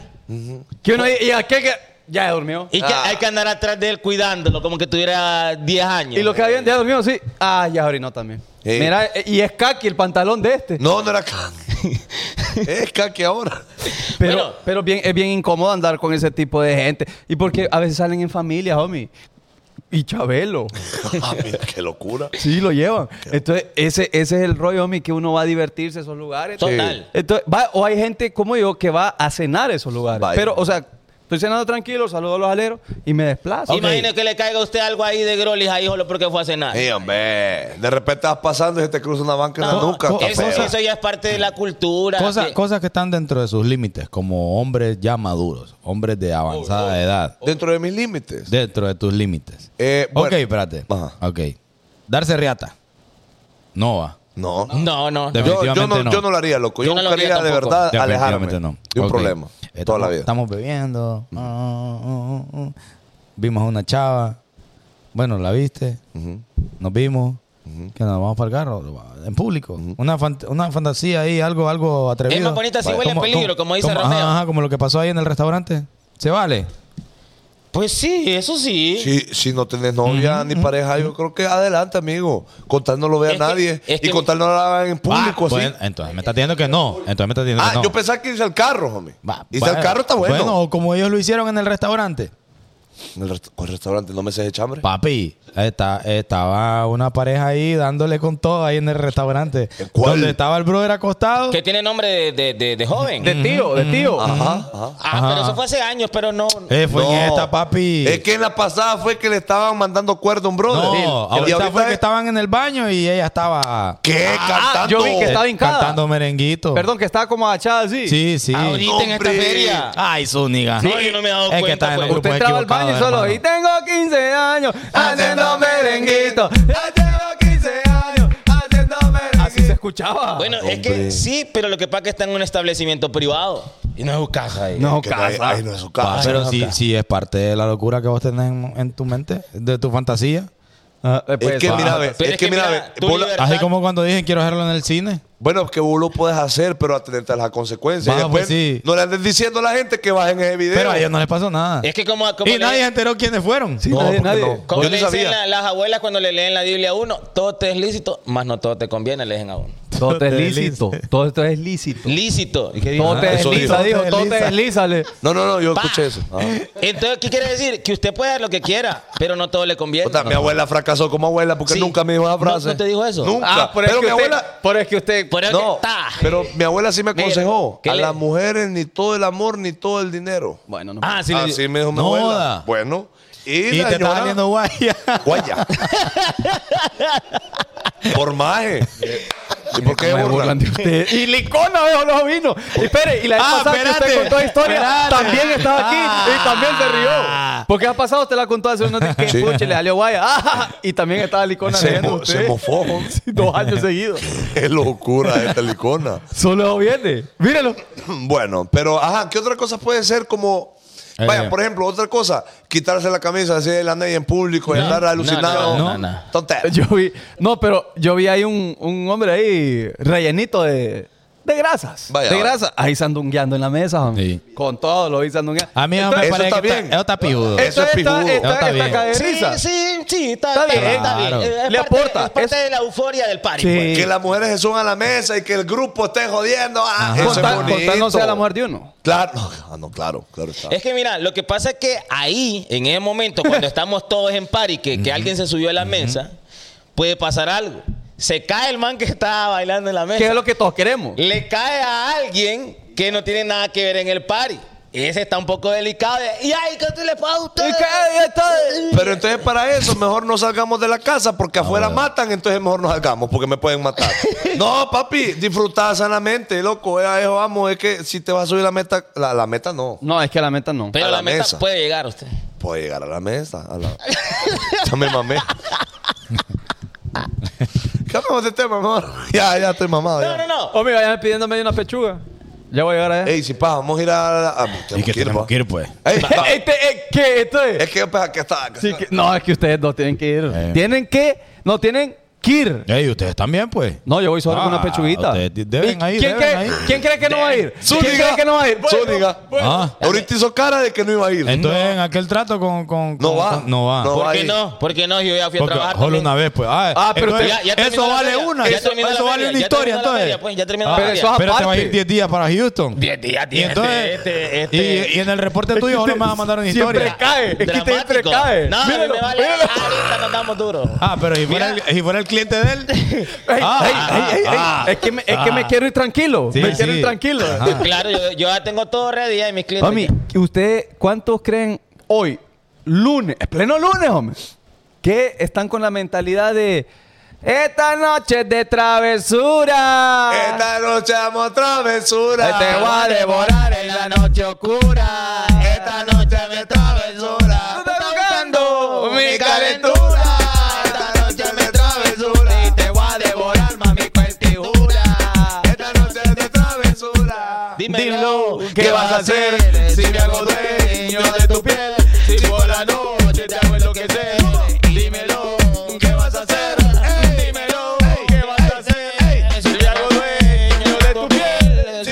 Speaker 5: Que uno y a qué que ya durmió.
Speaker 6: Y que
Speaker 2: Ah.
Speaker 6: hay que andar atrás de él cuidándolo, como que tuviera 10 años.
Speaker 5: Y lo que habían ya durmió, sí. Ah, ya orinó también.
Speaker 2: Sí.
Speaker 5: Mira, eh, y es caqui el pantalón de este.
Speaker 2: No, no era Khan. es Kaki ahora. [LAUGHS]
Speaker 5: Pero,
Speaker 6: Bueno.
Speaker 5: pero bien, es bien incómodo andar con ese tipo de gente. Y porque a veces salen en familia, homie. Y Chabelo.
Speaker 2: Mami, qué locura.
Speaker 5: Sí,
Speaker 2: [LAUGHS]
Speaker 5: lo llevan. Entonces, ese, ese es el rollo, homie, que uno va a divertirse a esos lugares.
Speaker 6: Total.
Speaker 5: Entonces, va- o hay gente como yo que va a cenar a esos lugares.
Speaker 2: Vaya.
Speaker 5: Pero, o sea, estoy cenando tranquilo, saludo a los aleros y me desplazo.
Speaker 6: Imagine que le caiga a usted algo ahí de grolis ahí, solo porque fue a cenar.
Speaker 2: Sí, hombre. De repente vas pasando y se te cruza una banca en la
Speaker 4: No,
Speaker 2: nuca.
Speaker 4: co-
Speaker 2: está
Speaker 6: eso,
Speaker 2: feo.
Speaker 6: eso ya es parte de la cultura.
Speaker 4: Cosa-
Speaker 6: que-
Speaker 4: cosas que están dentro de sus límites, como hombres ya maduros, hombres de avanzada edad,
Speaker 2: Dentro de mis límites.
Speaker 4: dentro de tus límites.
Speaker 2: Oh, Eh, bueno.
Speaker 4: ok, espérate.
Speaker 2: Ajá.
Speaker 4: Ok. Darse riata. No va.
Speaker 2: No.
Speaker 6: No, no. no.
Speaker 4: De-
Speaker 2: Yo, yo, no,
Speaker 4: Definitivamente no.
Speaker 2: yo no lo haría, loco. Yo,
Speaker 6: Yo no lo haría
Speaker 2: buscaría de
Speaker 6: tampoco.
Speaker 2: verdad alejarme
Speaker 4: Definitivamente no.
Speaker 2: de un
Speaker 4: Ok.
Speaker 2: problema.
Speaker 4: Eh,
Speaker 2: toda la
Speaker 4: estamos-
Speaker 2: vida. Mm.
Speaker 4: Estamos bebiendo. Ah, ah, ah, ah. Vimos a una chava. Bueno, la viste. Nos vimos. que nos vamos para el carro, en público. una, fant- una fantasía ahí, algo, algo atrevido.
Speaker 6: Es más bonita si
Speaker 4: Vale.
Speaker 6: huele a peligro, como dice
Speaker 4: como-
Speaker 6: Romeo.
Speaker 4: Ajá, ajá, como lo que pasó ahí en el restaurante. ¿Se vale?
Speaker 6: Pues sí, eso sí.
Speaker 2: Si, si no tenés novia ni pareja, yo creo que adelante, amigo. Contar no lo vea
Speaker 6: Es que-
Speaker 2: nadie.
Speaker 6: es que-
Speaker 2: y contar no lo hagan en público
Speaker 4: Ah,
Speaker 2: así.
Speaker 4: bueno, entonces me está diciendo que no. Entonces me está diciendo
Speaker 2: ah,
Speaker 4: que no.
Speaker 2: yo pensaba que irse al carro, homie.
Speaker 4: Va,
Speaker 2: irse
Speaker 4: bueno,
Speaker 2: al carro está bueno.
Speaker 4: Bueno, o como ellos lo hicieron en el restaurante.
Speaker 2: En el rest- ¿Cuál restaurante? ¿No me se echa hambre?
Speaker 4: Papi, esta- estaba una pareja ahí dándole con todo ahí en el restaurante.
Speaker 2: ¿En cuál?
Speaker 4: Donde estaba el brother acostado.
Speaker 6: Que tiene nombre de, de- de- de joven.
Speaker 12: De tío, de tío.
Speaker 2: Ajá, ajá.
Speaker 6: ah, pero eso fue hace años, pero no.
Speaker 4: Eh, fue en
Speaker 2: No.
Speaker 4: esta, papi.
Speaker 2: Es que en la pasada fue que le estaban mandando cuerda a un brother.
Speaker 4: no,
Speaker 2: Y
Speaker 4: ahorita, fue que
Speaker 2: es-
Speaker 4: estaban en el baño y ella estaba eh,
Speaker 2: ¿Qué?
Speaker 5: Ah,
Speaker 2: Cantando.
Speaker 5: yo vi que estaba hincada.
Speaker 4: cantando merenguito.
Speaker 5: Perdón, que estaba como agachada así.
Speaker 4: Sí, sí.
Speaker 6: Ahorita en esta
Speaker 2: hombre.
Speaker 6: feria.
Speaker 4: Ay, Zúñiga.
Speaker 6: No, yo no me he dado
Speaker 4: Es que
Speaker 6: cuenta,
Speaker 4: está en los
Speaker 6: pues.
Speaker 4: grupos
Speaker 5: Usted entraba al baño y
Speaker 4: equivocados,
Speaker 5: solo,
Speaker 4: hermano.
Speaker 5: y tengo 15 años, haciendo merenguito. Ya tengo 15 años, haciendo merenguito. Así se escuchaba.
Speaker 6: Bueno, es que sí, pero lo que pasa es que está en un establecimiento privado. Y no es su casa ahí.
Speaker 5: no,
Speaker 2: Que no hay-
Speaker 5: casa.
Speaker 2: ay, no es su
Speaker 4: Pa,
Speaker 2: casa.
Speaker 4: pero si, si es parte de la locura que vos tenés en, en tu mente, de tu fantasía. Ah,
Speaker 2: es que
Speaker 4: va.
Speaker 2: mira, ve,
Speaker 6: Pero
Speaker 2: es que mira, ve,
Speaker 6: tu
Speaker 2: vos la-
Speaker 6: libertad-
Speaker 4: así como cuando dije quiero hacerlo en el cine.
Speaker 2: bueno, que vos lo puedes hacer, pero atenderte a las consecuencias.
Speaker 4: Va,
Speaker 2: Y después
Speaker 4: pues sí.
Speaker 2: no le andes diciendo a la gente que bajen ese video.
Speaker 4: Pero a ellos no les pasó nada.
Speaker 6: Es que como, como
Speaker 4: y
Speaker 6: le-
Speaker 4: nadie se enteró quiénes fueron.
Speaker 5: Sí,
Speaker 2: No,
Speaker 5: nadie,
Speaker 2: porque
Speaker 5: nadie.
Speaker 2: no.
Speaker 6: como
Speaker 2: Yo
Speaker 6: le
Speaker 2: no
Speaker 6: dicen
Speaker 2: sabía.
Speaker 6: la- las abuelas cuando le leen la Biblia a uno, todo te es lícito, más no todo te conviene, le dicen a uno.
Speaker 5: Todo esto es lícito. Todo esto es lícito.
Speaker 6: Lícito. ¿Y qué dijo?
Speaker 5: Todo te
Speaker 2: eso
Speaker 5: desliza,
Speaker 4: dijo.
Speaker 5: dijo. Todo te deslízale.
Speaker 2: No, no, no, yo
Speaker 6: Pa.
Speaker 2: escuché eso. Ajá.
Speaker 6: [LAUGHS] Entonces, ¿qué quiere decir? Que usted puede hacer lo que quiera, pero no todo le conviene.
Speaker 2: O sea, mi abuela fracasó como abuela porque
Speaker 6: Sí.
Speaker 2: nunca me dijo esa
Speaker 6: ¿No-
Speaker 2: frase.
Speaker 6: no te dijo eso?
Speaker 2: Nunca.
Speaker 5: Ah, pero,
Speaker 2: pero
Speaker 5: es que
Speaker 2: mi
Speaker 5: usted,
Speaker 2: abuela.
Speaker 5: pero es que usted...
Speaker 6: Por eso que
Speaker 2: No,
Speaker 6: está.
Speaker 2: pero mi abuela sí me
Speaker 6: Mira,
Speaker 2: aconsejó.
Speaker 6: ¿qué
Speaker 2: a
Speaker 6: le-
Speaker 2: las mujeres ni todo el amor ni todo el dinero.
Speaker 5: Bueno, no.
Speaker 6: Ah, sí, le-
Speaker 2: Así me dijo mi
Speaker 4: No,
Speaker 2: abuela.
Speaker 4: da.
Speaker 2: Bueno. Y,
Speaker 4: Y
Speaker 2: la
Speaker 4: te está
Speaker 2: señora-
Speaker 4: saliendo [LAUGHS] guaya.
Speaker 2: Guaya. Por maje. ¿Y por qué
Speaker 5: Me
Speaker 2: borra?
Speaker 5: burlan de
Speaker 2: Este,
Speaker 5: usted. Y Licona veo los vino. Y espere, y la vez
Speaker 4: Ah,
Speaker 5: pasada que usted
Speaker 4: espérate,
Speaker 5: contó la historia,
Speaker 4: espérate.
Speaker 5: también estaba aquí
Speaker 4: Ah.
Speaker 5: y también se rió. Porque ha pasado, usted la contó hace unos días que
Speaker 2: Sí.
Speaker 5: puche, le salió guaya. Ah, y también estaba Licona
Speaker 2: Se
Speaker 5: riendo [LAUGHS]
Speaker 2: mo-
Speaker 5: usted.
Speaker 2: se mofó.
Speaker 5: Sí, Dos años seguidos.
Speaker 2: [LAUGHS] Qué locura esta licona.
Speaker 5: Solo viene. Míralo.
Speaker 2: Bueno, pero ajá, ¿qué otra cosa puede ser como.
Speaker 6: Eh.
Speaker 2: Vaya, por ejemplo, otra cosa, quitarse la camisa, hacer el anillo en público, y
Speaker 6: No,
Speaker 2: andar
Speaker 6: no,
Speaker 2: alucinado.
Speaker 6: no, no, no.
Speaker 2: Tonta-
Speaker 5: Yo vi, no, pero yo vi ahí un, un hombre ahí rellenito de, de grasas.
Speaker 2: Vaya,
Speaker 5: de
Speaker 2: vaya.
Speaker 5: grasas. Ahí sandungueando en la mesa, hombre.
Speaker 4: Sí.
Speaker 5: Con todo lo vi sandungueando.
Speaker 4: A mí no
Speaker 5: Entonces,
Speaker 4: me
Speaker 2: eso
Speaker 4: parece
Speaker 2: está
Speaker 4: que
Speaker 2: bien.
Speaker 4: está, eso está pijudo.
Speaker 2: Eso es
Speaker 5: esta-
Speaker 2: pijudo.
Speaker 5: esta-
Speaker 4: No, está
Speaker 5: esta
Speaker 4: bien.
Speaker 5: cae de
Speaker 6: Sí,
Speaker 5: risa.
Speaker 6: sí, sí, está,
Speaker 5: Está
Speaker 6: bien,
Speaker 5: bien.
Speaker 6: está bien.
Speaker 4: Claro.
Speaker 6: Eh, es
Speaker 5: Le
Speaker 6: parte-
Speaker 5: aporta.
Speaker 6: Es parte
Speaker 5: Es-
Speaker 6: de la euforia del party.
Speaker 5: Sí.
Speaker 6: pues.
Speaker 2: Que las mujeres se suban a la mesa y que el grupo esté jodiendo. Ah, eso
Speaker 5: Con tal-
Speaker 2: es
Speaker 5: con tal
Speaker 2: bonito.
Speaker 5: no sea la mujer de uno.
Speaker 2: Claro. Ah, no, claro, claro está.
Speaker 6: Es que mira, lo que pasa es que ahí, en ese momento, cuando estamos todos en party, que, que alguien se subió a la mesa, puede pasar algo. Se cae el man que estaba bailando en la mesa.
Speaker 5: Que es lo que todos queremos.
Speaker 6: le cae a alguien que no tiene nada que ver en el party. Ese está un poco delicado. de, y ay, ¿qué te le pasa a usted?
Speaker 5: ¿Y qué? ¿Y esto?
Speaker 2: Pero entonces para eso mejor no salgamos de la casa
Speaker 6: Ah,
Speaker 2: porque afuera matan, entonces mejor no salgamos porque me pueden
Speaker 6: [LAUGHS]
Speaker 2: matar. no, papi, disfrutar sanamente, loco. Eh, A eso vamos, es que si te vas a subir la meta, la, la meta no.
Speaker 5: No, es que la meta no.
Speaker 6: Pero
Speaker 2: A
Speaker 6: la,
Speaker 2: la
Speaker 6: meta
Speaker 2: mesa.
Speaker 6: puede llegar usted.
Speaker 2: Puedo llegar a la mesa. A la... [LAUGHS] ya me
Speaker 4: [LAUGHS]
Speaker 2: mamé. Cambiamos de tema, amor. Ya, ya estoy mamado.
Speaker 6: No,
Speaker 2: Ya.
Speaker 6: no, no.
Speaker 5: Hombre, vayan pidiéndome ahí una pechuga. Ya voy a llegar allá.
Speaker 2: Ey, si pa, vamos a ir a. a- a-
Speaker 4: Y que tenemos
Speaker 2: pa.
Speaker 4: que ir, pues. [LAUGHS]
Speaker 2: Ey, pa.
Speaker 5: Este, eh, ¿Qué? Esto es.
Speaker 2: es que pues, aquí está.
Speaker 5: Sí, que- no, es que ustedes no tienen que ir.
Speaker 4: Eh.
Speaker 5: Tienen que. No tienen que ir.
Speaker 4: Ey, ustedes también, pues.
Speaker 5: No, yo voy solo con
Speaker 4: Ah,
Speaker 5: una pechuguita.
Speaker 4: ustedes deben
Speaker 5: ¿Y
Speaker 4: ahí,
Speaker 5: ¿Quién,
Speaker 4: deben
Speaker 5: cree,
Speaker 4: ahí.
Speaker 5: ¿Quién cree que no va a ir? ¿Quién
Speaker 2: Zúñiga.
Speaker 5: cree que no va a ir? Bueno,
Speaker 2: Zúñiga.
Speaker 4: Ah.
Speaker 2: Ahorita hizo cara de que no iba a ir.
Speaker 4: Entonces, en aquel trato con. con-
Speaker 2: No
Speaker 4: con-
Speaker 2: va.
Speaker 4: con- no va.
Speaker 2: No
Speaker 6: ¿Por
Speaker 2: va
Speaker 6: qué
Speaker 2: ahí.
Speaker 6: no? ¿Por qué no? Yo ya fui a
Speaker 4: Porque
Speaker 6: trabajar.
Speaker 4: solo
Speaker 6: también.
Speaker 4: una vez, pues. Ah,
Speaker 5: Ah, pero
Speaker 4: entonces,
Speaker 6: Ya- ya terminó
Speaker 4: eso
Speaker 6: la
Speaker 4: vale
Speaker 6: feria.
Speaker 4: una.
Speaker 6: Ya
Speaker 4: Eso,
Speaker 6: terminó la
Speaker 4: eso vale
Speaker 6: feria.
Speaker 4: una
Speaker 6: Ya
Speaker 4: historia,
Speaker 6: terminó la
Speaker 4: entonces. Ah,
Speaker 6: feria, pues, ya terminó la
Speaker 4: pero
Speaker 6: feria.
Speaker 4: eso Pero te vas a
Speaker 5: aparte.
Speaker 4: ir 10 días para Houston.
Speaker 6: Diez días,
Speaker 4: Y
Speaker 6: diez,
Speaker 4: entonces.
Speaker 6: este, este.
Speaker 4: y, y en el reporte tuyo solo me vas a mandar una historia.
Speaker 5: Siempre cae. Es que usted siempre
Speaker 6: Dramático.
Speaker 5: cae.
Speaker 6: No, a mí
Speaker 5: Míralo,
Speaker 6: me vale.
Speaker 5: míralo.
Speaker 6: Ahorita nos damos duro.
Speaker 4: Ah, pero si fuera, el,
Speaker 6: Mira.
Speaker 4: si fuera el cliente de él.
Speaker 5: Ey,
Speaker 4: Ah,
Speaker 5: ey,
Speaker 4: ah,
Speaker 5: ey, ey,
Speaker 4: ah,
Speaker 5: ey, Es que me, es que me
Speaker 4: ah.
Speaker 5: quiero ir tranquilo.
Speaker 4: Sí,
Speaker 5: me
Speaker 4: sí.
Speaker 5: quiero ir tranquilo.
Speaker 4: Ajá.
Speaker 6: Claro, yo, yo ya tengo todo ready y mis clientes.
Speaker 5: Homie,
Speaker 6: ya.
Speaker 5: ¿usted cuántos creen hoy, lunes, es pleno lunes, hombre, que están con la mentalidad de esta noche es de travesura?
Speaker 2: Esta noche vamos travesura.
Speaker 5: Te voy a devorar en la noche oscura.
Speaker 2: Esta noche me travesura.
Speaker 5: Te está tocando mi calentura.
Speaker 2: Esta noche me travesura.
Speaker 5: Y te voy a devorar, mami, con tijura.
Speaker 2: Esta noche de travesura.
Speaker 6: Dímelo.
Speaker 2: ¿Qué vas a hacer si me hago dueño de tu piel? Si por la noche te hago enloquecer. Dímelo, ¿qué vas a hacer? Dímelo.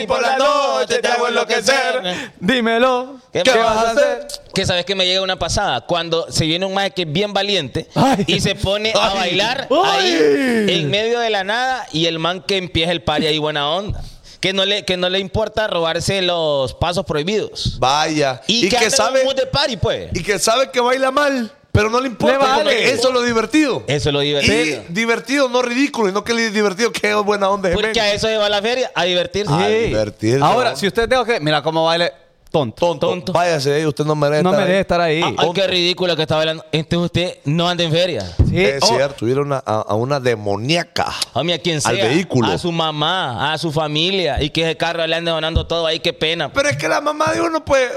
Speaker 2: hago enloquecer.
Speaker 5: Dímelo.
Speaker 6: ¿Qué
Speaker 2: ¿Qué
Speaker 6: me-
Speaker 2: vas a hacer?
Speaker 6: Que sabes que me llega una pasada. Cuando se viene un mae que es bien valiente
Speaker 5: Ay.
Speaker 6: y se pone a
Speaker 2: Ay.
Speaker 6: bailar
Speaker 5: Ay.
Speaker 6: ahí en medio de la nada y el man que empieza el party ahí buena onda. Que no le, que no le importa robarse los pasos prohibidos.
Speaker 2: Vaya.
Speaker 6: Y, que, sabe.
Speaker 2: sabe
Speaker 6: Un mood de party, pues.
Speaker 2: y que sabe que baila mal, pero no le importa
Speaker 5: Le vale.
Speaker 2: porque eso es lo divertido.
Speaker 6: Eso es lo divertido.
Speaker 2: Y divertido, no ridículo, y no que le divertido, que buena onda es.
Speaker 6: Porque a eso se va a la feria, a divertirse.
Speaker 2: A divertirse.
Speaker 5: Ahora, si usted tengo que. Mira cómo baile. Tonto.
Speaker 2: tonto,
Speaker 6: tonto.
Speaker 2: váyase, eh, usted no merece.
Speaker 5: No
Speaker 2: estar
Speaker 5: merece
Speaker 2: ahí.
Speaker 5: estar ahí.
Speaker 6: Ah, Ay, qué ridículo que está bailando. Entonces usted no anda en feria.
Speaker 5: Sí,
Speaker 2: Es
Speaker 5: oh,
Speaker 2: cierto, tuviera una, a, a una demoníaca.
Speaker 6: Homie, a quien sea.
Speaker 2: Al vehículo.
Speaker 6: A su mamá, a su familia. Y que ese carro le ande donando todo ahí, qué pena.
Speaker 2: Pero es que la mamá de uno, pues,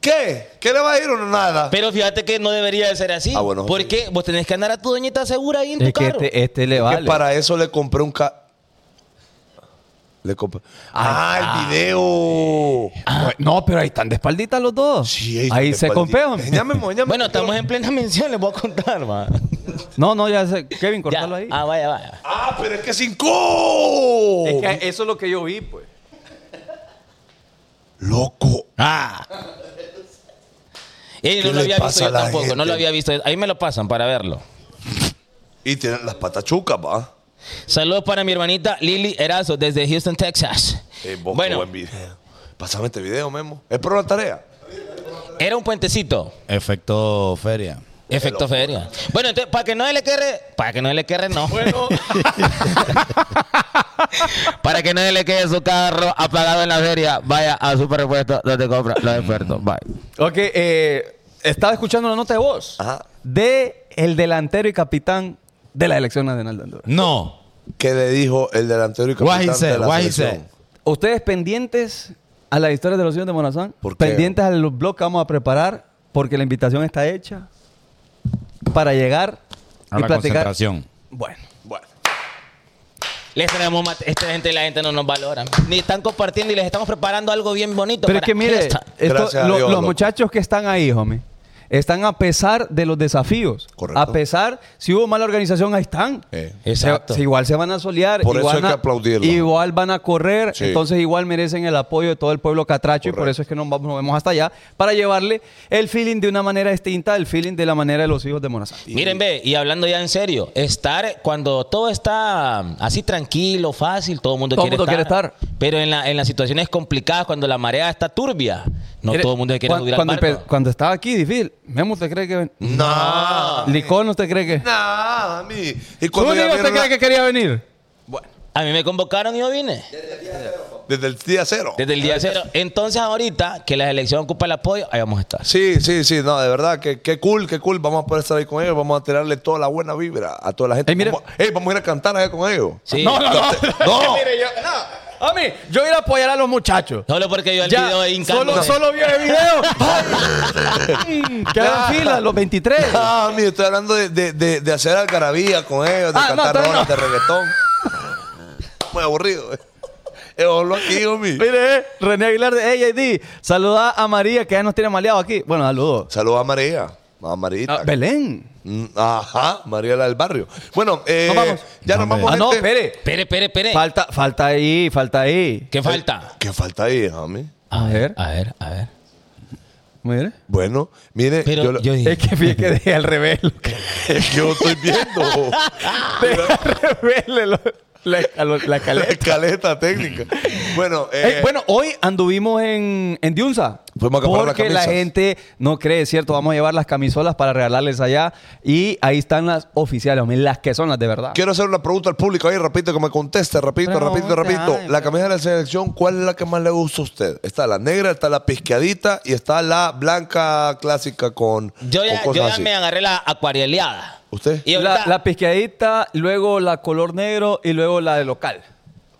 Speaker 2: ¿qué? ¿Qué le va a ir uno? Nada.
Speaker 6: Pero fíjate que no debería de ser así.
Speaker 2: Ah, bueno,
Speaker 6: porque vos tenés que andar a tu doñita segura ahí en tu
Speaker 5: Es que
Speaker 6: carro.
Speaker 5: este, este le
Speaker 2: Que
Speaker 5: vale.
Speaker 2: para eso le compré un ca... Le compré... Ah, el video.
Speaker 5: Ah, No, pero ahí están de espalditas los dos.
Speaker 2: Sí,
Speaker 5: ahí se compean.
Speaker 2: Enséñame, enséñame.
Speaker 6: Bueno, estamos en plena mención, les voy a contar, va.
Speaker 5: No, no, ya sé. Kevin,
Speaker 6: Ya.
Speaker 5: cortalo ahí.
Speaker 6: Ah, vaya, vaya.
Speaker 2: Ah, pero es que sin co.
Speaker 5: eso es lo que yo vi, pues.
Speaker 2: Loco.
Speaker 6: Ey,
Speaker 2: ¿Qué
Speaker 6: no lo
Speaker 2: le
Speaker 6: había
Speaker 2: pasa
Speaker 6: visto
Speaker 2: a
Speaker 6: yo
Speaker 2: la
Speaker 6: tampoco, no
Speaker 2: gente?
Speaker 6: lo había visto. Ahí me lo pasan para verlo.
Speaker 2: Y tienen las patas chucas, va.
Speaker 6: Saludos para mi hermanita Lili Erazo desde Houston, Texas.
Speaker 2: Eh, vos, qué
Speaker 6: bueno,
Speaker 2: buen video. Pásame este video, Memo. Es para una tarea.
Speaker 6: era un puentecito.
Speaker 4: Efecto feria.
Speaker 6: Efecto feria. Bueno, entonces, para que no le quede, para que no le quede, no. [LAUGHS] para que no le quede su carro apagado en la feria, vaya a Superpuesto donde compra los expertos. Bye.
Speaker 5: Ok, eh, estaba escuchando la nota de voz
Speaker 2: Ajá.
Speaker 5: de el delantero y capitán de la elección nacional de Honduras.
Speaker 4: No.
Speaker 2: ¿Qué le dijo el delantero y capitán
Speaker 4: What he
Speaker 2: de
Speaker 4: said,
Speaker 2: la
Speaker 4: what he
Speaker 2: selección?
Speaker 4: said.
Speaker 5: Ustedes pendientes a la historia de los hijos de Morazán.
Speaker 2: ¿Por qué?
Speaker 5: Pendientes al blog que vamos a preparar porque la invitación está hecha para llegar
Speaker 4: A
Speaker 5: y
Speaker 4: la
Speaker 5: platicar.
Speaker 4: concentración.
Speaker 5: Bueno,
Speaker 2: Bueno.
Speaker 6: Les traemos mate- Esta gente, la gente no nos valora. Ni están compartiendo y les estamos preparando algo bien bonito.
Speaker 5: pero es
Speaker 6: para
Speaker 5: que
Speaker 6: [LAUGHS]
Speaker 5: mire,
Speaker 6: esta.
Speaker 5: esto-
Speaker 2: Gracias a
Speaker 5: lo-
Speaker 2: Dios,
Speaker 5: los
Speaker 2: loco.
Speaker 5: muchachos que están ahí, homie, están a pesar de los desafíos.
Speaker 2: Correcto.
Speaker 5: A pesar, si hubo mala organización, ahí están.
Speaker 2: Eh.
Speaker 6: Exacto.
Speaker 5: Se- se- igual se van a solear.
Speaker 2: Por eso
Speaker 5: igual
Speaker 2: hay que
Speaker 5: na-
Speaker 2: aplaudirlo.
Speaker 5: Igual van a correr.
Speaker 2: Sí.
Speaker 5: Entonces, igual merecen el apoyo de todo el pueblo catracho. Y por
Speaker 2: Correcto.
Speaker 5: eso es que nos, vamos, nos vemos hasta allá. Para llevarle el feeling de una manera distinta, el feeling de la manera de los hijos de Morazán.
Speaker 6: Miren, ve, y hablando ya en serio, estar cuando todo está mm, así tranquilo, fácil, todo el mundo,
Speaker 5: Todo
Speaker 6: quiere,
Speaker 5: mundo quiere
Speaker 6: estar,
Speaker 5: estar.
Speaker 6: Pero en, la- en las situaciones complicadas, cuando la marea está turbia, no
Speaker 5: Mire,
Speaker 6: todo el mundo se quiere
Speaker 5: cuan-
Speaker 6: subir al
Speaker 5: cuando,
Speaker 6: barco.
Speaker 5: empe- cuando estaba aquí, difícil. Memo, ¿usted cree que.? ven-
Speaker 2: No.
Speaker 5: Licón, ¿usted cree que.?
Speaker 2: Nah, mí. Y cuando
Speaker 5: ¿Zúñiga,
Speaker 2: ya
Speaker 5: ¿Usted
Speaker 2: vieron
Speaker 5: cree
Speaker 2: la-
Speaker 5: que quería venir?
Speaker 6: A mí me convocaron y yo vine.
Speaker 2: desde el día cero.
Speaker 6: Desde el día cero. Entonces, ahorita que la selección ocupa el apoyo, ahí vamos a estar.
Speaker 2: Sí, sí, sí, no, de verdad, que, que cool, que cool. Vamos a poder estar ahí con ellos, vamos a tirarle toda la buena vibra a toda la gente.
Speaker 5: Ey, mira.
Speaker 2: Vamos, ey, vamos a ir a cantar allá con [LAUGHS] ellos.
Speaker 6: Sí.
Speaker 5: No, no, no.
Speaker 2: No.
Speaker 5: Mire, yo, no. A mí, yo voy a apoyar a los muchachos.
Speaker 6: Solo porque yo el
Speaker 5: Ya,
Speaker 6: video de Inca
Speaker 5: solo,
Speaker 6: no-
Speaker 5: solo vio el
Speaker 6: [LAUGHS]
Speaker 5: video. Mm, [LAUGHS] Quedan filas los 23.
Speaker 2: Ah, mira, estoy hablando de, de, de, de hacer algarabía con ellos, de
Speaker 5: Ah, no,
Speaker 2: cantar
Speaker 5: todavía
Speaker 2: rolas
Speaker 5: no.
Speaker 2: de reggaetón. Muy aburrido. Eh, hablo aquí, homie.
Speaker 5: Mire, eh, René Aguilar de AJD. Saluda a María, que ya nos tiene maleado aquí. Bueno, saludos.
Speaker 2: Saludos a María. A Marita.
Speaker 5: Ah, Belén.
Speaker 2: Mm, Ajá, María la del barrio. Bueno, eh,
Speaker 5: Nos vamos.
Speaker 2: ya nos vamos.
Speaker 5: Ah, no,
Speaker 2: gente.
Speaker 5: espere.
Speaker 6: Espere, espere, espere.
Speaker 5: Falta, falta ahí, falta ahí.
Speaker 6: ¿Qué Ah. falta?
Speaker 2: ¿Qué falta ahí, homie?
Speaker 5: A ver,
Speaker 6: A ver, a ver.
Speaker 5: mire.
Speaker 2: Bueno, mire,
Speaker 6: Pero
Speaker 2: yo, lo-
Speaker 6: yo-
Speaker 5: Es que fíjate que dejé al revés. lo
Speaker 6: [LAUGHS]
Speaker 5: que-
Speaker 2: [LAUGHS] yo estoy viendo.
Speaker 5: Dejé al revés lo- la, escalo-
Speaker 6: [LAUGHS]
Speaker 5: la
Speaker 2: La
Speaker 5: escalera.
Speaker 2: escaleta técnica. Bueno, eh,
Speaker 5: Ey, bueno, hoy anduvimos en, en Diunza.
Speaker 2: Fuimos a comprar las
Speaker 5: Porque la
Speaker 2: camisas.
Speaker 5: gente no cree, ¿cierto? Vamos a llevar las camisolas para regalarles allá. Y ahí están las oficiales, hombre, las que son las de verdad.
Speaker 2: quiero hacer una pregunta al público ahí, repito, que me conteste, repito,
Speaker 5: Pero,
Speaker 2: repito,
Speaker 5: hombre,
Speaker 2: repito.
Speaker 5: ay,
Speaker 2: la camisa de la selección, ¿cuál es la que más le gusta a usted? Está la negra, está la pisqueadita y está la blanca clásica con,
Speaker 6: Yo ya,
Speaker 2: con
Speaker 6: yo
Speaker 2: cosas
Speaker 6: ya
Speaker 2: así.
Speaker 6: me agarré la acuareleada.
Speaker 2: ¿Usted?
Speaker 6: Y
Speaker 5: la,
Speaker 6: ahorita-
Speaker 5: la pisqueadita, luego la color negro y luego la de local.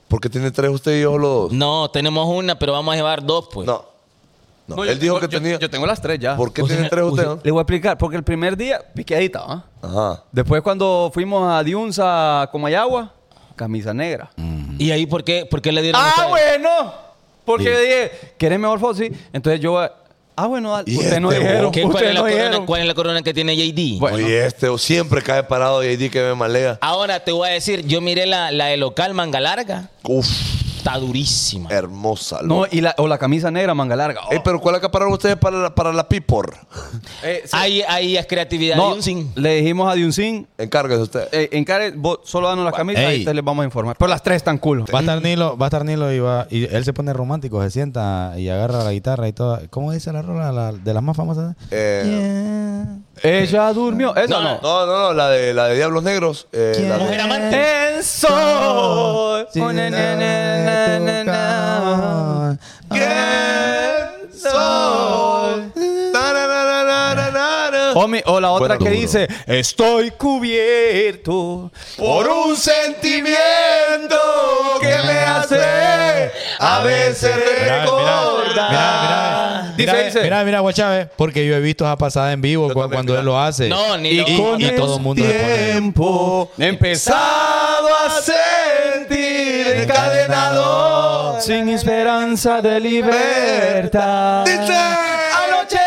Speaker 2: ¿Por qué tiene tres usted y yo los dos?
Speaker 6: No, tenemos una, pero vamos a llevar dos, pues.
Speaker 2: No. No, Él dijo que tenía.
Speaker 5: Yo tengo las tres ya.
Speaker 2: ¿Por qué tiene tres usted? no?
Speaker 5: Le voy a explicar, porque el primer día, pisqueadita, ¿ah?
Speaker 2: Ajá.
Speaker 5: Después cuando fuimos a Diunza, Comayagua, camisa negra.
Speaker 6: Mm. ¿Y ahí por qué, por qué le dieron
Speaker 5: Ah,
Speaker 6: ustedes?
Speaker 5: bueno. Porque yo dije, ¿querés mejor Fossi? Entonces yo, ah, bueno, dale.
Speaker 2: ¿Y
Speaker 5: ustedes no
Speaker 2: este
Speaker 5: dijeron.
Speaker 6: ¿Qué- cuál, es
Speaker 5: Ustedes
Speaker 6: la
Speaker 5: no
Speaker 6: corona,
Speaker 5: dijeron.
Speaker 6: cuál es la corona que tiene JD?
Speaker 5: Bueno.
Speaker 2: Oye, este o siempre cae parado y ahí di que me malea.
Speaker 6: Ahora te voy a decir, yo miré la, la de local, manga larga.
Speaker 2: Uf.
Speaker 6: está durísima.
Speaker 2: Eh, Hermosa.
Speaker 5: No,
Speaker 2: loco.
Speaker 5: y la, o la camisa negra, manga larga. Oh.
Speaker 2: Ey, pero ¿cuál acapararon ustedes para la, para la Pipor?
Speaker 5: Eh, sí.
Speaker 6: Ahí, ahí es creatividad
Speaker 5: No,
Speaker 6: y un sin.
Speaker 5: Le dijimos a Diuncin,
Speaker 2: Encárguese usted.
Speaker 5: eh, encare, vos solo danos las camisas
Speaker 4: Ey.
Speaker 5: y te les vamos a informar. Pero las tres están cool.
Speaker 4: Va a estar Nilo, va a estar Nilo y, va, y él se pone romántico, se sienta y agarra la guitarra y todo. ¿Cómo dice la rola la- de las más famosas?
Speaker 2: Eh,
Speaker 5: Ella durmió. Esa no.
Speaker 6: No,
Speaker 2: No,
Speaker 6: no.
Speaker 2: no, no, la de, la de Diablos Negros. eh, la de-
Speaker 6: Mujer amante.
Speaker 5: El sol. Oh, na, na, na, na, na.
Speaker 2: ¿Quién soy? Tarararararara.
Speaker 5: O, mi- o la otra
Speaker 2: Buena
Speaker 5: que
Speaker 2: duro.
Speaker 5: dice, estoy cubierto.
Speaker 2: Por un sentimiento que me hace a veces
Speaker 4: Mira, mira,
Speaker 2: recordar.
Speaker 4: mira, mira,
Speaker 5: Dice,
Speaker 4: mira,
Speaker 5: dice.
Speaker 4: mira, mira, Guachave, porque yo he visto esa pasada en vivo
Speaker 2: Yo
Speaker 4: cu-
Speaker 2: también,
Speaker 4: cuando
Speaker 2: mira.
Speaker 4: él lo hace.
Speaker 6: No, ni
Speaker 4: y,
Speaker 6: lo-
Speaker 4: y-
Speaker 6: con
Speaker 4: y todo el mundo se pone.
Speaker 2: Tiempo
Speaker 5: Empezado
Speaker 2: a sentir encadenado.
Speaker 5: encadenado, sin esperanza de libertad.
Speaker 2: Dice.
Speaker 5: Anoche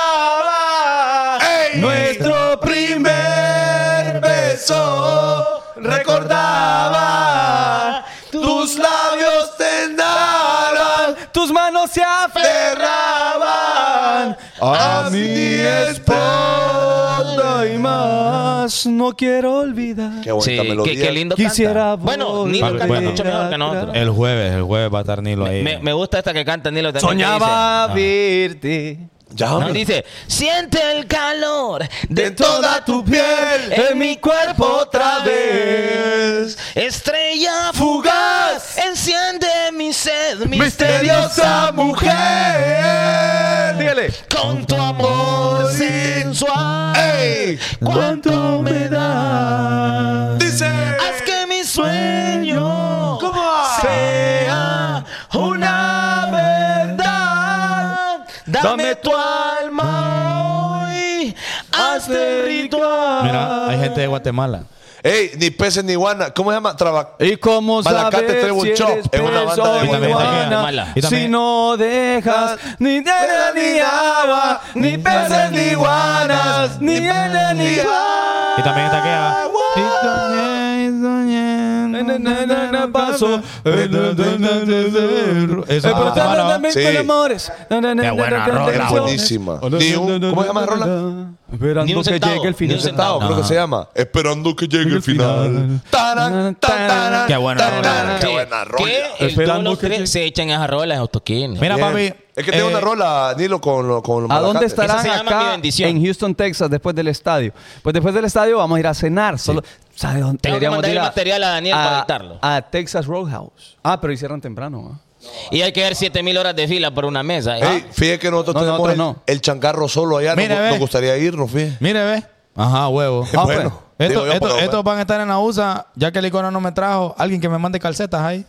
Speaker 5: recordaba
Speaker 2: Ey.
Speaker 5: nuestro primer beso.
Speaker 2: Recordaba tus labios tendaran,
Speaker 5: Tus manos se aferraban
Speaker 2: derraban
Speaker 4: Ah,
Speaker 2: a mi espalda
Speaker 5: y más no quiero olvidar.
Speaker 2: Qué bonita
Speaker 6: Sí,
Speaker 2: melodía.
Speaker 6: qué, qué lindo canta.
Speaker 5: Quisiera
Speaker 6: Bueno,
Speaker 5: volver
Speaker 6: Nilo canta
Speaker 4: Bueno.
Speaker 6: mucho mejor que nosotros.
Speaker 4: El jueves, el jueves va a estar Nilo ahí.
Speaker 6: Me, me gusta esta que canta Nilo también. que
Speaker 5: Soñaba verte.
Speaker 2: Ya,
Speaker 6: Dice, ¿no?
Speaker 2: hombre.
Speaker 6: dice, siente el calor
Speaker 2: de toda tu piel
Speaker 6: en mi cuerpo otra vez. Estrella
Speaker 2: Fugaz.
Speaker 6: enciende mi sed
Speaker 2: misteriosa mujer.
Speaker 5: Dígale.
Speaker 6: con tu amor sensual.
Speaker 2: Ey.
Speaker 6: Cuánto me das.
Speaker 2: Dice.
Speaker 6: Haz que mi sueño
Speaker 2: ¿Cómo va?
Speaker 6: sea una verdad. Dame tu alma hoy. Hazte ritual.
Speaker 4: Mira, hay gente de Guatemala.
Speaker 2: Ey, ni peces ni guana. ¿Cómo se llama? Traba-
Speaker 5: ¿Y cómo
Speaker 2: Malacate
Speaker 5: sabes
Speaker 2: Treble
Speaker 5: si
Speaker 2: Chop
Speaker 5: eres
Speaker 2: es una banda
Speaker 5: pez
Speaker 2: de
Speaker 5: o
Speaker 4: Guatemala.
Speaker 5: iguana?
Speaker 4: Y también- y
Speaker 5: Si
Speaker 4: también-
Speaker 5: no dejas ni nena ni agua, ni peces ni guanas, ni nena ni agua.
Speaker 4: Y también está aquella.
Speaker 5: Na, na, na, na, paso.
Speaker 4: Eso
Speaker 5: Eh,
Speaker 4: es
Speaker 5: pero
Speaker 4: Guatemala, ¿va?
Speaker 5: también
Speaker 2: sí.
Speaker 5: con amores. Na, na, na,
Speaker 4: Qué buena
Speaker 5: na, na,
Speaker 4: rola,
Speaker 5: na,
Speaker 2: Es
Speaker 5: na,
Speaker 2: buenísima. Ni un- ¿Cómo se llama esa rola?
Speaker 6: Ni
Speaker 5: Esperando
Speaker 6: un
Speaker 5: que
Speaker 6: centavo,
Speaker 5: llegue el
Speaker 6: ni
Speaker 5: final.
Speaker 6: un
Speaker 2: Sentado, creo que se llama. Esperando que llegue el final. Taran, tan, taran,
Speaker 4: Qué buena
Speaker 2: tan,
Speaker 4: rola.
Speaker 2: taran. Qué buena rola.
Speaker 6: Que el- todos
Speaker 5: Esperando
Speaker 6: los
Speaker 5: que
Speaker 6: tres
Speaker 5: llegue.
Speaker 6: se echan esas rolas en autoquines.
Speaker 4: Mira,
Speaker 2: Bien.
Speaker 4: papi.
Speaker 2: Es que tengo
Speaker 4: eh,
Speaker 2: una rola, Nilo, con, lo- con los
Speaker 5: ¿A dónde
Speaker 2: malacates.
Speaker 5: estarán
Speaker 6: Esa se llama Mi
Speaker 5: acá
Speaker 6: Bendición.
Speaker 5: en Houston, Texas, después del estadio? Pues después del estadio vamos a ir a cenar. Solo, ¿Sabe dónde
Speaker 6: Tengo que
Speaker 5: deberíamos
Speaker 6: mandarle
Speaker 5: ir
Speaker 6: material a Daniel para editarlo.
Speaker 5: A Texas Roadhouse. Ah, pero hicieron temprano. ¿ah?
Speaker 6: Y hay que ver 7000 horas de fila por una mesa. ¿eh?
Speaker 2: Ey, fíjate que nosotros
Speaker 5: No,
Speaker 2: tenemos
Speaker 5: nosotros
Speaker 2: el,
Speaker 5: no.
Speaker 2: el changarro solo allá.
Speaker 4: Mira,
Speaker 2: nos,
Speaker 4: ve.
Speaker 2: nos gustaría irnos, fíjate.
Speaker 4: Mire, ve. Ajá, huevo.
Speaker 5: Ah, pues.
Speaker 2: bueno.
Speaker 4: Esto-
Speaker 2: digo yo,
Speaker 4: esto-
Speaker 2: porque-
Speaker 4: estos van a estar en la USA, ya que el icono no me trajo. Alguien que me mande calcetas ahí.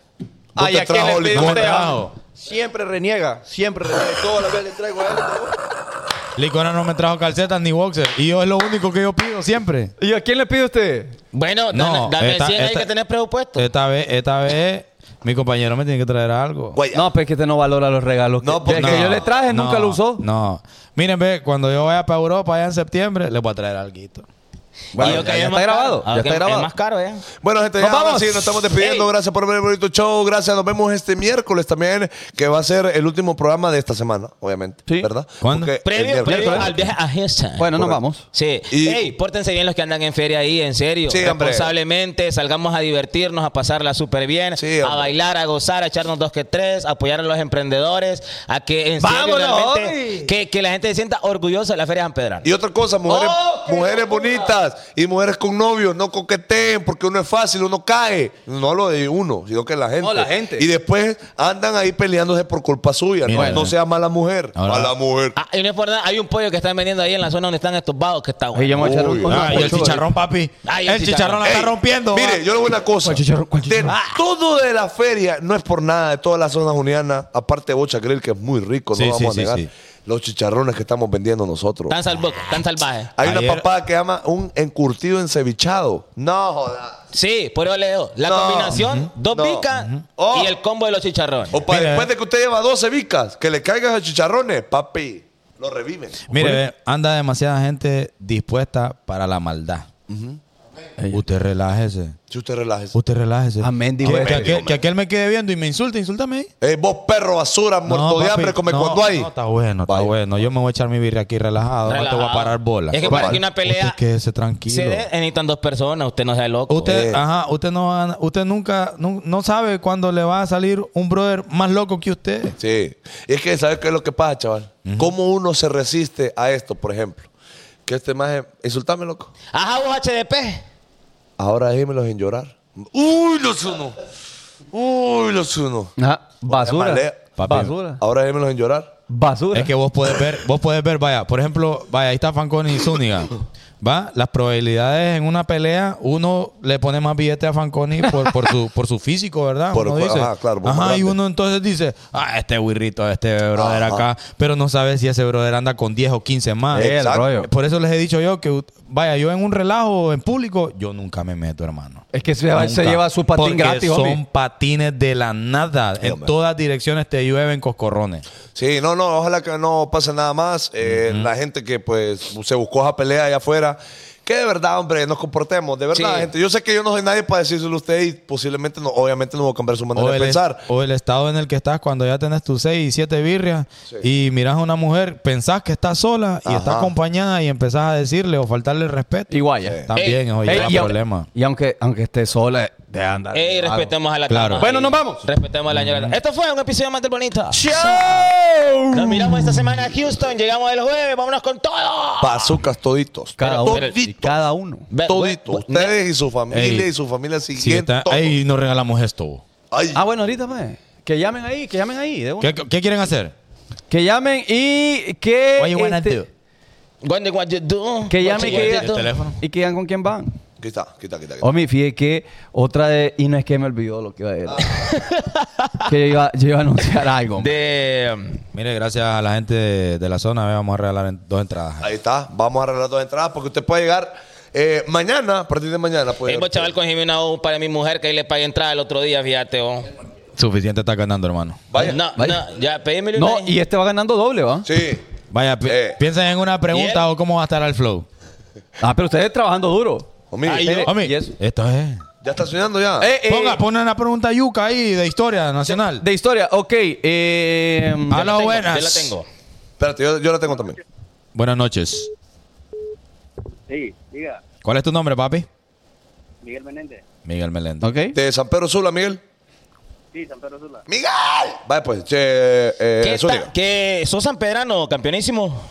Speaker 2: ¿Vos te trajo
Speaker 13: le pedí
Speaker 2: licor?
Speaker 13: usted?
Speaker 4: Trajo.
Speaker 13: Siempre reniega, siempre reniega. Todas las veces le traigo a él.
Speaker 4: El icono no me trajo calcetas ni boxer. Y yo es lo único que yo pido siempre.
Speaker 5: ¿Y a quién le pide usted?
Speaker 6: Bueno,
Speaker 4: No,
Speaker 6: dame, dame
Speaker 4: esta-
Speaker 6: 100, hay
Speaker 4: esta- eh,
Speaker 6: que tener presupuesto.
Speaker 4: Esta vez, esta vez, mi compañero me tiene que traer algo.
Speaker 2: Guaya.
Speaker 5: No, pues es que usted no valora los regalos.
Speaker 2: No,
Speaker 5: que,
Speaker 2: pues
Speaker 5: el que
Speaker 2: no.
Speaker 5: yo le traje
Speaker 4: no,
Speaker 5: nunca lo usó.
Speaker 4: No. Miren, ve, cuando yo vaya para Europa allá en septiembre, les voy a traer algo.
Speaker 6: Y
Speaker 5: Bueno,
Speaker 6: ok,
Speaker 5: ya,
Speaker 6: es
Speaker 5: ya
Speaker 6: más
Speaker 5: está grabado.
Speaker 6: caro. Ah,
Speaker 5: Ya
Speaker 6: ok,
Speaker 5: está grabado.
Speaker 6: Es más caro, ¿eh?
Speaker 2: Bueno, gente, ya
Speaker 5: ¡Nos
Speaker 2: ahora
Speaker 5: vamos!
Speaker 2: sí nos estamos despidiendo.
Speaker 6: Ey.
Speaker 2: Gracias por ver el bonito show. Gracias. Nos vemos este miércoles también, que va a ser el último programa de esta semana, obviamente.
Speaker 5: Sí.
Speaker 2: ¿Verdad?
Speaker 4: ¿Cuándo?
Speaker 2: Porque el
Speaker 6: Previo,
Speaker 2: miércoles-
Speaker 6: previo al viaje a Houston.
Speaker 5: Bueno, nos vamos.
Speaker 6: Sí.
Speaker 2: Y-
Speaker 6: Ey, pórtense bien los que andan en feria ahí, en serio.
Speaker 2: Sí, hombre.
Speaker 6: Responsablemente, salgamos a divertirnos, a pasarla súper bien,
Speaker 2: Sí,
Speaker 6: a
Speaker 2: hombre.
Speaker 6: bailar, a gozar, a echarnos dos que tres, a apoyar a los emprendedores, a que en serio
Speaker 5: ¡Vámonos,
Speaker 6: realmente, que, que la gente se sienta orgullosa de la Feria San Pedro.
Speaker 2: Y otra cosa, mujeres,
Speaker 5: Oh,
Speaker 2: mujeres bonitas y mujeres con novios, no coqueteen porque uno es fácil, uno cae. No lo de uno, sino que la gente.
Speaker 5: No, la gente.
Speaker 2: Y después andan ahí peleándose por culpa suya. No,
Speaker 4: Mira.
Speaker 2: no sea mala mujer.
Speaker 4: Ahora-
Speaker 2: mala mujer.
Speaker 6: Ah, y no es por nada, hay un pollo que están vendiendo ahí en la zona donde están estos vagos que está bueno.
Speaker 5: Ahí ya me voy a echar un-
Speaker 2: Uy,
Speaker 5: un-
Speaker 4: Ah, y el
Speaker 5: ocho,
Speaker 4: chicharrón, papi.
Speaker 6: Ay, el
Speaker 4: el chicharrón la Ah, está
Speaker 2: Ey,
Speaker 4: rompiendo. va.
Speaker 2: Mire, yo le voy a una cosa. De Ah. todo de la feria, no es por nada, de todas las zonas unianas, aparte de Bocha Grill, que es muy rico,
Speaker 4: Sí,
Speaker 2: no
Speaker 4: sí,
Speaker 2: vamos
Speaker 4: sí,
Speaker 2: a negar.
Speaker 4: sí.
Speaker 2: Los chicharrones que estamos vendiendo nosotros.
Speaker 6: Tan, salvo, tan salvaje.
Speaker 2: Hay una
Speaker 4: Ayer-
Speaker 2: papada que llama un encurtido encevichado. No, joda.
Speaker 6: Sí, por eso le digo. La
Speaker 2: No.
Speaker 6: combinación, dos
Speaker 2: No.
Speaker 6: picas
Speaker 2: Oh.
Speaker 6: y el combo de los chicharrones.
Speaker 2: O para
Speaker 4: Mira.
Speaker 2: después de que usted lleva 12 vicas, que le caigan a chicharrones, papi, lo reviven.
Speaker 4: Mire, ve, anda demasiada gente dispuesta para la maldad. Usted relájese.
Speaker 2: Si usted relájese.
Speaker 4: Usted relájese.
Speaker 5: Amén,
Speaker 4: Que,
Speaker 5: dijo
Speaker 4: que
Speaker 5: este.
Speaker 4: aquel, que aquel me quede viendo y me insulte, insúltame ahí.
Speaker 2: Eh, vos, perro basura, muerto de
Speaker 4: papi,
Speaker 2: hambre, come
Speaker 4: no,
Speaker 2: cuando hay.
Speaker 4: No, está bueno, está
Speaker 2: Vaya.
Speaker 4: bueno. Yo me voy a echar mi birria aquí relajado. No te voy a
Speaker 6: Relajado.
Speaker 4: parar bola.
Speaker 6: Es que para que una pelea
Speaker 4: Usted quédese tranquilo.
Speaker 6: se dé, necesitan dos personas. Usted no sea loco.
Speaker 4: Usted,
Speaker 2: Eh.
Speaker 4: ajá, usted no, va a- usted nunca, nu- no, sabe cuándo le va a salir un brother más loco que usted.
Speaker 2: Sí. Y es que, ¿sabes qué es lo que pasa, chaval? ¿Cómo uno se resiste a esto, por ejemplo? Que este maje, insultame, loco.
Speaker 6: Ajá, vos HDP.
Speaker 2: Ahora dímelo sin llorar. Uy, los uno. Uy, los uno.
Speaker 5: Ajá, Ah, basura.
Speaker 2: Malea.
Speaker 4: Papi.
Speaker 5: Basura.
Speaker 2: Ahora dímelo sin llorar.
Speaker 5: Basura.
Speaker 4: Es que vos podés ver, vos podés ver, vaya, por ejemplo, vaya, ahí está Fanconi y
Speaker 2: [COUGHS]
Speaker 4: Zúñiga. Va, las probabilidades en una pelea, uno le pone más billete a Fanconi por, por su, por su físico, ¿verdad?
Speaker 2: Por-
Speaker 4: uno
Speaker 2: por-
Speaker 4: dice.
Speaker 2: ajá, claro, por
Speaker 4: Ajá,
Speaker 2: más
Speaker 4: y
Speaker 2: grande.
Speaker 4: uno entonces dice, ah, este wirrito, este brother
Speaker 2: Ajá.
Speaker 4: acá, pero no sabe si ese brother anda con 10 o 15 más.
Speaker 2: Eh, Exacto.
Speaker 5: rollo.
Speaker 4: Por eso les he dicho yo que, ut- vaya, yo en un relajo en público, yo nunca me meto, hermano.
Speaker 5: Es que se, va- se
Speaker 4: Nunca.
Speaker 5: lleva su patín
Speaker 4: Porque
Speaker 5: gratis,
Speaker 4: son
Speaker 5: homie.
Speaker 4: patines de la nada. en
Speaker 2: hombre.
Speaker 4: todas direcciones te llueven coscorrones.
Speaker 2: Sí, no, no, ojalá que no pase nada más. Eh, La gente que pues se buscó esa pelea allá afuera. Que de verdad, hombre, nos comportemos. De verdad,
Speaker 6: Sí.
Speaker 2: gente. Yo sé que yo no soy nadie para decírselo a usted y posiblemente, no, obviamente, no voy a cambiar su manera
Speaker 4: O
Speaker 2: de
Speaker 4: el, es-
Speaker 2: pensar.
Speaker 4: o el estado en el que estás cuando ya tenés tus 6 y 7 birrias y miras a una mujer, pensás que está sola y
Speaker 2: Ajá.
Speaker 4: está acompañada y empezás a decirle o faltarle el respeto.
Speaker 5: Y guaya.
Speaker 4: También,
Speaker 6: Ey,
Speaker 4: oye,
Speaker 5: eh. Ey, y,
Speaker 4: gran problema.
Speaker 5: y aunque, aunque esté sola, de andar.
Speaker 6: Ey,
Speaker 5: Claro.
Speaker 6: respetemos a la
Speaker 4: Claro.
Speaker 6: cama.
Speaker 5: Bueno,
Speaker 6: Ey,
Speaker 5: nos vamos.
Speaker 6: Respetemos a la señora. Esto fue un episodio más del Bonita.
Speaker 5: ¡Chao!
Speaker 6: Nos miramos esta semana en Houston. Llegamos el jueves. Vámonos con todo.
Speaker 2: Bazucas toditos.
Speaker 5: Cada uno.
Speaker 2: toditos.
Speaker 5: Cada uno.
Speaker 6: Ve-
Speaker 2: Todito.
Speaker 6: ve-
Speaker 2: Ustedes y su familia
Speaker 4: Ey.
Speaker 2: y su familia siguiente.
Speaker 4: Sí, está-
Speaker 2: todo.
Speaker 4: ey, nos regalamos esto. bo.
Speaker 2: Ay.
Speaker 5: Ah, bueno, ahorita, pues. Que llamen ahí, que llamen ahí. de una.
Speaker 4: ¿Qué, qué quieren hacer?
Speaker 5: Que llamen y que. este,
Speaker 4: What you wanna do?
Speaker 6: Wendy, what you do?
Speaker 5: Que
Speaker 6: What
Speaker 5: llamen
Speaker 6: you
Speaker 5: que
Speaker 6: do?
Speaker 5: digan-
Speaker 4: El teléfono.
Speaker 5: Y que digan con quién van.
Speaker 2: Quita, quita, quita. quita.
Speaker 5: Omi, fíjate que otra de. Y no es que me olvidó lo que iba a decir.
Speaker 6: [LAUGHS]
Speaker 5: que yo iba, yo iba a anunciar algo.
Speaker 6: De.
Speaker 4: Mire, gracias a la gente de, de la zona, ve, vamos a regalar en- dos entradas.
Speaker 2: Ahí está. Vamos a arreglar dos entradas porque usted puede llegar eh, mañana, a partir de mañana. Puede
Speaker 6: Ey, vos,
Speaker 2: llegar.
Speaker 6: chaval, cogíme una U para mi mujer que ahí le pagué entrada el otro día, fíjate, vos.
Speaker 4: Suficiente está ganando, hermano.
Speaker 2: Vaya.
Speaker 6: No, no, ya, pedímelo
Speaker 5: No,
Speaker 6: una-
Speaker 5: y este va ganando doble, ¿va?
Speaker 2: Sí.
Speaker 4: Vaya, pi-
Speaker 2: Eh.
Speaker 4: piensen en una
Speaker 6: ¿Y
Speaker 4: pregunta
Speaker 6: él?
Speaker 4: o cómo va a estar el flow.
Speaker 5: Ah, pero ustedes trabajando duro.
Speaker 2: Homie,
Speaker 6: Ay, yo-
Speaker 4: Homie,
Speaker 5: y eso.
Speaker 4: esto es.
Speaker 2: ya está soñando ya.
Speaker 6: Ah.
Speaker 5: Eh, eh,
Speaker 4: Ponga, ponga una pregunta yuca ahí de historia nacional.
Speaker 5: De historia, ok. Eh,
Speaker 6: Ya
Speaker 4: A
Speaker 6: la
Speaker 4: las
Speaker 6: tengo,
Speaker 4: buenas.
Speaker 6: Ya la tengo.
Speaker 2: Espérate, yo, yo la tengo también.
Speaker 4: Buenas noches.
Speaker 14: Sí, diga,
Speaker 4: ¿Cuál es tu nombre, papi?
Speaker 14: Miguel Menéndez.
Speaker 4: Miguel Meléndez.
Speaker 5: ok.
Speaker 2: De San Pedro Sula, Miguel.
Speaker 14: Sí, San Pedro Sula.
Speaker 2: ¡Miguel! Vaya, pues. Che, eh,
Speaker 6: ¿Qué,
Speaker 2: Zúñiga.
Speaker 6: ta- que sos San Pedrano, campeonísimo?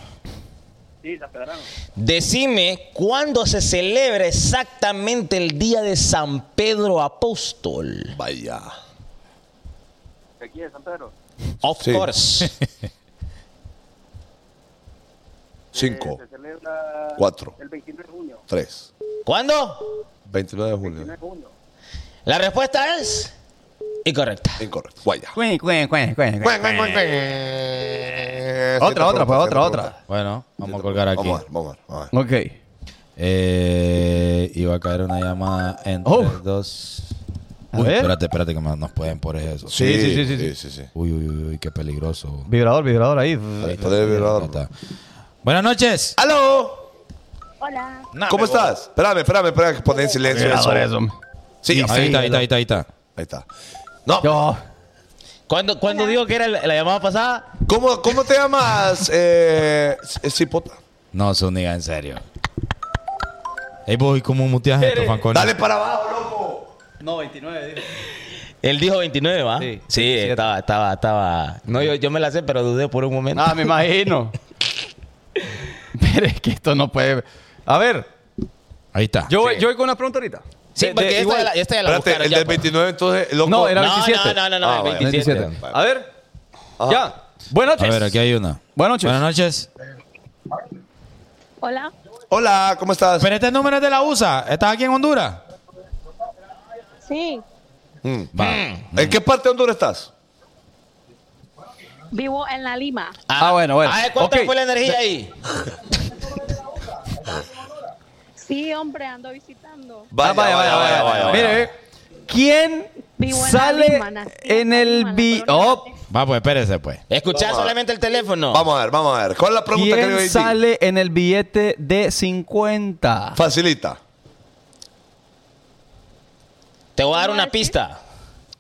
Speaker 14: Sí, San Pedrano.
Speaker 6: Decime cuándo se celebra exactamente el día de San Pedro Apóstol.
Speaker 2: Vaya.
Speaker 14: ¿De aquí de San Pedro?
Speaker 6: Of
Speaker 2: Sí.
Speaker 6: course.
Speaker 2: Cinco,
Speaker 14: Eh, Se celebra
Speaker 2: cuatro,
Speaker 14: el 29 de junio.
Speaker 2: tres,
Speaker 6: ¿Cuándo?
Speaker 2: 29 de junio.
Speaker 14: 29 de junio.
Speaker 6: La respuesta es incorrecta.
Speaker 2: Incorrecto. Vaya.
Speaker 5: Cuen, cuen, cuen, cuen, cuen.
Speaker 2: Siguiente
Speaker 5: Otra, otra,
Speaker 2: pregunta,
Speaker 5: pues otra,
Speaker 2: siguiente
Speaker 5: otra.
Speaker 4: Bueno, vamos a colgar aquí.
Speaker 2: Eh, Vamos a ver, vamos a ver. Vamos a ver.
Speaker 5: Ok.
Speaker 4: Eh, iba a caer una llamada entre
Speaker 5: Oh.
Speaker 4: dos.
Speaker 5: A
Speaker 4: Uy,
Speaker 5: ver.
Speaker 4: espérate, espérate que más nos pueden por eso.
Speaker 2: Sí,
Speaker 5: sí, sí, sí,
Speaker 2: sí,
Speaker 5: sí.
Speaker 2: sí, sí.
Speaker 4: Uy, uy, uy, uy, qué peligroso.
Speaker 5: Vibrador, vibrador ahí.
Speaker 2: Ahí está de vibrador.
Speaker 4: Ahí está. Buenas noches.
Speaker 2: ¡Aló!
Speaker 14: Hola.
Speaker 2: ¿Cómo estás? Espérame, espérame, espérame que ponen en silencio eso. Sí,
Speaker 4: Ahí
Speaker 2: ahí
Speaker 4: está, ahí está, ahí está, ahí está.
Speaker 2: está. No,
Speaker 5: Yo.
Speaker 6: ¿Cuándo, cuándo digo que era la, la llamada pasada?
Speaker 2: ¿cómo, cómo te llamas, eh, eh, Cipota?
Speaker 4: No, Zúñiga, en serio. Ey, vos, ¿y cómo muteas esto, Fanconi?
Speaker 2: Dale para abajo, loco.
Speaker 5: No, 29, dijo.
Speaker 6: Él dijo 29, ¿va?
Speaker 5: Sí.
Speaker 6: Sí, estaba, estaba, estaba. No, yo, yo me la sé, pero dudé por un momento.
Speaker 5: Ah, me [LAUGHS] imagino. Pero es que esto no puede. A ver,
Speaker 4: Ahí está.
Speaker 5: yo, voy- yo voy con una pregunta ahorita.
Speaker 6: sí,
Speaker 5: De-
Speaker 6: porque
Speaker 5: de-
Speaker 6: esta,
Speaker 5: igual-
Speaker 6: ya la, esta ya la
Speaker 2: Espérate,
Speaker 6: buscaron
Speaker 2: el
Speaker 6: ya,
Speaker 2: del
Speaker 6: pues.
Speaker 2: 29 entonces, loco.
Speaker 5: No, era
Speaker 6: No,
Speaker 5: 27.
Speaker 6: no, no, no,
Speaker 2: Ah,
Speaker 6: el
Speaker 2: vaya,
Speaker 6: 27.
Speaker 5: A ver,
Speaker 2: Ah.
Speaker 5: ya. Buenas
Speaker 4: A
Speaker 5: noches.
Speaker 4: ver, aquí hay una.
Speaker 5: Buenas noches.
Speaker 4: Buenas noches.
Speaker 14: Hola.
Speaker 2: Hola, ¿cómo estás?
Speaker 4: Pero este número es de la USA. ¿Estás aquí en Honduras?
Speaker 14: Sí,
Speaker 2: Mm.
Speaker 4: Va.
Speaker 5: Hmm.
Speaker 2: ¿En qué parte de Honduras estás?
Speaker 14: vivo en La Lima.
Speaker 5: Ah, bueno, bueno.
Speaker 6: Ah, ¿cuánto
Speaker 5: Ok.
Speaker 6: fue la energía ahí?
Speaker 14: Sí, hombre, ando visitando.
Speaker 5: Ah, vaya, vaya, vaya, Mire, eh, ¿quién
Speaker 14: Vivo en
Speaker 5: sale
Speaker 14: Lima, nací
Speaker 5: en
Speaker 14: en
Speaker 5: el
Speaker 14: Lima,
Speaker 5: vi-
Speaker 14: la colonia
Speaker 5: oh,
Speaker 4: Va, pues espérese, pues.
Speaker 6: Escuchar solamente el teléfono.
Speaker 2: Vamos a ver, vamos a ver. ¿Cuál es la pregunta que le voy a
Speaker 5: ¿Quién
Speaker 2: decir?
Speaker 5: sale en el billete de 50?
Speaker 2: Facilita.
Speaker 6: Te voy a dar una pista.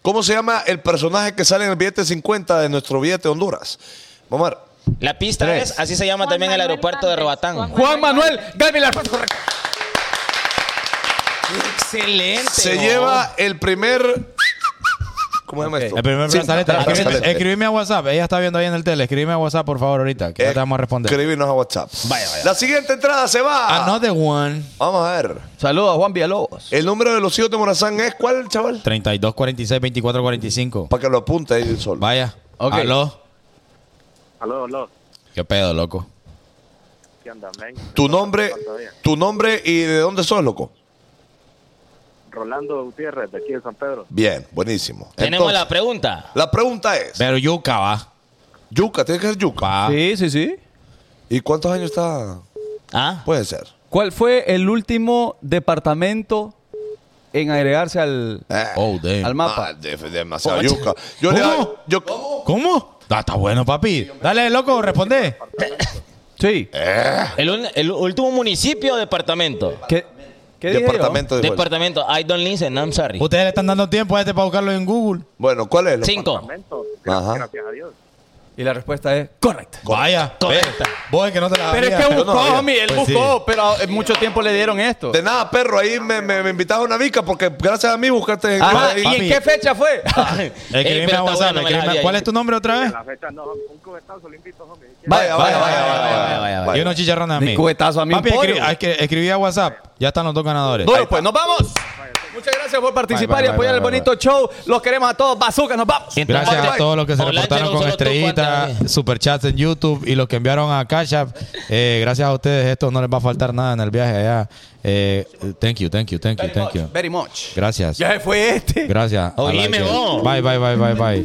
Speaker 2: ¿Cómo se llama el personaje que sale en el billete 50 de nuestro billete de Honduras? Vamos a ver.
Speaker 6: La pista
Speaker 2: Tres.
Speaker 6: es, así se llama
Speaker 15: Juan
Speaker 6: también el
Speaker 15: Manuel
Speaker 6: aeropuerto de
Speaker 15: Valdés.
Speaker 6: Robatán.
Speaker 14: Juan Manuel Gavilán. Correcto.
Speaker 6: Excelente.
Speaker 2: Se lleva el primer. ¿Cómo se llama esto?
Speaker 4: El primer
Speaker 2: Sí,
Speaker 4: brazalete.
Speaker 2: brazalete.
Speaker 4: Escribime- Escribime a WhatsApp. Ella está viendo ahí en el tele. Escribime a WhatsApp, por favor, ahorita.
Speaker 2: Eh,
Speaker 4: Que ya te vamos a responder.
Speaker 2: Escribirnos a WhatsApp.
Speaker 6: Vaya, vaya.
Speaker 2: La siguiente entrada se va.
Speaker 4: Another one.
Speaker 2: Vamos a ver.
Speaker 5: Saludos a Juan Villalobos.
Speaker 2: El número de los hijos de Morazán es cuál, chaval?
Speaker 4: 32, 46, 24, 45.
Speaker 2: Para que lo apunte ahí el sol.
Speaker 4: Vaya.
Speaker 5: Ok.
Speaker 4: Aló.
Speaker 16: Aló, aló.
Speaker 4: ¿Qué pedo, loco?
Speaker 16: ¿Qué anda, men?
Speaker 2: Tu nombre, tu nombre y de dónde sos, loco.
Speaker 16: Rolando Gutiérrez, de aquí de San Pedro.
Speaker 2: Bien, buenísimo.
Speaker 6: Tenemos
Speaker 2: Entonces,
Speaker 6: la pregunta.
Speaker 2: la pregunta es,
Speaker 4: Pero yuca, va.
Speaker 2: yuca, tiene que ser yuca.
Speaker 4: Va.
Speaker 5: Sí, sí, sí.
Speaker 2: ¿Y cuántos años está?
Speaker 6: ¿Ah?
Speaker 2: Puede ser.
Speaker 5: ¿Cuál fue el último departamento en agregarse al,
Speaker 2: Eh,
Speaker 4: Oh, damn.
Speaker 5: al mapa?
Speaker 2: ah, de- demasiado yuca. Yo le
Speaker 4: ¿Cómo?
Speaker 2: yo-
Speaker 4: ¿Cómo? Ah, está bueno, papi. Dale, loco, responde.
Speaker 5: Sí.
Speaker 6: El, un- el último municipio o departamento.
Speaker 5: ¿Qué, qué dije yo?
Speaker 2: departamento de Juan.
Speaker 6: Departamento. I don't listen, I'm sorry.
Speaker 4: Ustedes le están dando tiempo a este para buscarlo en Google.
Speaker 2: Bueno, ¿cuál es? loco?
Speaker 6: Cinco.
Speaker 16: Momento,
Speaker 2: Ajá.
Speaker 16: gracias a Dios.
Speaker 5: Y la respuesta es correcta.
Speaker 4: Vaya.
Speaker 6: Correcta.
Speaker 4: Ve, Vos es que Ah, no te la
Speaker 5: Pero es
Speaker 4: sabías.
Speaker 5: que
Speaker 2: Yo no
Speaker 5: buscó,
Speaker 2: sabía.
Speaker 5: homie, él
Speaker 4: Pues sí.
Speaker 5: buscó, pero eh, mucho tiempo le dieron esto.
Speaker 2: De nada, perro, ahí me, me, me invitas a una mica porque gracias a mí buscaste en
Speaker 5: Ajá,
Speaker 2: ahí. Ah,
Speaker 5: ¿y en qué fecha fue? [LAUGHS]
Speaker 6: Ey, pero
Speaker 4: Escribime
Speaker 6: está
Speaker 4: a WhatsApp.
Speaker 6: bueno, me la
Speaker 4: escribime-
Speaker 6: sabía
Speaker 4: ¿Cuál
Speaker 6: ahí.
Speaker 4: es tu nombre otra vez?
Speaker 16: La fecha no, un cubetazo le invito, homie.
Speaker 2: Vaya, vaya, vaya,
Speaker 6: vaya,
Speaker 2: vaya,
Speaker 6: vaya,
Speaker 2: vaya,
Speaker 6: vaya,
Speaker 2: vaya.
Speaker 4: Y unos chicharrones a mí.
Speaker 5: Ni cubetazo a mí,
Speaker 4: Papi,
Speaker 5: un pollo.
Speaker 4: escri- hay que- escribí a WhatsApp. Ya están los dos ganadores.
Speaker 5: Duro, pues, nos vamos. Muchas gracias por participar
Speaker 4: Bye, bye,
Speaker 5: y apoyar
Speaker 4: bye,
Speaker 5: el
Speaker 4: bye,
Speaker 5: bonito show. Los queremos a todos. Bazooka, nos vamos.
Speaker 6: Entonces,
Speaker 4: Gracias a
Speaker 6: Jorge,
Speaker 4: todos los que se
Speaker 6: Olancho,
Speaker 4: reportaron
Speaker 6: un
Speaker 4: con
Speaker 6: solo tú,
Speaker 4: estrellitas,
Speaker 6: cuéntame.
Speaker 4: superchats en YouTube y los que enviaron a Cash App. Eh, gracias a ustedes, esto no les va a faltar nada en el viaje allá. Eh, thank you, thank you, thank you, thank you.
Speaker 5: Very much.
Speaker 4: Gracias.
Speaker 5: Ya se fue este.
Speaker 4: Gracias.
Speaker 6: Oíme,
Speaker 4: I like it.
Speaker 6: vos.
Speaker 4: Bye, bye, bye, bye, bye.